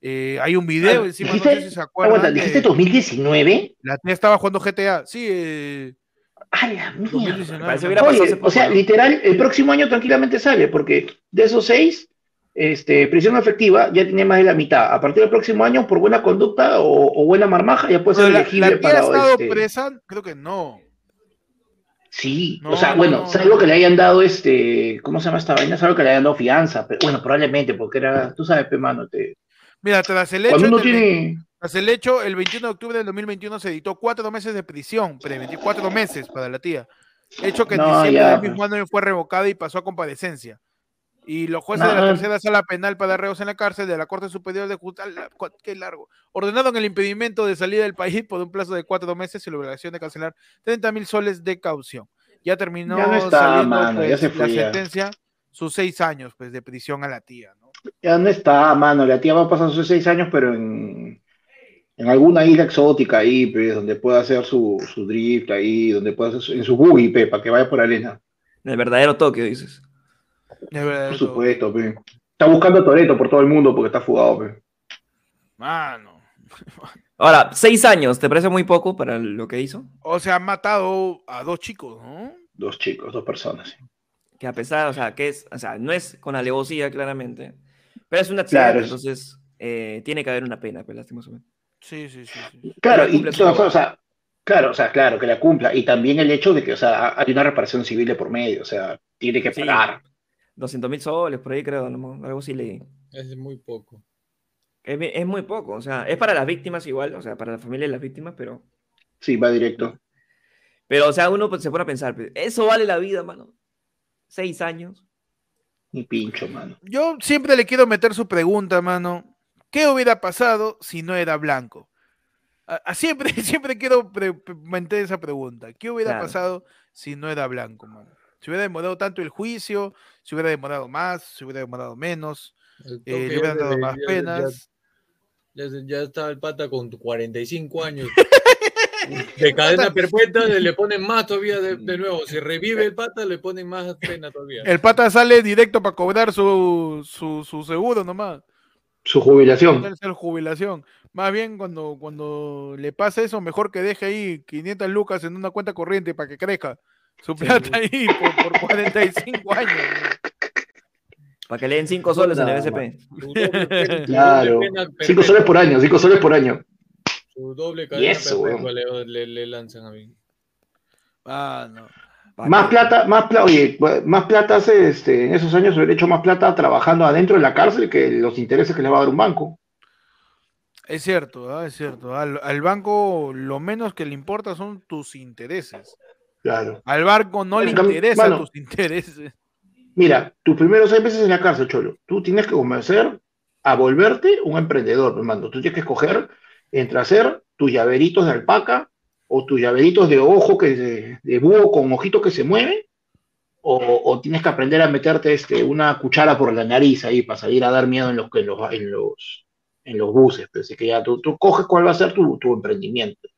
Speaker 2: Eh, hay un video
Speaker 5: Ah,
Speaker 2: encima, no sé
Speaker 5: dijiste-
Speaker 2: si se acuerdan.
Speaker 5: Aguanta,
Speaker 2: de-
Speaker 5: ¿dijiste 2019?
Speaker 2: la tía estaba jugando GTA, sí, eh,
Speaker 5: A la mierda.
Speaker 2: 2019.
Speaker 1: Parece
Speaker 2: ¿no?
Speaker 1: hubiera pasado hace
Speaker 5: Oye,
Speaker 1: poco,
Speaker 5: o sea,
Speaker 1: ¿no?
Speaker 5: literal, el próximo año tranquilamente sale, porque de esos seis, este, prisión efectiva ya tiene más de la mitad. A partir del próximo año, por buena conducta o, o buena marmaja, ya puede
Speaker 2: Pero
Speaker 5: ser
Speaker 2: la,
Speaker 5: elegible
Speaker 2: la tía ha
Speaker 5: para.
Speaker 2: estado
Speaker 5: este,
Speaker 2: presa, creo que no.
Speaker 5: Sí,
Speaker 2: No,
Speaker 5: o sea,
Speaker 2: no,
Speaker 5: bueno,
Speaker 2: no,
Speaker 5: salvo
Speaker 2: no.
Speaker 5: que le hayan dado este, ¿cómo se llama esta vaina? Salvo que le hayan dado fianza, pero bueno, probablemente, porque era, tú sabes, pe mano, te-
Speaker 2: Mira, tras el hecho, este
Speaker 5: cuando uno
Speaker 2: del-
Speaker 5: tiene,
Speaker 2: tras el hecho, el 21 de octubre del 2021 se editó cuatro meses de prisión, preventivo, cuatro meses para la tía. Hecho que en
Speaker 5: No,
Speaker 2: diciembre
Speaker 5: ya,
Speaker 2: del
Speaker 5: pues.
Speaker 2: mismo año fue revocada y pasó a comparecencia. Y los jueces de
Speaker 5: No.
Speaker 2: la tercera sala penal para reos en la cárcel de la Corte Superior de Justicia, qué largo, ordenaron el impedimento de salida del país por un plazo de cuatro meses y la obligación de cancelar 30 mil soles de caución. Ya terminó
Speaker 5: Ya no está,
Speaker 2: saliendo,
Speaker 5: mano, ya
Speaker 2: pues,
Speaker 5: se fue,
Speaker 2: la
Speaker 5: ya.
Speaker 2: sentencia, sus seis años pues, de prisión a la tía. ¿no?
Speaker 5: ya no está, mano, la tía va a pasar sus seis años, pero en, en alguna isla exótica ahí, pues, donde pueda hacer su, su drift ahí, donde pueda hacer su, en su buggy, pe, para que vaya por arena,
Speaker 1: En el verdadero Tokio, dices.
Speaker 2: De verdad,
Speaker 5: por
Speaker 2: todo.
Speaker 5: supuesto, pe. Está buscando a Toreto por todo el mundo porque está fugado, pe.
Speaker 2: Mano.
Speaker 1: Ahora, seis años, ¿te parece muy poco para lo que hizo?
Speaker 2: O sea, han matado a dos chicos, ¿no?
Speaker 5: Dos chicos, dos personas.
Speaker 1: Que a pesar, o sea, que es, o sea, no es con alevosía, claramente, pero es un accidente,
Speaker 5: Claro, es-
Speaker 1: entonces eh, tiene que haber una pena, pues, lastimosamente.
Speaker 2: Sí, sí, sí. sí.
Speaker 5: Claro,
Speaker 1: la
Speaker 5: y,
Speaker 1: cumpla su
Speaker 5: o sea,
Speaker 1: trabajo.
Speaker 5: o sea, claro, o sea, claro, que la cumpla. Y también el hecho de que, o sea, hay una reparación civil de por medio, o sea, tiene que
Speaker 1: Sí.
Speaker 5: pagar.
Speaker 1: 200 mil soles, por ahí creo, no, algo así leí.
Speaker 3: Es muy poco.
Speaker 1: Es, mi- es muy poco, o sea, es para las víctimas igual, o sea, para la familia de las víctimas, pero,
Speaker 5: Sí, va directo.
Speaker 1: pero o sea, uno pues, se pone a pensar, pues, eso vale la vida, mano. Seis años.
Speaker 5: Ni pincho, mano.
Speaker 2: Yo siempre le quiero meter su pregunta, mano. ¿Qué hubiera pasado si no era blanco? A- a- siempre, [LAUGHS] siempre quiero pre- pre- meter esa pregunta. ¿Qué hubiera
Speaker 1: Claro.
Speaker 2: pasado si no era blanco, mano? ¿Se hubiera demorado tanto el juicio? ¿Se hubiera demorado más? ¿Se hubiera demorado menos?
Speaker 3: El
Speaker 2: Eh,
Speaker 3: toque
Speaker 2: ¿Le hubieran
Speaker 3: ya
Speaker 2: dado más
Speaker 3: debería-
Speaker 2: penas?
Speaker 3: Ya, ya- ya estaba el pata con
Speaker 2: [LAUGHS]
Speaker 3: 45 años. De cadena perpetua le- le ponen más todavía de, de
Speaker 2: Mm.
Speaker 3: nuevo. Si revive el pata, le ponen más pena todavía.
Speaker 2: [LAUGHS] El pata sale directo para cobrar su, su, su seguro nomás.
Speaker 5: Su jubilación.
Speaker 2: Tercer jubilación. Más bien cuando, cuando le pasa eso, mejor que deje ahí 500 lucas en una cuenta corriente para que crezca su plata [LAUGHS] ahí por, por 45 años. ¿no?
Speaker 1: Para que le den cinco soles en el
Speaker 5: Nada,
Speaker 1: BCP.
Speaker 3: Su doble pena- su
Speaker 5: Claro.
Speaker 3: doble pena
Speaker 5: Cinco soles por año, cinco soles por año.
Speaker 3: perpetua, Su doble cadena
Speaker 5: eso,
Speaker 3: perpetua le, le- le lanzan a mí.
Speaker 2: Ah, no.
Speaker 1: Pa'
Speaker 5: Más
Speaker 1: que-
Speaker 5: plata, más plata, oye, más plata hace, este, en esos años hubiera hecho más plata trabajando adentro de la cárcel que los intereses que le va a dar un banco.
Speaker 2: Es cierto, ah, es cierto. Al, al banco lo menos que le importa son tus intereses.
Speaker 5: Claro.
Speaker 2: Al barco no le
Speaker 5: En cambio,
Speaker 2: interesan
Speaker 5: mano.
Speaker 2: tus intereses. [LAUGHS]
Speaker 5: Mira, tus primeros seis meses en la cárcel, Cholo, tú tienes que convencer a volverte un emprendedor, hermano. Tú tienes que escoger entre hacer tus llaveritos de alpaca o tus llaveritos de ojo que se- de búho con ojito que se mueve, o, o tienes que aprender a meterte este, una cuchara por la nariz ahí para salir a dar miedo en los en los en los, en los buses. Pero es que ya tú, tú coges cuál va a ser tu, tu emprendimiento.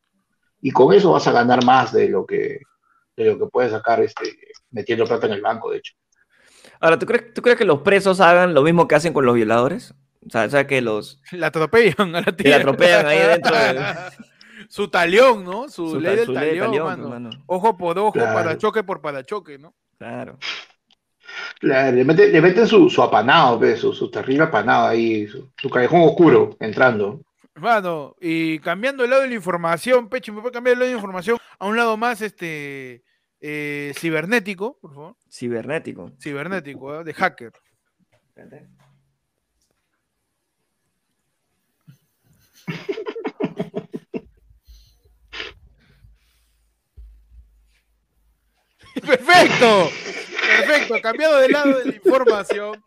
Speaker 5: Y con eso vas a ganar más de lo que de lo que puedes sacar este, metiendo plata en el banco, de hecho.
Speaker 1: Ahora, ¿tú crees, ¿tú crees que los presos hagan lo mismo que hacen con los violadores? O sea, o sea que los
Speaker 2: La atropellan a la
Speaker 1: que la
Speaker 2: tía.
Speaker 1: atropellan ahí dentro de
Speaker 2: [LAUGHS] Su talión, ¿no? Su,
Speaker 1: su,
Speaker 2: ley
Speaker 1: ta-
Speaker 2: del
Speaker 1: su ley de
Speaker 2: talión,
Speaker 1: talión, pues,
Speaker 2: mano.
Speaker 1: hermano.
Speaker 2: Ojo por ojo,
Speaker 5: Claro.
Speaker 2: parachoque por parachoque, ¿no?
Speaker 1: Claro.
Speaker 5: Claro, le meten, le meten su, su apanado, pe, su, su terrible apanado ahí, su, su callejón oscuro entrando.
Speaker 2: Mano, y cambiando el lado de la información, Pechi, ¿me puede cambiar el lado de la información a un lado más este eh, cibernético, por favor?
Speaker 1: Cibernético.
Speaker 2: Cibernético, ¿ah? de hacker.
Speaker 1: Espérate.
Speaker 2: [LAUGHS] ¡Perfecto! Perfecto, cambiado de lado de la información.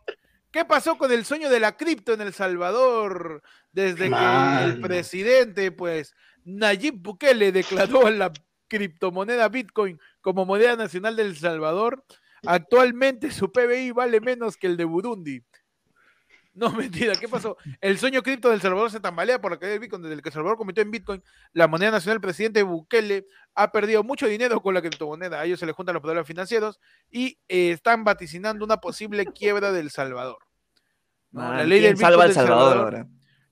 Speaker 2: ¿Qué pasó con el sueño de la cripto en El Salvador? Desde que el
Speaker 5: Mano.
Speaker 2: presidente, pues, Nayib Bukele declaró a la criptomoneda Bitcoin como moneda nacional del Salvador. Actualmente su PBI vale menos que el de Burundi. No, [LAUGHS] mentira, ¿qué pasó? El sueño cripto del Salvador se tambalea por la caída del Bitcoin. Desde que El Salvador convirtió en Bitcoin la moneda nacional, el presidente Bukele ha perdido mucho dinero con la criptomoneda. A ellos se les juntan los problemas financieros y eh, están vaticinando una posible quiebra del Salvador. No,
Speaker 1: Man,
Speaker 2: la ley
Speaker 1: ¿quién
Speaker 2: del
Speaker 1: salva al
Speaker 2: Bitcoin del
Speaker 1: Salvador,
Speaker 2: Salvador.
Speaker 1: ahora?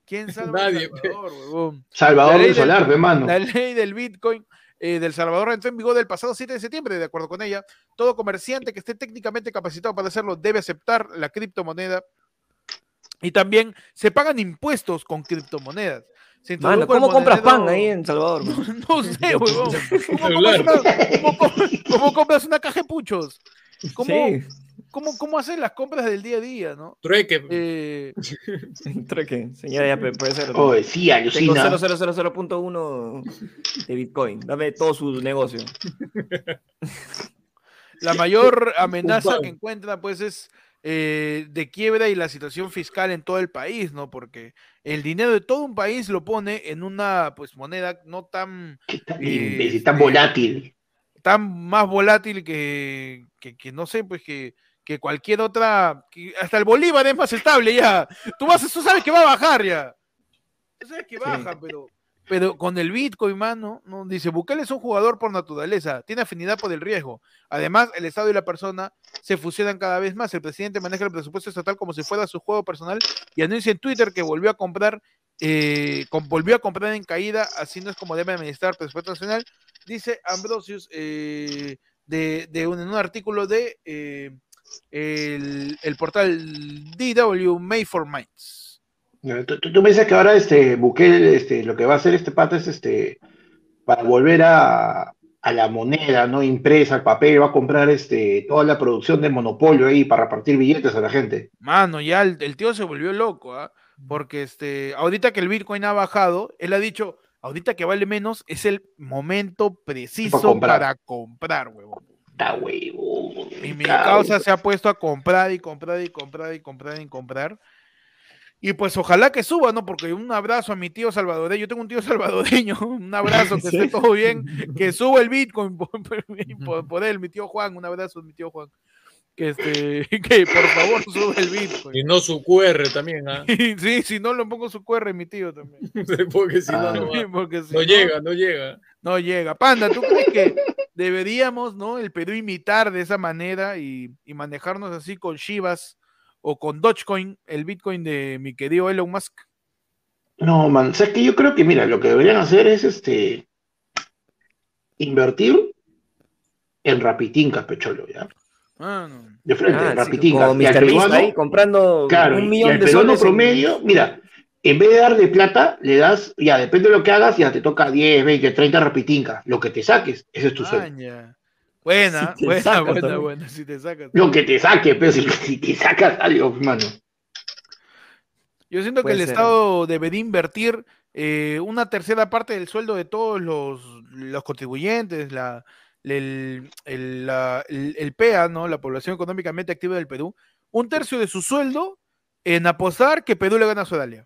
Speaker 2: ¿Quién salva El
Speaker 3: Nadie, pe.
Speaker 2: Salvador, huevón? La
Speaker 5: Salvador
Speaker 2: ley
Speaker 5: del
Speaker 2: del-
Speaker 5: Solar, hermano.
Speaker 2: La ley del Bitcoin eh, del Salvador entró en vigor el pasado 7 de septiembre, de acuerdo con ella. Todo comerciante que esté técnicamente capacitado para hacerlo debe aceptar la criptomoneda Y también se pagan impuestos con criptomonedas. Se
Speaker 1: Mano,
Speaker 2: introdujo el
Speaker 1: ¿cómo compras pan
Speaker 2: monedero-
Speaker 1: ahí en Salvador? bro?
Speaker 2: [LAUGHS] No sé, huevón. ¿Cómo compras,
Speaker 3: Claro.
Speaker 2: una, cómo com- cómo compras una caja de puchos? ¿Cómo,
Speaker 1: Sí, [LAUGHS]
Speaker 2: cómo, cómo hacen las compras del día a día, no?
Speaker 3: Trueque.
Speaker 2: Eh,
Speaker 1: creo que, señora, ya pe- puede ser.
Speaker 5: Oh, sí,
Speaker 1: Tengo
Speaker 5: alucina.
Speaker 1: 0,000.1 de Bitcoin. Dame todo su negocio.
Speaker 2: la mayor amenaza
Speaker 3: pan.
Speaker 2: que encuentran, pues, es eh, de quiebra y la situación fiscal en todo el país, ¿no? Porque el dinero de todo un país lo pone en una, pues, moneda no tan,
Speaker 5: Qué tan
Speaker 2: Eh,
Speaker 5: imbécil, tan
Speaker 2: este,
Speaker 5: volátil.
Speaker 2: tan más volátil que, que, que no sé, pues, que, que cualquier otra, que hasta el Bolívar es más estable ya. Tú, vas, tú sabes que va a bajar ya. Tú sabes que baja, pero... Pero con el Bitcoin, mano, ¿no? dice, Bukele es un jugador por naturaleza, tiene afinidad por el riesgo. Además, el Estado y la persona se fusionan cada vez más. El presidente maneja el presupuesto estatal como si fuera su juego personal y anuncia en Twitter que volvió a comprar, eh, com- volvió a comprar en caída, así no es como debe administrar el presupuesto nacional. Dice Ambrosius eh, de, de un, en un artículo de eh, el, el portal DW Made for Minds.
Speaker 5: ¿Tú, tú- tú me dices que ahora este Bukele, este, lo que va a hacer este pata es este para volver a, a la moneda, ¿no? Impresa, al papel, va a comprar este toda la producción de monopolio ahí para repartir billetes a la gente.
Speaker 2: Mano, ya el, el tío se volvió loco, ¿ah? Porque este, ahorita que el Bitcoin ha bajado, él ha dicho, ahorita que vale menos, es el momento preciso
Speaker 5: comprar.
Speaker 2: para comprar, huevón.
Speaker 5: Está huevo.
Speaker 2: Y mi causa se ha puesto a comprar y comprar y comprar y comprar y comprar. Y pues ojalá que suba, ¿no? Porque un abrazo a mi tío salvadoreño. Yo tengo un tío [LAUGHS] salvadoreño. Un abrazo, que esté
Speaker 1: Sí.
Speaker 2: todo bien. Que suba el Bitcoin por, por- por- por él, mi tío Juan. Un abrazo, mi tío Juan. Que, este, [LAUGHS] que por favor suba el Bitcoin. [LAUGHS]
Speaker 3: Y no su QR también, ¿ah?
Speaker 2: Sí, si no lo pongo su QR, mi tío también.
Speaker 3: Porque si no,
Speaker 5: Ah.
Speaker 3: no, va.
Speaker 2: Sí, [LAUGHS] porque si
Speaker 3: no llega, no llega.
Speaker 2: No llega. Panda, ¿tú crees que deberíamos, ¿no? El Perú imitar de esa manera y, y manejarnos así con Shivas o con Dogecoin, el Bitcoin de mi querido Elon Musk.
Speaker 5: No, man, o sea, es que yo creo que, mira, lo que deberían hacer es este invertir en rapitingas, pecholo, ¿ya?
Speaker 2: Ah, no.
Speaker 5: De frente,
Speaker 1: Ah, sí,
Speaker 5: en rapitingas.
Speaker 1: como
Speaker 5: Y al
Speaker 1: Mr. Beast
Speaker 5: peruano,
Speaker 1: ahí comprando
Speaker 5: claro,
Speaker 1: un
Speaker 5: y
Speaker 1: millón
Speaker 5: al
Speaker 1: de
Speaker 5: peruano
Speaker 1: soles. en-
Speaker 5: promedio, mira, en vez de darle plata, le das, ya, depende de lo que hagas, ya te toca 10, 20, 30 rapitingas. Lo que te saques, ese es tu
Speaker 2: Ah,
Speaker 5: sueldo.
Speaker 2: Maña. Buena,
Speaker 1: Si te
Speaker 2: buena,
Speaker 1: sacas
Speaker 2: buena,
Speaker 1: también.
Speaker 2: buena, si te sacas.
Speaker 5: Lo que te saques, pero si, [LAUGHS] si te sacas algo, mano.
Speaker 2: Yo siento que
Speaker 1: Puede
Speaker 2: el
Speaker 1: ser.
Speaker 2: Estado debería invertir eh, una tercera parte del sueldo de todos los, los contribuyentes, la, el, el- la- el- el PEA, ¿no? la población económicamente activa del Perú, un tercio de su sueldo en apostar que Perú le gana a Sudalia.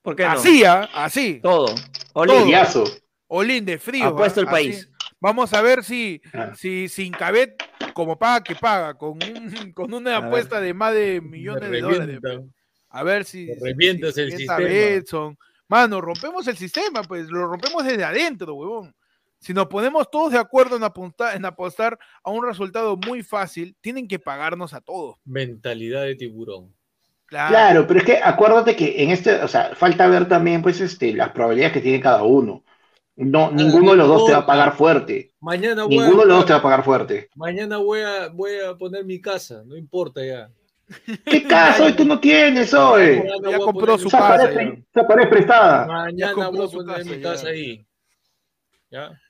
Speaker 1: ¿Por qué no?
Speaker 2: Así, ¿ah? así.
Speaker 1: Todo. Oli,
Speaker 2: Todo.
Speaker 5: Mediazo.
Speaker 2: Olín de frío. ¿ah?
Speaker 1: apuesto el
Speaker 2: así.
Speaker 1: país.
Speaker 2: Vamos a ver si,
Speaker 5: Ah.
Speaker 2: si, si Incabet, como paga que paga, con, un- [LAUGHS] con una
Speaker 1: A ver.
Speaker 2: apuesta de más de
Speaker 3: Me
Speaker 2: millones de dólares.
Speaker 3: revienta.
Speaker 2: A ver si.
Speaker 3: Lo
Speaker 2: si-
Speaker 3: revientas
Speaker 2: si
Speaker 3: el
Speaker 2: revienta
Speaker 3: sistema.
Speaker 2: Betson. Mano, rompemos el sistema, pues lo rompemos desde adentro, huevón. Si nos ponemos todos de acuerdo en, apunta- en apostar a un resultado muy fácil, tienen que pagarnos a todos.
Speaker 3: Mentalidad de tiburón.
Speaker 2: Claro.
Speaker 5: Claro, pero es que acuérdate que en este, o sea, falta ver también, pues, este, las probabilidades que tiene cada uno.
Speaker 2: Ah,
Speaker 5: No, ninguno de los dos te va a pagar fuerte.
Speaker 3: Mañana voy,
Speaker 5: Ninguno de los dos te va
Speaker 3: a,
Speaker 5: a pagar fuerte.
Speaker 2: [LAUGHS]
Speaker 3: mañana voy, a, voy a poner mi casa, no importa ya.
Speaker 5: ¿Qué casa hoy tú no tienes hoy?
Speaker 3: Mañana
Speaker 2: ya
Speaker 3: voy a
Speaker 2: compró
Speaker 3: poner
Speaker 2: su
Speaker 3: mi
Speaker 5: Esa
Speaker 2: casa,
Speaker 5: pared,
Speaker 2: ya.
Speaker 5: esa pared es prestada.
Speaker 2: Ya
Speaker 3: Mañana
Speaker 2: compró
Speaker 3: voy a
Speaker 2: su
Speaker 3: poner
Speaker 2: casa,
Speaker 3: mi
Speaker 2: ya.
Speaker 3: casa ahí. ¿Ya?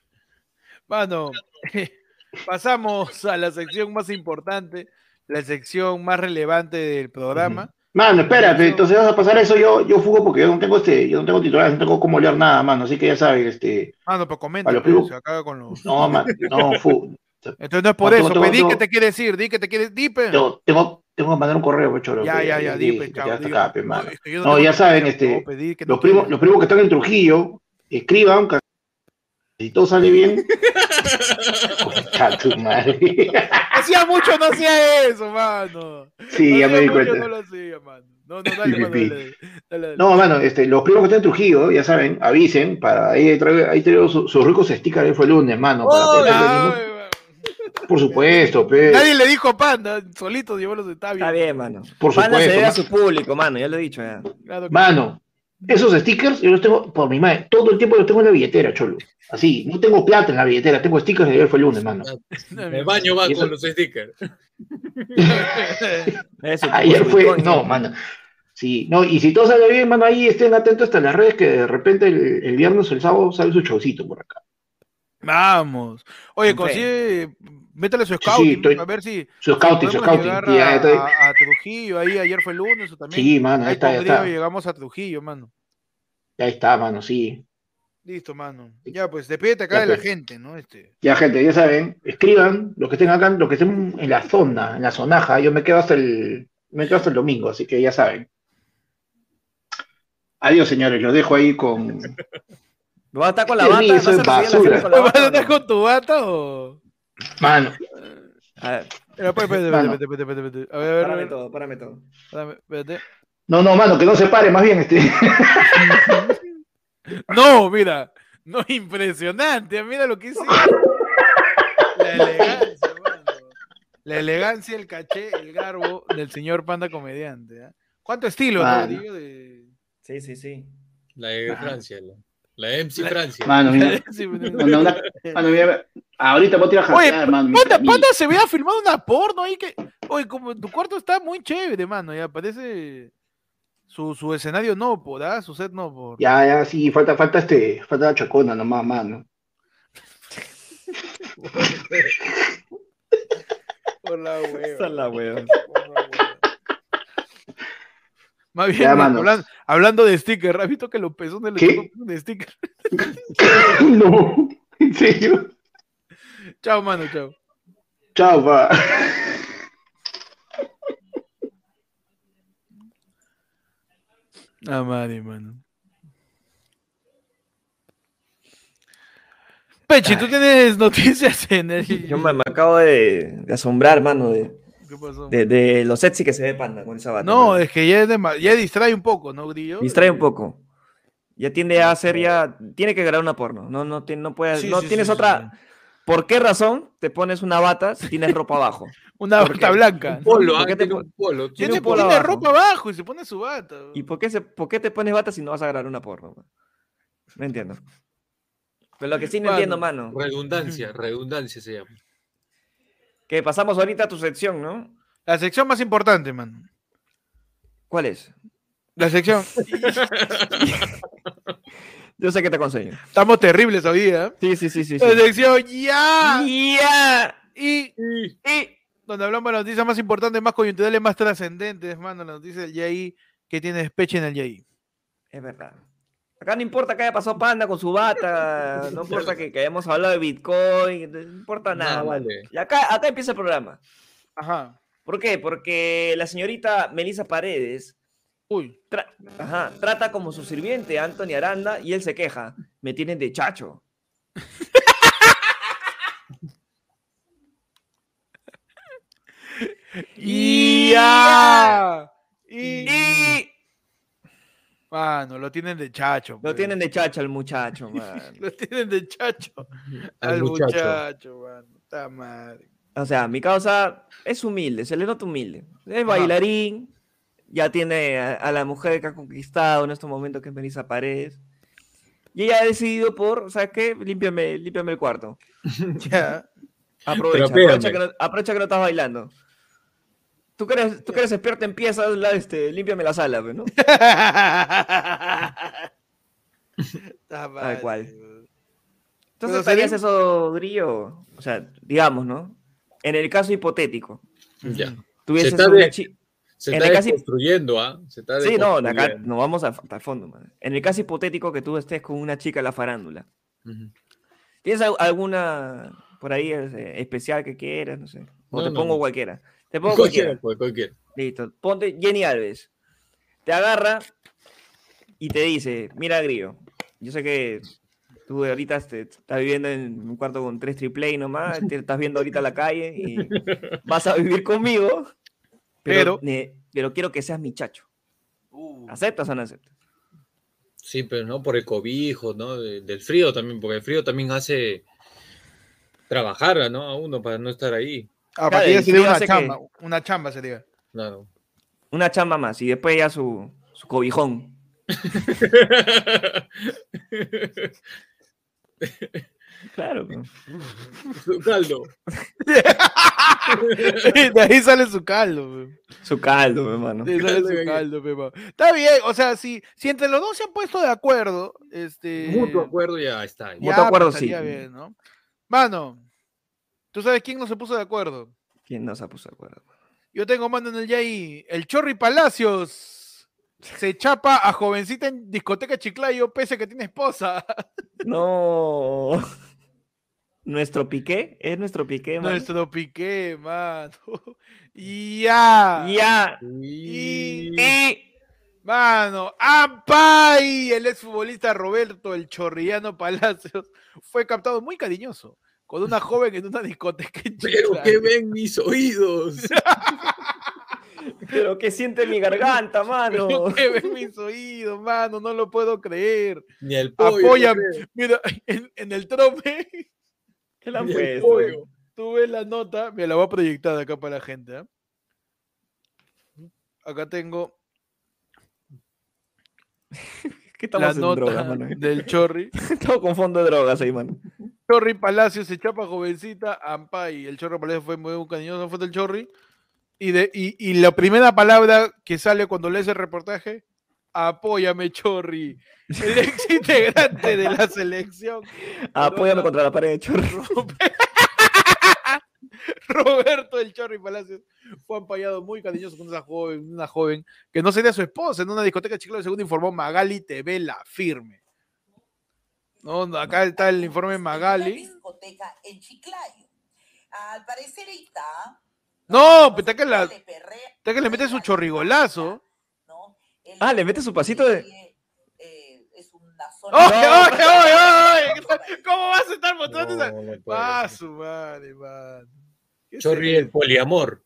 Speaker 2: Mano, [LAUGHS] pasamos a la sección más importante, la sección más relevante del programa.
Speaker 5: Mano, espérate, entonces vas a pasar eso, yo, yo fugo porque yo no tengo este, yo no tengo titulares, no tengo cómo leer nada, mano, así que ya sabes, este,
Speaker 2: Mano, pues comenta,
Speaker 5: A lo
Speaker 2: pues,
Speaker 5: Perú.
Speaker 2: se acaba con los.
Speaker 5: no, man, no, fugo.
Speaker 2: Entonces no es por
Speaker 5: No,
Speaker 2: eso,
Speaker 5: tengo-
Speaker 2: pues, di
Speaker 5: tengo-
Speaker 2: que te quiere decir, di que te quiere di, pues. pe.
Speaker 5: Yo tengo, tengo que mandar un correo, pues, cholo,
Speaker 2: Ya,
Speaker 5: que-
Speaker 2: ya, ya,
Speaker 5: que-
Speaker 2: di,
Speaker 5: que
Speaker 2: pues,
Speaker 5: te
Speaker 2: chao,
Speaker 5: quedaste
Speaker 2: di.
Speaker 5: acá, pe, mano.
Speaker 2: es que yo
Speaker 5: No,
Speaker 2: tengo
Speaker 5: ya
Speaker 2: que-
Speaker 5: saben,
Speaker 2: no,
Speaker 5: este,
Speaker 2: pedí que no
Speaker 5: Los primos,
Speaker 2: quieras.
Speaker 5: los primos que están en Trujillo, escriban, ca- si todo sale
Speaker 2: [LAUGHS]
Speaker 5: bien. Puta tu madre. [LAUGHS]
Speaker 2: Hacía mucho no hacía eso, mano.
Speaker 5: Sí, ya
Speaker 2: Hacía
Speaker 5: me di
Speaker 2: mucho
Speaker 5: cuenta.
Speaker 2: No lo hacía, mano. No, no, dale, mano,
Speaker 5: Sí.
Speaker 2: dale, dale, dale.
Speaker 5: No, mano, este, los primos que están en Trujillo, ya saben, avisen para ahí traigo, ahí traigo su- sus ricos stickers, hoy fue el lunes, mano, para Eh.
Speaker 2: Oh,
Speaker 5: poder
Speaker 2: la-
Speaker 5: darle, ¿no? por supuesto, pe,
Speaker 2: Nadie le dijo panda, solito llevó los está bien.
Speaker 1: Está bien, mano.
Speaker 5: por
Speaker 1: Panda se
Speaker 5: supuesto,
Speaker 1: debe a
Speaker 5: ma-
Speaker 1: su público, mano. Ya lo he dicho. ya.
Speaker 2: Claro que-
Speaker 5: mano, Esos stickers yo los tengo por mi madre. Todo el tiempo los tengo en la billetera, cholo. Así, no tengo plata en la billetera, tengo stickers de ayer fue el lunes, mano.
Speaker 3: El baño va
Speaker 5: Y eso-
Speaker 3: con los stickers.
Speaker 1: Eso,
Speaker 5: Ayer
Speaker 1: pues,
Speaker 5: fue,
Speaker 1: Bitcoin,
Speaker 5: no, mano. Sí, no, y si todo sale bien, mano, ahí estén atentos hasta las redes que de repente el, el viernes o el sábado sale su showcito por acá.
Speaker 2: [LAUGHS] Vamos. Oye,
Speaker 1: Ok.
Speaker 2: consigue, métale su scout
Speaker 5: estoy-
Speaker 2: a ver si
Speaker 5: Su scouting, su
Speaker 2: podemos
Speaker 5: scouting.
Speaker 2: llegar
Speaker 5: Y ya
Speaker 2: a,
Speaker 5: estoy-
Speaker 2: a- a Trujillo, ahí ayer fue el lunes o también.
Speaker 5: Sí, mano, ahí
Speaker 2: ahí
Speaker 5: está, ahí
Speaker 2: con Grillo
Speaker 5: está.
Speaker 2: llegamos a Trujillo, mano.
Speaker 5: Ahí está, mano, sí.
Speaker 2: Listo, mano. Ya, pues despídete acá
Speaker 5: Ya,
Speaker 2: de la
Speaker 5: pues.
Speaker 2: gente, ¿no? Este.
Speaker 5: Ya, gente, ya saben, escriban, los que estén acá, los que estén en la zona, en la zonaja, yo me quedo hasta el, me quedo hasta el domingo, así que ya saben. Adiós, señores, los dejo ahí con...
Speaker 1: Vas a estar con la
Speaker 5: Dios
Speaker 1: bata.
Speaker 5: mío,
Speaker 1: vas a
Speaker 5: eso es
Speaker 1: recibir la
Speaker 5: basura.
Speaker 1: cena con la
Speaker 2: [LAUGHS] ¿Vas a
Speaker 1: bata,
Speaker 2: estar
Speaker 1: ¿no?
Speaker 2: con tu bata o.?
Speaker 5: Mano,
Speaker 1: A ver,
Speaker 2: Espera, pues, espérate,
Speaker 5: Mano.
Speaker 2: espérate, espérate, espérate, espérate. A ver, a ver, a
Speaker 1: párame
Speaker 2: ver.
Speaker 1: todo, párame todo.
Speaker 2: Espérame, espérate.
Speaker 5: no, no, mano, que no se pare, más bien, este... [LAUGHS]
Speaker 2: No, mira. No, impresionante. Mira lo que hice. La elegancia, mano. La elegancia, el caché, el garbo del señor Panda Comediante. ¿ah? ¿Cuánto estilo, no,
Speaker 5: Mano.
Speaker 2: digo, de-
Speaker 1: Sí, sí, sí.
Speaker 3: La de Francia, la, la MC Francia.
Speaker 5: Mano, mira,
Speaker 2: [LAUGHS] Sí, pero-
Speaker 5: mano, una- mano, mira, ahorita voy a tirar a
Speaker 2: Oye,
Speaker 5: jatear, mano, mi-
Speaker 2: Panda,
Speaker 5: mi-
Speaker 2: Panda se había filmado una porno ahí que. Oye, como tu cuarto está muy chévere, mano. Ya parece. Su, su escenario no, por, ¿ah? su set no, por.
Speaker 5: Ya, ya, sí, falta, falta este, falta la chacona nomás, mano.
Speaker 2: por la hueva.
Speaker 1: Esa es la weón.
Speaker 2: Más bien, [LAUGHS]
Speaker 5: Ya,
Speaker 2: mano,
Speaker 5: mano.
Speaker 2: hablan- hablando de sticker, ¿has visto que los pezones le
Speaker 5: ¿Qué?
Speaker 2: tocan de sticker? [LAUGHS]
Speaker 5: [LAUGHS] No, en serio.
Speaker 2: Chao, mano, chao.
Speaker 5: Chao, pa.
Speaker 2: Ah, madre, mano. Pechi, ¿tú tienes noticias en el.
Speaker 1: Yo me, me acabo de, de asombrar, mano, de,
Speaker 2: ¿Qué pasó?
Speaker 1: de, de lo sexy que se ve Panda con esa bata.
Speaker 2: No,
Speaker 1: mano.
Speaker 2: es que ya, es dema- ya distrae un poco, ¿no, Grillo?
Speaker 1: Distrae un poco. Ya tiende a hacer ya. Tiene que grabar una porno. No, no, ti- no puedes.
Speaker 2: Sí,
Speaker 1: no
Speaker 2: sí,
Speaker 1: tienes
Speaker 2: sí, sí,
Speaker 1: otra. ¿Por qué razón te pones una bata si tienes ropa abajo?
Speaker 2: Una
Speaker 1: ¿Por
Speaker 2: bata
Speaker 1: qué?
Speaker 2: blanca. ¿no?
Speaker 3: Polo,
Speaker 1: ¿Por
Speaker 3: ah,
Speaker 1: qué te
Speaker 3: tiene
Speaker 1: pon-
Speaker 3: un polo.
Speaker 1: tiene
Speaker 2: Tiene,
Speaker 1: un polo
Speaker 2: tiene
Speaker 1: abajo.
Speaker 2: ropa abajo y se pone su bata.
Speaker 1: ¿Y por qué, se, por qué te pones bata si no vas a grabar una porno? man? No entiendo. Pero lo que sí no
Speaker 2: Mano,
Speaker 1: entiendo, mano,
Speaker 3: Redundancia, redundancia se llama.
Speaker 1: que pasamos ahorita a tu sección, ¿no?
Speaker 2: La sección más importante, mano.
Speaker 1: ¿Cuál es?
Speaker 2: La
Speaker 1: [LAUGHS]
Speaker 2: sección.
Speaker 1: Yo sé que te aconsejo.
Speaker 2: Estamos terribles hoy día. ¿eh?
Speaker 1: Sí, sí, sí, sí. sí.
Speaker 2: La sección ya. [LAUGHS]
Speaker 1: ¡Ya!
Speaker 2: Y
Speaker 1: Y-
Speaker 2: donde hablamos de las noticias más importantes, más coyunturales, más trascendentes, mano. La noticia del Yaí que tiene despeche en el Yaí.
Speaker 1: Es verdad. Acá no importa que haya pasado Panda con su bata, no importa que, que hayamos hablado de Bitcoin, no importa
Speaker 3: Nada
Speaker 1: nada. mano.
Speaker 3: vale.
Speaker 1: Y acá, acá empieza el programa.
Speaker 2: Ajá.
Speaker 1: ¿Por qué? Porque la señorita Melissa Paredes
Speaker 2: Uy.
Speaker 1: tra- ajá, trata como su sirviente a Anthony Aranda y él se queja. Me tienen de chacho.
Speaker 2: Ya. Y.
Speaker 1: Y
Speaker 2: Mano, lo tienen de chacho.
Speaker 1: lo
Speaker 2: pues.
Speaker 1: tienen de chacho al muchacho, man.
Speaker 2: [LAUGHS] Lo tienen de chacho.
Speaker 3: Al
Speaker 2: Al,
Speaker 3: muchacho.
Speaker 2: muchacho. mano. Está madre.
Speaker 1: O sea, mi causa es humilde, se le nota humilde. Es bailarín, ya tiene a, a la mujer que ha conquistado en estos momentos, que es Melissa Paredes. Y ella ha decidido por, ¿sabes qué? Límpiame, límpiame el cuarto.
Speaker 2: Ya. [LAUGHS]
Speaker 1: Aprovecha,
Speaker 3: Trapeame.
Speaker 1: aprovecha que, no, aprovecha que no estás bailando. Tú que eres, tú que eres experto en piezas, la- este, límpiame la sala,
Speaker 3: [LAUGHS]
Speaker 1: pues, ¿no?
Speaker 2: Tal
Speaker 1: cual.
Speaker 2: Pero
Speaker 1: Entonces estarías
Speaker 2: sería-
Speaker 1: eso, Grillo. O sea, digamos, ¿no? En el caso hipotético,
Speaker 3: Ya.
Speaker 1: tuvieses
Speaker 3: está
Speaker 1: una
Speaker 3: de-
Speaker 1: chi-
Speaker 3: Se
Speaker 1: En
Speaker 3: está
Speaker 1: el casi-
Speaker 3: desconstruyendo, ¿ah? Se está
Speaker 1: Sí, no, de acá
Speaker 3: desconstruyendo.
Speaker 1: nos vamos a- hasta el fondo. man. En el caso hipotético que tú estés con una chica en la farándula,
Speaker 3: Ujú.
Speaker 1: ¿tienes al- alguna por ahí eh, especial que quieras? No sé. O
Speaker 3: No,
Speaker 1: te
Speaker 3: no,
Speaker 1: pongo
Speaker 3: no.
Speaker 1: cualquiera. Te pongo
Speaker 3: Cualquiera,
Speaker 1: cualquiera.
Speaker 3: pues, cualquiera.
Speaker 1: Listo. Ponte Jenny Alves. Te agarra y te dice, mira, Grillo, yo sé que tú ahorita este, estás viviendo en un cuarto con tres triple A nomás, te estás viendo ahorita la calle y vas a vivir conmigo, pero,
Speaker 2: Pero-
Speaker 1: ne- pero quiero que seas mi chacho.
Speaker 2: Uh.
Speaker 1: ¿Aceptas o no aceptas?
Speaker 3: Sí, pero no por el cobijo, ¿no? De- del frío también, porque el frío también hace trabajar, ¿no? A uno para no estar ahí.
Speaker 2: Ah,
Speaker 1: Claro,
Speaker 2: para ti ya
Speaker 1: y
Speaker 2: sería
Speaker 1: yo
Speaker 2: una
Speaker 1: sé que-
Speaker 2: chamba. Una chamba sería.
Speaker 3: Claro.
Speaker 1: una chamba más y después ya su, su cobijón. Claro. pues.
Speaker 3: [LAUGHS] Su caldo.
Speaker 2: [LAUGHS] De ahí sale su caldo, pues. pe.
Speaker 1: Su caldo, hermano.
Speaker 2: De ahí sale
Speaker 3: Caldo de
Speaker 2: su
Speaker 3: gallina.
Speaker 2: caldo, pe, mano. Está bien, o sea, si, si entre los dos se han puesto de acuerdo, este.
Speaker 3: Mutuo acuerdo ya está. ya.
Speaker 1: Mutuo acuerdo,
Speaker 2: pues, estaría
Speaker 1: sí.
Speaker 2: bien, ¿no? Mano, ¿tú sabes quién no se puso de acuerdo?
Speaker 1: ¿Quién nos ha puesto de acuerdo?
Speaker 2: Yo tengo mano en el Yay. El Chorri Palacios se chapa a jovencita en discoteca Chiclayo, pese a que tiene esposa. [LAUGHS]
Speaker 1: No. ¿Nuestro piqué? ¿Es nuestro piqué, mano?
Speaker 2: Nuestro piqué, mano. Ya.
Speaker 1: Ya.
Speaker 2: Y-
Speaker 3: eh,
Speaker 1: Y-
Speaker 2: Mano, ¡ampay! El exfutbolista Roberto El Chorrillano Palacios [LAUGHS] fue captado muy cariñoso con una joven en una discoteca en
Speaker 3: Pero
Speaker 2: Chiclayo.
Speaker 3: que ven mis oídos. [LAUGHS]
Speaker 1: Pero que siente mi garganta, mano.
Speaker 2: [LAUGHS] Pero que ven mis oídos, mano, no lo puedo creer.
Speaker 3: Ni el pollo.
Speaker 2: Apóyame.
Speaker 3: no creo,
Speaker 2: Mira, [LAUGHS] en, en el trompe
Speaker 1: [LAUGHS] ¿Qué le han
Speaker 3: Ni el
Speaker 1: puesto?
Speaker 3: pollo.
Speaker 2: [LAUGHS] tuve la nota, me la voy a proyectar acá para la gente. ¿ah? Acá tengo
Speaker 1: ¿Qué
Speaker 2: la
Speaker 1: estamos en
Speaker 2: nota
Speaker 1: drogas, [LAUGHS] mano?
Speaker 2: del Chorri.
Speaker 1: Estamos con fondo de drogas ahí, mano.
Speaker 2: Chorri Palacio se chapa jovencita, Ampay. El Chorri Palacio fue muy cariñoso, fue del Chorri. Y, de, y, y la primera palabra que sale cuando lees el reportaje, apóyame, Chorri. [LAUGHS] El ex integrante de la selección,
Speaker 1: Apóyame
Speaker 2: Droga.
Speaker 1: contra la pared, chorro.
Speaker 2: Robert- Roberto el Chorri Palacios, fue ampayado muy cariñoso con esa joven, una joven que no sería su esposa en una discoteca de Chiclayo, según informó Magali TV La Firme. No, no, acá está el informe de
Speaker 4: En
Speaker 2: Magali.
Speaker 4: una discoteca en Chiclayo. Al parecer ahí está.
Speaker 2: No, pero está que la-
Speaker 4: Le perrea-
Speaker 2: Está que le mete su chorrigolazo.
Speaker 4: ¿no? Él-
Speaker 1: Ah, le mete su pasito de.
Speaker 4: eh, eh, es una zona.
Speaker 2: ¡Oye, oye, oye, oye! ¿Cómo vas a estar mostrando esa?
Speaker 3: No, no puede
Speaker 2: Ah,
Speaker 3: ser.
Speaker 2: su madre, man. ¿Qué
Speaker 3: Chorri
Speaker 2: será?
Speaker 3: el poliamor.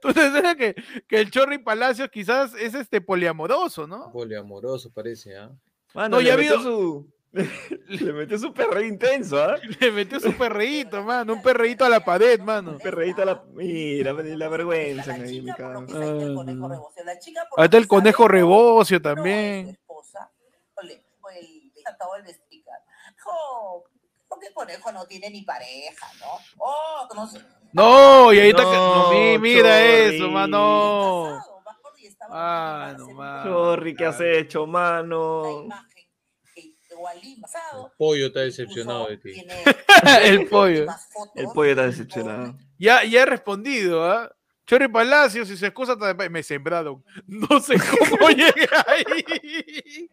Speaker 2: ¿Tú te enteras que, que el Chorri Palacios quizás es este poliamoroso, ¿no?
Speaker 3: Poliamoroso parece, ¿ah?
Speaker 1: Mano,
Speaker 2: No,
Speaker 1: le
Speaker 2: ya
Speaker 1: metió
Speaker 2: vio-
Speaker 1: su. [LAUGHS] le metió su perro intenso, ¿ah?
Speaker 2: Le metió su [LAUGHS] perreíto, mano. Un perreíto a la pared, mano.
Speaker 1: Un perreíto a la. Mira, la vergüenza que ahí me cago.
Speaker 2: Ah.
Speaker 4: Ahí
Speaker 2: Ahí está el conejo rebocio también.
Speaker 4: pues, Oh, porque el conejo no tiene ni pareja, ¿no? Oh, no sé.
Speaker 2: No, y ahí está. que-
Speaker 1: No,
Speaker 2: no, mi- mira eso,
Speaker 1: Chorri.
Speaker 2: mano.
Speaker 4: casado, me acuerdo, y estaba
Speaker 2: Ah,
Speaker 4: tratando de
Speaker 2: no
Speaker 4: hacer
Speaker 2: más.
Speaker 1: Chorri, ¿qué has hecho,
Speaker 4: una
Speaker 1: mano?
Speaker 4: imagen que llegó al Lima, pasado,
Speaker 3: El pollo está
Speaker 4: incluso
Speaker 3: decepcionado de ti.
Speaker 4: tiene
Speaker 2: [LAUGHS] El pollo.
Speaker 4: unas fotos Oh,
Speaker 1: El pollo está decepcionado.
Speaker 2: Ya, ya he respondido, ¿ah? Chorri Palacios y su excusa ta- me sembraron. No sé cómo [LAUGHS] llegué ahí.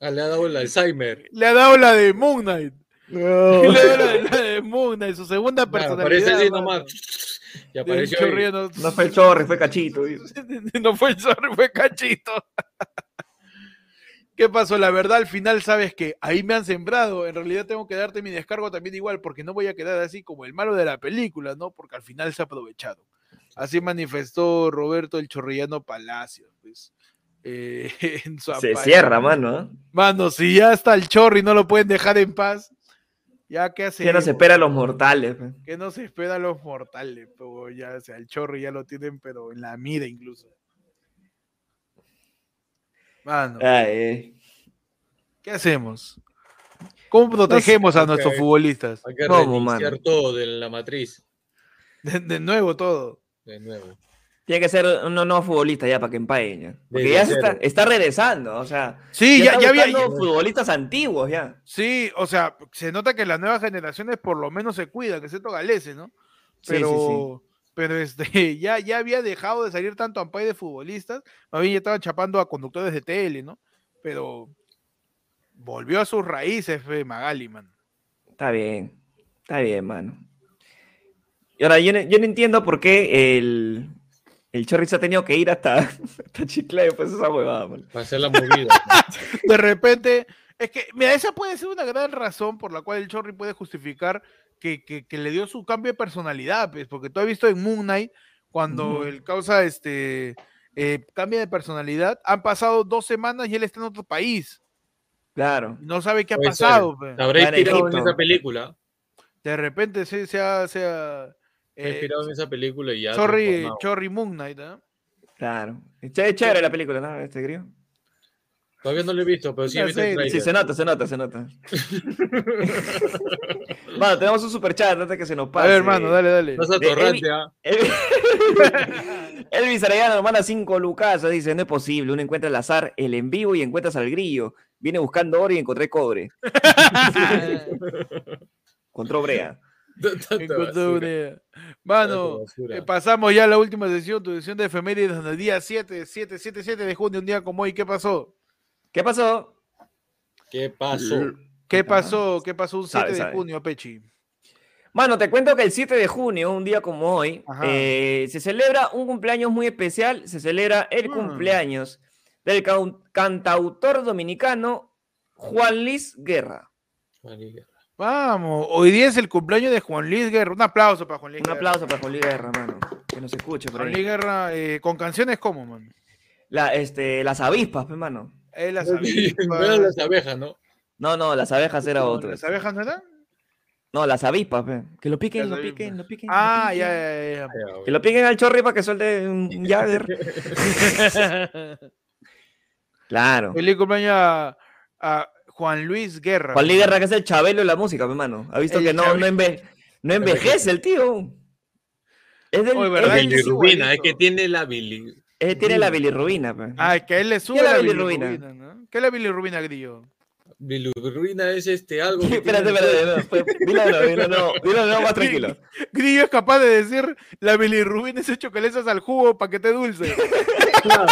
Speaker 3: Ah, le ha dado el Alzheimer.
Speaker 2: Le ha dado la de Moon Knight. Le ha
Speaker 1: No.
Speaker 2: dado la de, la de Moon Knight, su segunda
Speaker 3: Claro,
Speaker 2: personalidad.
Speaker 3: aparece así
Speaker 2: mano,
Speaker 3: nomás. Y
Speaker 2: de un
Speaker 3: apareció ahí.
Speaker 2: chorriano.
Speaker 1: No fue el chorri, fue cachito. dice.
Speaker 2: [LAUGHS] no fue el zorro, fue cachito. ¿Qué pasó? La verdad, al final, sabes que ahí me han sembrado. En realidad, tengo que darte mi descargo también igual, porque no voy a quedar así como el malo de la película, ¿no? Porque al final se aprovecharon. Así manifestó Roberto el Chorrillano Palacio, pues. eh, [LAUGHS] en su
Speaker 1: Se
Speaker 2: apaño.
Speaker 1: cierra, mano. ¿ah?
Speaker 2: Mano, si ya está el chorri, no lo pueden dejar en paz. Ya que hace.
Speaker 1: Ya nos espera a los mortales. pues. pe.
Speaker 2: ¿Qué nos espera a los mortales? Pero ya, o sea, el chorro ya lo tienen, pero en la mira incluso. Mano,
Speaker 1: Ay, eh.
Speaker 2: ¿qué hacemos? ¿Cómo protegemos a nuestros
Speaker 3: ok.
Speaker 2: futbolistas?
Speaker 3: Hay que
Speaker 1: ¿Cómo,
Speaker 3: reiniciar
Speaker 1: mano?
Speaker 3: todo de la matriz.
Speaker 2: De, de nuevo todo.
Speaker 3: De nuevo.
Speaker 1: Tiene que ser un nuevo futbolista ya para que empañe. ya. Porque
Speaker 3: Desde
Speaker 1: ya se está,
Speaker 3: cero.
Speaker 1: está regresando. O sea,
Speaker 2: Sí, ya,
Speaker 1: está
Speaker 2: ya había.
Speaker 1: buscando
Speaker 2: ya-
Speaker 1: futbolistas antiguos ya.
Speaker 2: sí, o sea, se nota que las nuevas generaciones por lo menos se cuidan, que se galese, ¿no?
Speaker 1: Sí, sí, sí.
Speaker 2: Pero, pero este, [LAUGHS] ya, ya había dejado de salir tanto Ampay de futbolistas, más bien ya estaban chapando a conductores de tele, ¿no? Pero volvió a sus raíces, fe, Magali, man.
Speaker 1: Está bien, está bien, mano. Y ahora, yo no, yo no entiendo por qué el, el Chorri se ha tenido que ir hasta, [LAUGHS] hasta Chiclayo, pues esa huevada, mano.
Speaker 3: Para hacer la movida. [LAUGHS] ¿no?
Speaker 2: De repente, es que, mira, esa puede ser una gran razón por la cual el Chorri puede justificar que, que- que le dio su cambio de personalidad, pues, porque tú has visto en Moon Knight, cuando
Speaker 1: Ujú.
Speaker 2: el causa este, eh, cambia de personalidad, han pasado dos semanas y él está en otro país,
Speaker 1: Claro.
Speaker 2: y no sabe qué ha
Speaker 3: Puede ser.
Speaker 2: pasado. pues. fe.
Speaker 3: Te habrá
Speaker 1: Van a
Speaker 3: inspirado en
Speaker 1: Egipto.
Speaker 3: esa película.
Speaker 2: De repente se, se ha. Se ha
Speaker 3: Te ha
Speaker 2: eh,
Speaker 3: inspirado en esa película y ya.
Speaker 2: Chorri,
Speaker 3: transformado.
Speaker 2: Chorri Moon Knight, ¿ah?
Speaker 1: Claro. Es ch- es chévere la película, ¿no? Este grillo.
Speaker 3: Todavía no lo he visto, pero sí, he
Speaker 2: Ah,
Speaker 3: visto el
Speaker 2: sí,
Speaker 1: Sí,
Speaker 3: tráiler.
Speaker 1: se nota, se nota, se nota. Mano, tenemos un super chat antes de que se nos
Speaker 2: A
Speaker 1: pase.
Speaker 2: ver, hermano, dale, dale.
Speaker 3: Estás atorrante, ¿ah? [LAUGHS]
Speaker 1: El- [LAUGHS] Elvis Arellano, hermana 5 Lucas, dice, no es posible, uno encuentra al azar el en vivo y encuentras al grillo. Viene buscando oro y encontré cobre.
Speaker 2: Ah.
Speaker 1: Encontró brea.
Speaker 3: Tanta
Speaker 2: Encontró
Speaker 3: basura,
Speaker 2: una idea.
Speaker 3: tanta
Speaker 2: Mano,
Speaker 3: basura.
Speaker 2: eh, pasamos ya a la última sesión, tu sesión de efemérides, donde el día 7, 7, 7, 7 de junio, un día como hoy, ¿qué pasó?
Speaker 1: ¿Qué pasó?
Speaker 3: ¿Qué pasó?
Speaker 2: ¿Qué
Speaker 1: Puta
Speaker 2: pasó? ¿Qué pasó un 7
Speaker 1: Sabe,
Speaker 2: de
Speaker 1: sabe.
Speaker 2: junio, Pechi?
Speaker 1: Mano, te cuento que el 7 de junio, un día como hoy,
Speaker 2: Ajá.
Speaker 1: eh, se celebra un cumpleaños muy especial. Se celebra el
Speaker 2: Mm.
Speaker 1: cumpleaños del cau- cantautor dominicano Juan Luis Guerra.
Speaker 3: Marica. [LAUGHS]
Speaker 2: Vamos, hoy día es el cumpleaños de Juan Luis Guerra. Un aplauso para Juan Luis
Speaker 1: Un
Speaker 2: Guerra.
Speaker 1: aplauso para Juan Luis Guerra, mano. Que nos escuche por
Speaker 2: Juan
Speaker 1: ahí.
Speaker 2: Luis Guerra, eh, con canciones como, man.
Speaker 1: La, este, las avispas, pues, mano.
Speaker 2: Él las
Speaker 3: No eran
Speaker 2: abejas.
Speaker 3: las abejas, ¿no?
Speaker 1: No, no, las abejas era
Speaker 2: No,
Speaker 1: otro.
Speaker 2: ¿Las abejas no eran?
Speaker 1: No, las avispas, pe. Que lo piquen,
Speaker 2: Las
Speaker 1: lo
Speaker 2: avispas.
Speaker 1: piquen, lo piquen. lo
Speaker 2: Ah,
Speaker 1: piquen.
Speaker 2: ya, ya, ya,
Speaker 1: Que lo piquen al chorri para que suelte un
Speaker 2: [LAUGHS]
Speaker 1: un Jagger.
Speaker 2: ya.
Speaker 1: Claro.
Speaker 2: Feliz cumpleaños a, a Juan Luis Guerra.
Speaker 1: Juan Luis Guerra, que es el Chabelo de la música, mi hermano. Ha visto
Speaker 2: El
Speaker 1: que no, no,
Speaker 2: Chabelo.
Speaker 1: enve- no envejece el tío. Es del,
Speaker 2: Oye,
Speaker 1: es
Speaker 2: ¿verdad?
Speaker 1: del-
Speaker 2: Ay, sí,
Speaker 3: Bilirrubina, es
Speaker 2: igualito.
Speaker 3: que tiene la bilis.
Speaker 1: eh, tiene la bilirrubina. pe. [LAUGHS]
Speaker 2: Ah, que a él le sube
Speaker 1: la
Speaker 2: la
Speaker 1: bilirrubina?
Speaker 2: bilirrubina, ¿no? ¿Qué es la bilirrubina, Grillo?
Speaker 3: Bilirrubina es este algo. que
Speaker 1: espérate,
Speaker 3: tiene-
Speaker 1: espérate. No, fue- dilo, de nuevo, dilo, de nuevo, dilo de nuevo más tranquilo.
Speaker 2: Grillo es capaz de decir la bilirrubina es hecho que le echas al jugo para que te dulce.
Speaker 3: Claro,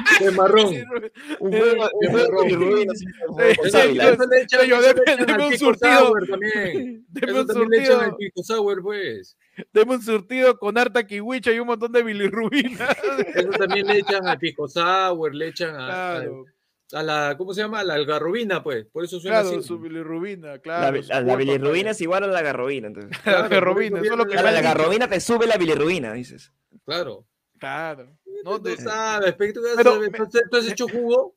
Speaker 2: [LAUGHS]
Speaker 3: de marrón.
Speaker 1: [LAUGHS] Un
Speaker 2: Eh,
Speaker 1: juego, un juego de bilirrubina. sí, un juego con
Speaker 2: Sí,
Speaker 1: sábila.
Speaker 2: yo- yo-
Speaker 3: de
Speaker 2: deme- deme un surtido.
Speaker 3: También.
Speaker 2: Deme
Speaker 3: Eso
Speaker 2: un
Speaker 3: también le echan al
Speaker 2: surtido.
Speaker 3: pico sour, pues.
Speaker 2: Deme un surtido con harta kiwicha y un montón de bilirrubina.
Speaker 3: Eso también le echan al pico sour, le
Speaker 1: Ah,
Speaker 3: echan a,
Speaker 2: claro,
Speaker 3: a, a la, ¿cómo se llama? A la algarrobina, pues. Por eso suena
Speaker 2: claro,
Speaker 3: así.
Speaker 2: su bilirrubina,
Speaker 1: La,
Speaker 2: claro. pues,
Speaker 1: bi- la- la bilirrubina es igual a la garrobina. Entonces.
Speaker 2: eh, La
Speaker 3: Claro, por eso
Speaker 2: garrobina, eso es lo
Speaker 3: viene
Speaker 2: que
Speaker 1: A
Speaker 2: me
Speaker 1: la
Speaker 2: han dicho.
Speaker 1: garrobina te sube la bilirrubina, dices.
Speaker 3: Claro.
Speaker 2: Claro.
Speaker 3: No,
Speaker 2: No te-
Speaker 3: sabes, pe, tú, ya
Speaker 2: Pero
Speaker 3: sabes.
Speaker 2: me-
Speaker 3: Entonces, ¿tú has hecho jugo?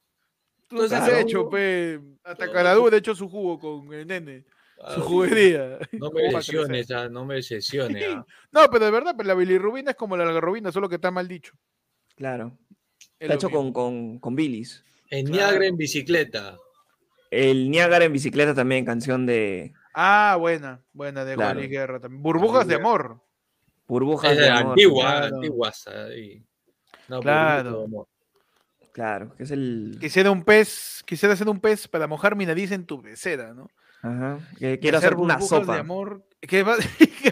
Speaker 2: tú has
Speaker 1: Claro.
Speaker 2: hecho, pe. Hasta Caradú le echó su jugo con el nene. Su
Speaker 3: Ah,
Speaker 2: juguería.
Speaker 3: No
Speaker 2: Jugo
Speaker 3: me
Speaker 2: para crecer.
Speaker 3: sesiones, ah, no me sesiones. ah.
Speaker 2: No, pero de verdad, pues la bilirrubina es como la algarrobina, solo que está mal dicho.
Speaker 1: Claro.
Speaker 2: Es
Speaker 1: Está
Speaker 2: lo
Speaker 1: hecho con,
Speaker 2: mismo.
Speaker 1: con, con bilis.
Speaker 3: En
Speaker 2: Claro.
Speaker 3: Niagara en bicicleta.
Speaker 1: El Niágara en bicicleta también, canción de
Speaker 2: Ah, buena, buena de
Speaker 1: Claro.
Speaker 2: Juan Luis Guerra también. Burbujas de amor.
Speaker 1: burbujas
Speaker 3: Es
Speaker 1: de amor.
Speaker 3: antigua,
Speaker 2: claro.
Speaker 3: antigua. ahí. No,
Speaker 2: Claro.
Speaker 3: por mucho amor.
Speaker 1: Claro, que es el.
Speaker 2: Quisiera un pez, quisiera ser un pez para mojar mi nariz en tu pecera, ¿no?
Speaker 1: Ajá, que quiero hacer
Speaker 2: hacer
Speaker 1: una
Speaker 2: burbujas de
Speaker 1: sopa.
Speaker 2: amor que, ba- [LAUGHS]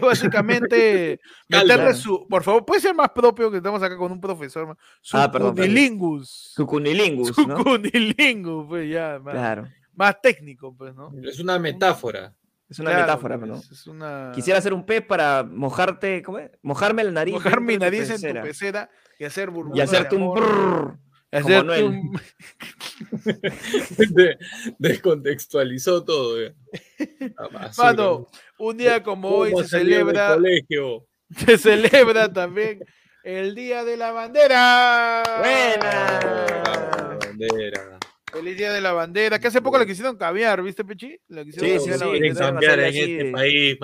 Speaker 1: [LAUGHS]
Speaker 2: que básicamente meterle
Speaker 1: Calma.
Speaker 2: su por favor puede ser más propio que estamos acá con un profesor man. su
Speaker 1: Ah, perdón, perdón.
Speaker 2: cunilingus
Speaker 1: Su cunilingus,
Speaker 2: su
Speaker 1: ¿no?
Speaker 2: cunilingus pues ya más,
Speaker 1: Claro.
Speaker 2: más técnico pues no
Speaker 3: Es una
Speaker 2: [LAUGHS]
Speaker 3: metáfora.
Speaker 1: Es una
Speaker 2: Claro,
Speaker 1: metáfora,
Speaker 2: pues,
Speaker 1: ¿no?
Speaker 2: es una
Speaker 1: Quisiera hacer un pez para mojarte, ¿cómo es? Mojarme la nariz.
Speaker 2: mojar mi
Speaker 1: dentro de tu
Speaker 2: nariz en
Speaker 1: pecera
Speaker 2: tu pecera y hacer burbujas
Speaker 1: Y
Speaker 2: de
Speaker 1: hacerte un
Speaker 2: amor,
Speaker 1: brrrr.
Speaker 2: y
Speaker 1: como
Speaker 2: hacerte
Speaker 1: Noel.
Speaker 2: un-
Speaker 3: De- descontextualizó todo. ya. La
Speaker 2: [LAUGHS]
Speaker 3: basura.
Speaker 2: mano un día como
Speaker 3: ¿Cómo
Speaker 2: hoy se
Speaker 3: salí del
Speaker 2: celebra
Speaker 3: colegio?
Speaker 2: [LAUGHS] se celebra también el día de la bandera Ah.
Speaker 1: ¡Buena!
Speaker 3: La bandera.
Speaker 2: Feliz Día de la Bandera, que hace poco le quisieron cambiar, ¿viste, Pechi? Le quisieron
Speaker 1: Sí,
Speaker 3: Sí,
Speaker 1: sí,
Speaker 2: cambiar
Speaker 1: sí,
Speaker 2: la
Speaker 3: quieren
Speaker 2: bandera.
Speaker 3: cambiar
Speaker 1: hacerle
Speaker 3: en
Speaker 1: así
Speaker 3: este
Speaker 1: de-
Speaker 3: país,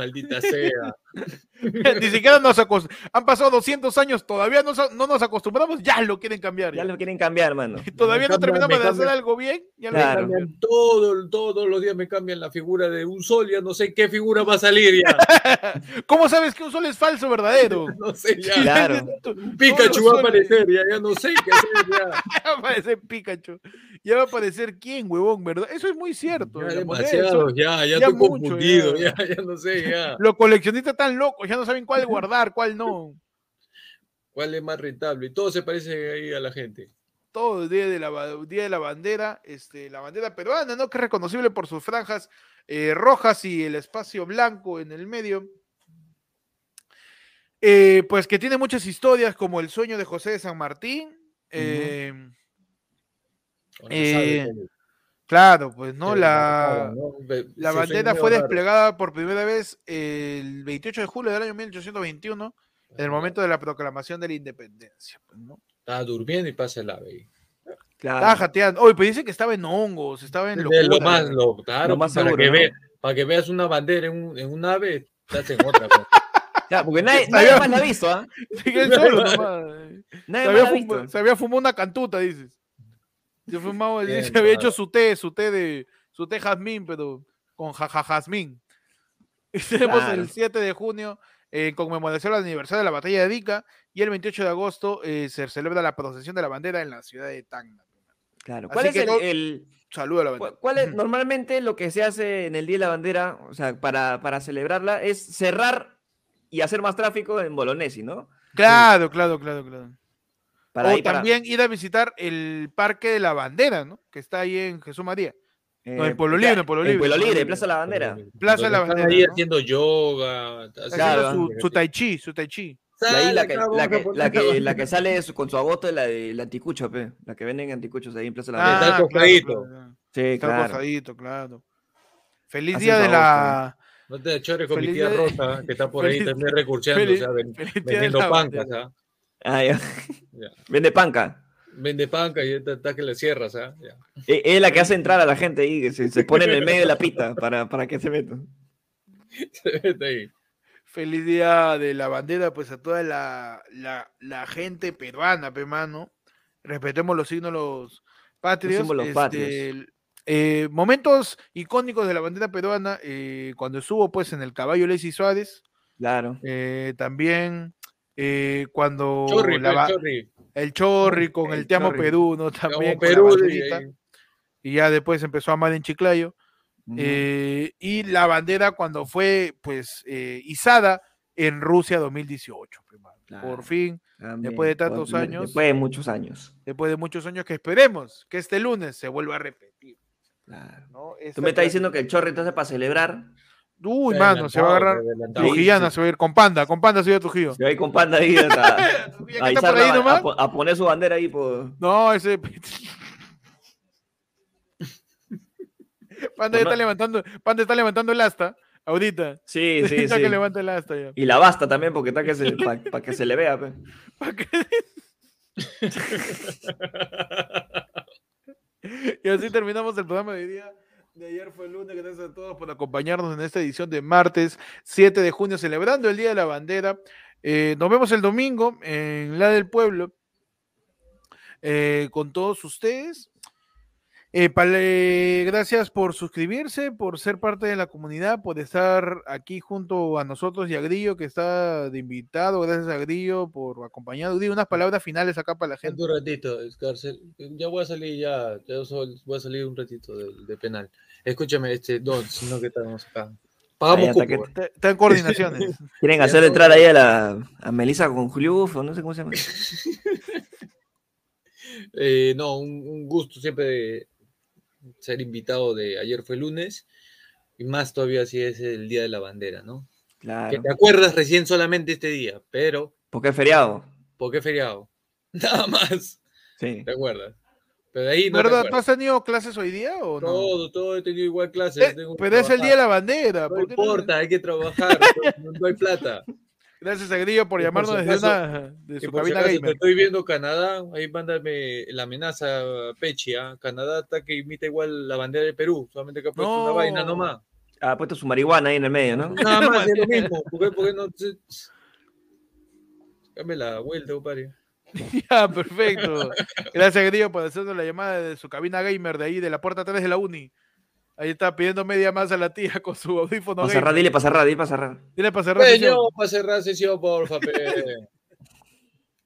Speaker 2: [LAUGHS]
Speaker 3: maldita sea.
Speaker 2: Ni siquiera nos acos- Han pasado 200 años, todavía no, so- no nos acostumbramos, ya lo quieren cambiar.
Speaker 1: Ya
Speaker 2: ya. [LAUGHS]
Speaker 1: lo quieren cambiar, hermano.
Speaker 2: Todavía no
Speaker 3: Me cambian,
Speaker 2: terminamos
Speaker 3: me
Speaker 2: de hacer
Speaker 3: cambian.
Speaker 2: algo bien, ya lo
Speaker 1: Claro.
Speaker 2: quieren cambiar.
Speaker 3: Todo, todos los días me cambian la figura de un sol, ya no sé qué figura va a salir
Speaker 2: [LAUGHS]
Speaker 3: ya.
Speaker 2: ¿Cómo sabes que un sol es falso, verdadero?
Speaker 3: No sé ya.
Speaker 1: Claro.
Speaker 2: [LAUGHS]
Speaker 3: Un
Speaker 2: Todos
Speaker 3: Pikachu va a
Speaker 2: los soles.
Speaker 3: aparecer, ya, ya no sé qué hacer
Speaker 2: [LAUGHS]
Speaker 3: ya.
Speaker 2: Ya va a aparecer Pikachu. Ya va a aparecer quién, huevón, ¿verdad? Eso es muy cierto. ¿eh?
Speaker 3: Ya
Speaker 2: la moneda del
Speaker 3: demasiado,
Speaker 2: sol.
Speaker 3: ya, ya
Speaker 2: Ya
Speaker 3: estoy
Speaker 2: mucho,
Speaker 3: confundido,
Speaker 2: ya.
Speaker 3: ya, ya no sé ya.
Speaker 2: Los coleccionistas están locos, ya no saben cuál guardar, cuál no.
Speaker 3: ¿Cuál es más rentable? Y todo se parece ahí a la gente.
Speaker 2: todo el día de la, ba- día de la bandera, este, la bandera peruana, ¿no? Que es reconocible por sus franjas eh, rojas y el espacio blanco en el medio. Eh, pues que tiene muchas historias, como el sueño de José de San Martín. eh,
Speaker 3: Ahora sabe
Speaker 2: Eh,
Speaker 3: cómo-
Speaker 2: Claro, pues, ¿no?
Speaker 3: que
Speaker 2: La,
Speaker 3: mataban, ¿no? Ve-
Speaker 2: la
Speaker 3: se
Speaker 2: bandera
Speaker 3: medio
Speaker 2: fue
Speaker 3: raro.
Speaker 2: desplegada por primera vez el 28 de julio del año 1821, en el momento de la proclamación de la independencia. pues, ¿no?
Speaker 3: Estaba durmiendo y pasa el ave. ahí.
Speaker 2: Estaba
Speaker 1: Claro.
Speaker 2: jateando. Oye, pues dicen que estaba en hongos, estaba en
Speaker 3: Ah. De
Speaker 2: locura.
Speaker 3: lo
Speaker 2: [LAUGHS]
Speaker 3: más, lo, claro, pues,
Speaker 1: más
Speaker 3: para,
Speaker 1: seguro,
Speaker 3: que
Speaker 1: ¿no?
Speaker 3: ve- para que veas una bandera en un, en un ave, estás en otra. pues. cosa.
Speaker 1: Ya, porque nadie, nadie más la ha visto, ¿ah?
Speaker 2: Sigue él solo nomás. Se
Speaker 1: Nadie más
Speaker 2: había,
Speaker 1: Eh, la ha
Speaker 2: fuma-
Speaker 1: visto.
Speaker 2: se había fumado una cantuta, dices. Se, fumaba-
Speaker 3: Bien,
Speaker 2: se [LAUGHS] había
Speaker 3: claro.
Speaker 2: hecho su té, su té de su té jazmín, pero con jaja jazmín. [LAUGHS] Y tenemos
Speaker 1: Claro.
Speaker 2: el 7 de junio eh, en conmemoración al aniversario de la batalla de Dica y el 28 de agosto eh, se celebra la procesión de la bandera en la ciudad de Tacna.
Speaker 1: Claro.
Speaker 2: Así
Speaker 1: ¿Cuál es
Speaker 2: que
Speaker 1: el-
Speaker 2: no-
Speaker 1: el,
Speaker 2: Saluda a la bandera.
Speaker 1: ¿Cu- ¿Cuál es
Speaker 2: Ujú.
Speaker 1: normalmente lo que se hace en el Día de la Bandera, o sea, para, para celebrarla, es cerrar y hacer más tráfico en Bolonesi, ¿no?
Speaker 2: Claro, claro, claro, claro.
Speaker 1: Para
Speaker 2: o
Speaker 1: ahí, para-
Speaker 2: también ir a visitar el Parque de la Bandera, ¿no? Que está ahí en Jesús María. no, en
Speaker 1: eh,
Speaker 2: Pueblo
Speaker 1: ya,
Speaker 2: Libre, en Pueblo Libre,
Speaker 1: Pueblo
Speaker 2: Pueblo
Speaker 1: Libre,
Speaker 2: Libre,
Speaker 1: Plaza de la [LAUGHS] Bandera.
Speaker 2: Plaza de la
Speaker 3: Están
Speaker 2: Bandera,
Speaker 3: ahí
Speaker 2: ¿no?
Speaker 3: haciendo yoga. haciendo
Speaker 1: Claro.
Speaker 2: Haciendo su, su tai chi, su tai chi.
Speaker 1: De ahí
Speaker 3: Sal,
Speaker 1: la que,
Speaker 3: acá vamos
Speaker 1: la
Speaker 3: a
Speaker 1: que,
Speaker 3: poner
Speaker 1: la que,
Speaker 3: la-
Speaker 1: la que sale su- con su agosto es la del anticucho, pe, la que venden anticuchos ahí en Plaza de la
Speaker 3: está
Speaker 1: Bandera.
Speaker 2: Ah,
Speaker 3: al costadito.
Speaker 2: claro.
Speaker 1: sí,
Speaker 2: Está
Speaker 1: claro.
Speaker 2: acosadito, claro. Feliz
Speaker 1: Hacen
Speaker 2: día de
Speaker 1: favor,
Speaker 2: la.
Speaker 3: No te chores con mi
Speaker 2: Feliz
Speaker 3: tía
Speaker 2: día-
Speaker 3: Rosa, que está por ahí
Speaker 2: Feliz-
Speaker 3: también recurseando,
Speaker 2: feliz-
Speaker 3: o sea,
Speaker 2: [LAUGHS]
Speaker 3: ven-
Speaker 2: feliz día de
Speaker 3: vendiendo
Speaker 2: la
Speaker 3: pancas,
Speaker 2: bandera.
Speaker 3: ¿ah?
Speaker 1: Ah, ya.
Speaker 3: Ya.
Speaker 1: Vende panca.
Speaker 3: Vende pancas y está, está que le cierras, ¿ah? Ya. [LAUGHS]
Speaker 1: Eh, Es la que hace entrar a la gente ahí, que se, se pone en el medio de la pista para, para que se metan.
Speaker 3: Está ahí.
Speaker 2: Feliz día de la bandera, pues a toda la, la, la gente peruana, pe mano. Respetemos los signos los patrios.
Speaker 1: símbolos
Speaker 2: este,
Speaker 1: patrios.
Speaker 2: el- eh, momentos icónicos de la bandera peruana, eh, cuando estuvo pues en el caballo Lacey Suárez,
Speaker 1: Claro.
Speaker 2: eh, también eh, cuando
Speaker 3: Chorri,
Speaker 2: la
Speaker 3: pues,
Speaker 2: ba-
Speaker 3: chorri.
Speaker 2: el Chorri con el,
Speaker 1: El
Speaker 2: Te amo
Speaker 1: Chorri.
Speaker 2: Perú, ¿no?
Speaker 3: Vamos,
Speaker 2: También con la
Speaker 3: Perú,
Speaker 2: banderita.
Speaker 3: y-
Speaker 2: y ya después empezó a amar en Chiclayo.
Speaker 1: Ujú.
Speaker 2: eh, y la bandera cuando fue pues eh, izada en Rusia 2018. pe, mano.
Speaker 1: Claro.
Speaker 2: pues, Por fin,
Speaker 1: También,
Speaker 2: después de tantos
Speaker 1: por-
Speaker 2: años.
Speaker 1: Después de muchos años.
Speaker 2: después de muchos años que esperemos que este lunes se vuelva a repetir.
Speaker 1: Claro.
Speaker 2: ¿no?
Speaker 1: Tú
Speaker 2: Esta
Speaker 1: me estás
Speaker 2: tra-
Speaker 1: diciendo que el chorri entonces para celebrar.
Speaker 2: Uy, mano, se va a agarrar.
Speaker 3: Adelantado, adelantado.
Speaker 2: Trujillana se va a ir con panda, con panda se va a ir Trujillo.
Speaker 1: Se va a ir con panda ahí [LAUGHS] hasta-
Speaker 2: Trujillo
Speaker 1: a,
Speaker 2: que está
Speaker 1: izar
Speaker 2: por ahí
Speaker 1: la-
Speaker 2: nomás.
Speaker 1: a po- a poner su bandera ahí por.
Speaker 2: No, ese. [LAUGHS] Panda ya
Speaker 1: Por
Speaker 2: está
Speaker 1: no-
Speaker 2: levantando, Panda está levantando el asta. Ahorita.
Speaker 1: [LAUGHS] Sí,
Speaker 2: [LAUGHS]
Speaker 1: sí,
Speaker 2: Está
Speaker 1: sí.
Speaker 2: que levanta el asta ya. [LAUGHS]
Speaker 1: Y la basta también, porque está que se, para que se le vea. pe.
Speaker 2: ¿Pa' qué? y así terminamos el programa de hoy día. De ayer fue el lunes. Gracias a todos por acompañarnos en esta edición de martes 7 de junio, celebrando el Día de la Bandera. Eh, nos vemos el domingo en La del Pueblo eh, con todos ustedes. Eh, pal- eh, gracias por suscribirse, por ser parte de la comunidad, por estar aquí junto a nosotros y a Grillo, que está de invitado. Gracias a Grillo por acompañar. Grillo, unas palabras finales acá para la gente.
Speaker 3: Un ratito, Escarcel. Ya voy a salir, ya, ya sol- voy a salir un ratito de, de penal. Escúchame, este, don, sino que estamos acá. Pagamos
Speaker 1: Ahí
Speaker 3: cupo.
Speaker 1: está que-
Speaker 3: güey.
Speaker 2: Está está en coordinaciones.
Speaker 1: Quieren
Speaker 3: Ya,
Speaker 1: hacer
Speaker 3: no.
Speaker 1: entrar ahí a la a Melissa con Juliuf, o no sé cómo se llama.
Speaker 3: Eh, no, un, un gusto siempre de ser invitado de ayer fue lunes. Y más todavía si es el Día de la Bandera, ¿no? Que
Speaker 1: Claro.
Speaker 3: te acuerdas recién solamente este día, pero
Speaker 1: Porque es feriado.
Speaker 3: porque es feriado. [LAUGHS] Nada más,
Speaker 1: Sí.
Speaker 3: ¿te acuerdas? Pero de ahí no te
Speaker 2: ¿Verdad? ¿Tú
Speaker 3: acuerdas.
Speaker 2: has tenido clases hoy día o no?
Speaker 3: Todo, todo he tenido igual clases.
Speaker 2: Eh,
Speaker 3: tengo que
Speaker 2: pero es el
Speaker 3: trabajar.
Speaker 2: Día de la Bandera.
Speaker 3: No
Speaker 2: ¿por qué no?
Speaker 3: importa, hay que trabajar, [LAUGHS] no, no hay plata.
Speaker 2: Gracias a Grillo por
Speaker 3: Y por
Speaker 2: llamarnos
Speaker 3: si
Speaker 2: desde
Speaker 3: acaso-
Speaker 2: una de
Speaker 3: Y
Speaker 2: su
Speaker 3: por si
Speaker 2: cabina
Speaker 3: acaso te
Speaker 2: gamer. [LAUGHS]
Speaker 3: estoy viendo Canadá, ahí mándame la amenaza, Pechi, ¿ah? Canadá está que imita igual la bandera de Perú, solamente que ha puesto una
Speaker 2: No.
Speaker 3: vaina nomás.
Speaker 1: Ah, Ha puesto su marihuana ahí en el medio, ¿no?
Speaker 3: Nada más, es lo mismo. ¿Por qué, por qué no? se- Dame la vuelta, compadre.
Speaker 2: Ya, Ah, perfecto.
Speaker 3: [LAUGHS]
Speaker 2: Gracias, Grillo, por hacernos la llamada de su cabina gamer de ahí, de la puerta 3 de la uni. Ahí está pidiendo media más a la tía [LAUGHS] con su audífono.
Speaker 1: Para
Speaker 2: gamer.
Speaker 1: cerrar, dile para cerrar, dile para cerrar.
Speaker 2: Dile para cerrar.
Speaker 3: Peño,
Speaker 2: sesión.
Speaker 3: para cerrar sesión, porfa, pe.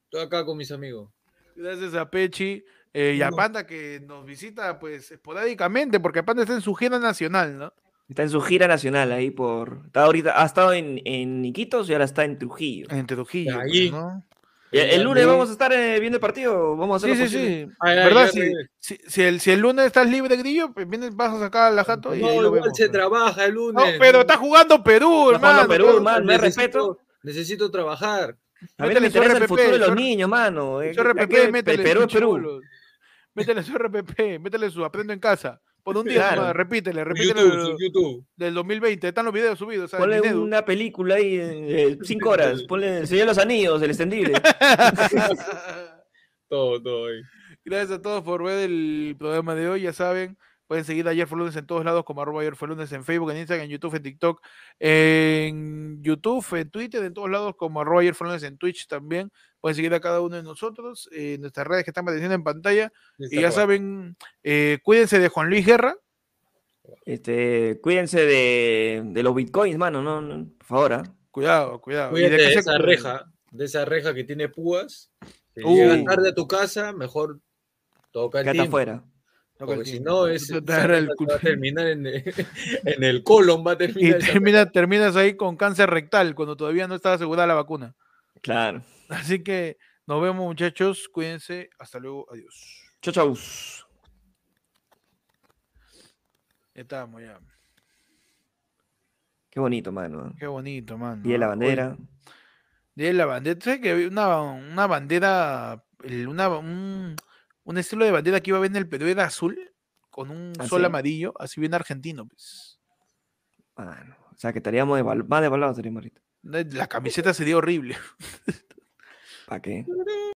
Speaker 3: Estoy acá con mis amigos.
Speaker 2: Gracias a Pechi eh, y a Panda que nos visita pues esporádicamente, porque Panda está en su gira nacional, ¿no?
Speaker 1: Está en su gira nacional ahí por. Está ahorita, ha estado en, en Iquitos y ahora está en Trujillo.
Speaker 2: En Trujillo, pues,
Speaker 3: Ahí.
Speaker 2: ¿no?
Speaker 1: El, el lunes
Speaker 3: Ahí.
Speaker 1: vamos a estar eh, viendo el partido. Vamos a
Speaker 2: Sí,
Speaker 1: hacer
Speaker 2: sí, sí.
Speaker 3: Ay, ay,
Speaker 2: ¿Verdad?
Speaker 3: ya
Speaker 2: Si,
Speaker 3: regreso.
Speaker 2: si- si el, si el lunes estás libre, Grillo, pues vienes, vas a sacar a la jato y
Speaker 3: No,
Speaker 2: ahí lo
Speaker 3: igual
Speaker 2: vemos.
Speaker 3: se
Speaker 2: pues.
Speaker 3: trabaja el lunes.
Speaker 2: No, pero está jugando Perú,
Speaker 1: Está jugando
Speaker 2: hermano.
Speaker 1: Perú,
Speaker 2: está-
Speaker 1: hermano. no hay
Speaker 3: Necesito-
Speaker 1: respeto.
Speaker 3: Necesito trabajar.
Speaker 1: A mí no
Speaker 2: Métele
Speaker 1: me
Speaker 2: su
Speaker 1: interesa el
Speaker 2: RPP,
Speaker 1: futuro de los
Speaker 2: su-
Speaker 1: niños, mano. Eh,
Speaker 2: Su
Speaker 1: hay
Speaker 2: RPP,
Speaker 1: que-
Speaker 2: métele
Speaker 1: Perú
Speaker 2: su
Speaker 1: es Perú.
Speaker 2: chulo. Métele su RPP, métele su aprendo en casa. Por un día,
Speaker 1: Claro.
Speaker 2: nomás, repítele,
Speaker 3: Por
Speaker 2: repítele
Speaker 3: YouTube,
Speaker 2: lo-
Speaker 3: por YouTube.
Speaker 2: del 2020. Están los videos subidos. ¿sabes?
Speaker 1: Ponle
Speaker 2: En Edu.
Speaker 1: una película ahí, eh,
Speaker 2: [LAUGHS]
Speaker 1: cinco horas. Ponle el Señor de los Anillos, el extendible.
Speaker 3: Todo, todo ahí.
Speaker 2: Gracias a todos por ver el programa de hoy. Ya saben, Pueden seguir a Ayer Fue Lunes en todos lados, como arroba Ayer Fue Lunes en Facebook, en Instagram, en YouTube, en TikTok, en YouTube, en Twitter, en todos lados, como arroba Ayer Fue Lunes en Twitch también. Pueden seguir a cada uno de nosotros, eh, en nuestras redes que están apareciendo en pantalla. Y ya saben, eh, cuídense de Juan Luis Guerra.
Speaker 1: Este, cuídense de, de los bitcoins, mano, no, no, por favor. ¿ah?
Speaker 2: Cuidado, cuidado. Y
Speaker 3: Cuídate
Speaker 2: que
Speaker 3: de
Speaker 2: se-
Speaker 3: esa reja, de esa reja que tiene púas. Si
Speaker 2: Uh.
Speaker 3: llegas tarde a tu casa, mejor toca el
Speaker 1: Quédate
Speaker 3: timbre.
Speaker 1: afuera.
Speaker 2: No,
Speaker 3: Porque
Speaker 2: que-
Speaker 3: si no, es,
Speaker 2: te agarra el culo.
Speaker 3: va a terminar en, [LAUGHS] en el colon, va a
Speaker 2: [LAUGHS] Y
Speaker 3: terminar. esa-
Speaker 2: termina, terminas ahí con cáncer rectal cuando todavía no está asegurada la vacuna.
Speaker 1: Claro.
Speaker 2: Así que nos vemos, muchachos. Cuídense. Hasta luego. Adiós.
Speaker 1: Chau, chau.
Speaker 2: Ya estamos, ya.
Speaker 1: Qué bonito, mano.
Speaker 2: Qué bonito, man.
Speaker 1: Y de la bandera.
Speaker 2: Día de la bandera. ¿Tú sabes que había una, una bandera, el- una, un, un estilo de bandera que iba a ver en el Perú era azul, con un
Speaker 1: ¿Ah,
Speaker 2: sol
Speaker 1: sí?
Speaker 2: amarillo, así bien argentino, pues.
Speaker 1: Mano, O sea, que estaríamos devalu- Eh, más devaluados estaríamos ahorita.
Speaker 2: La la camiseta sería horrible.
Speaker 1: ¿Para qué?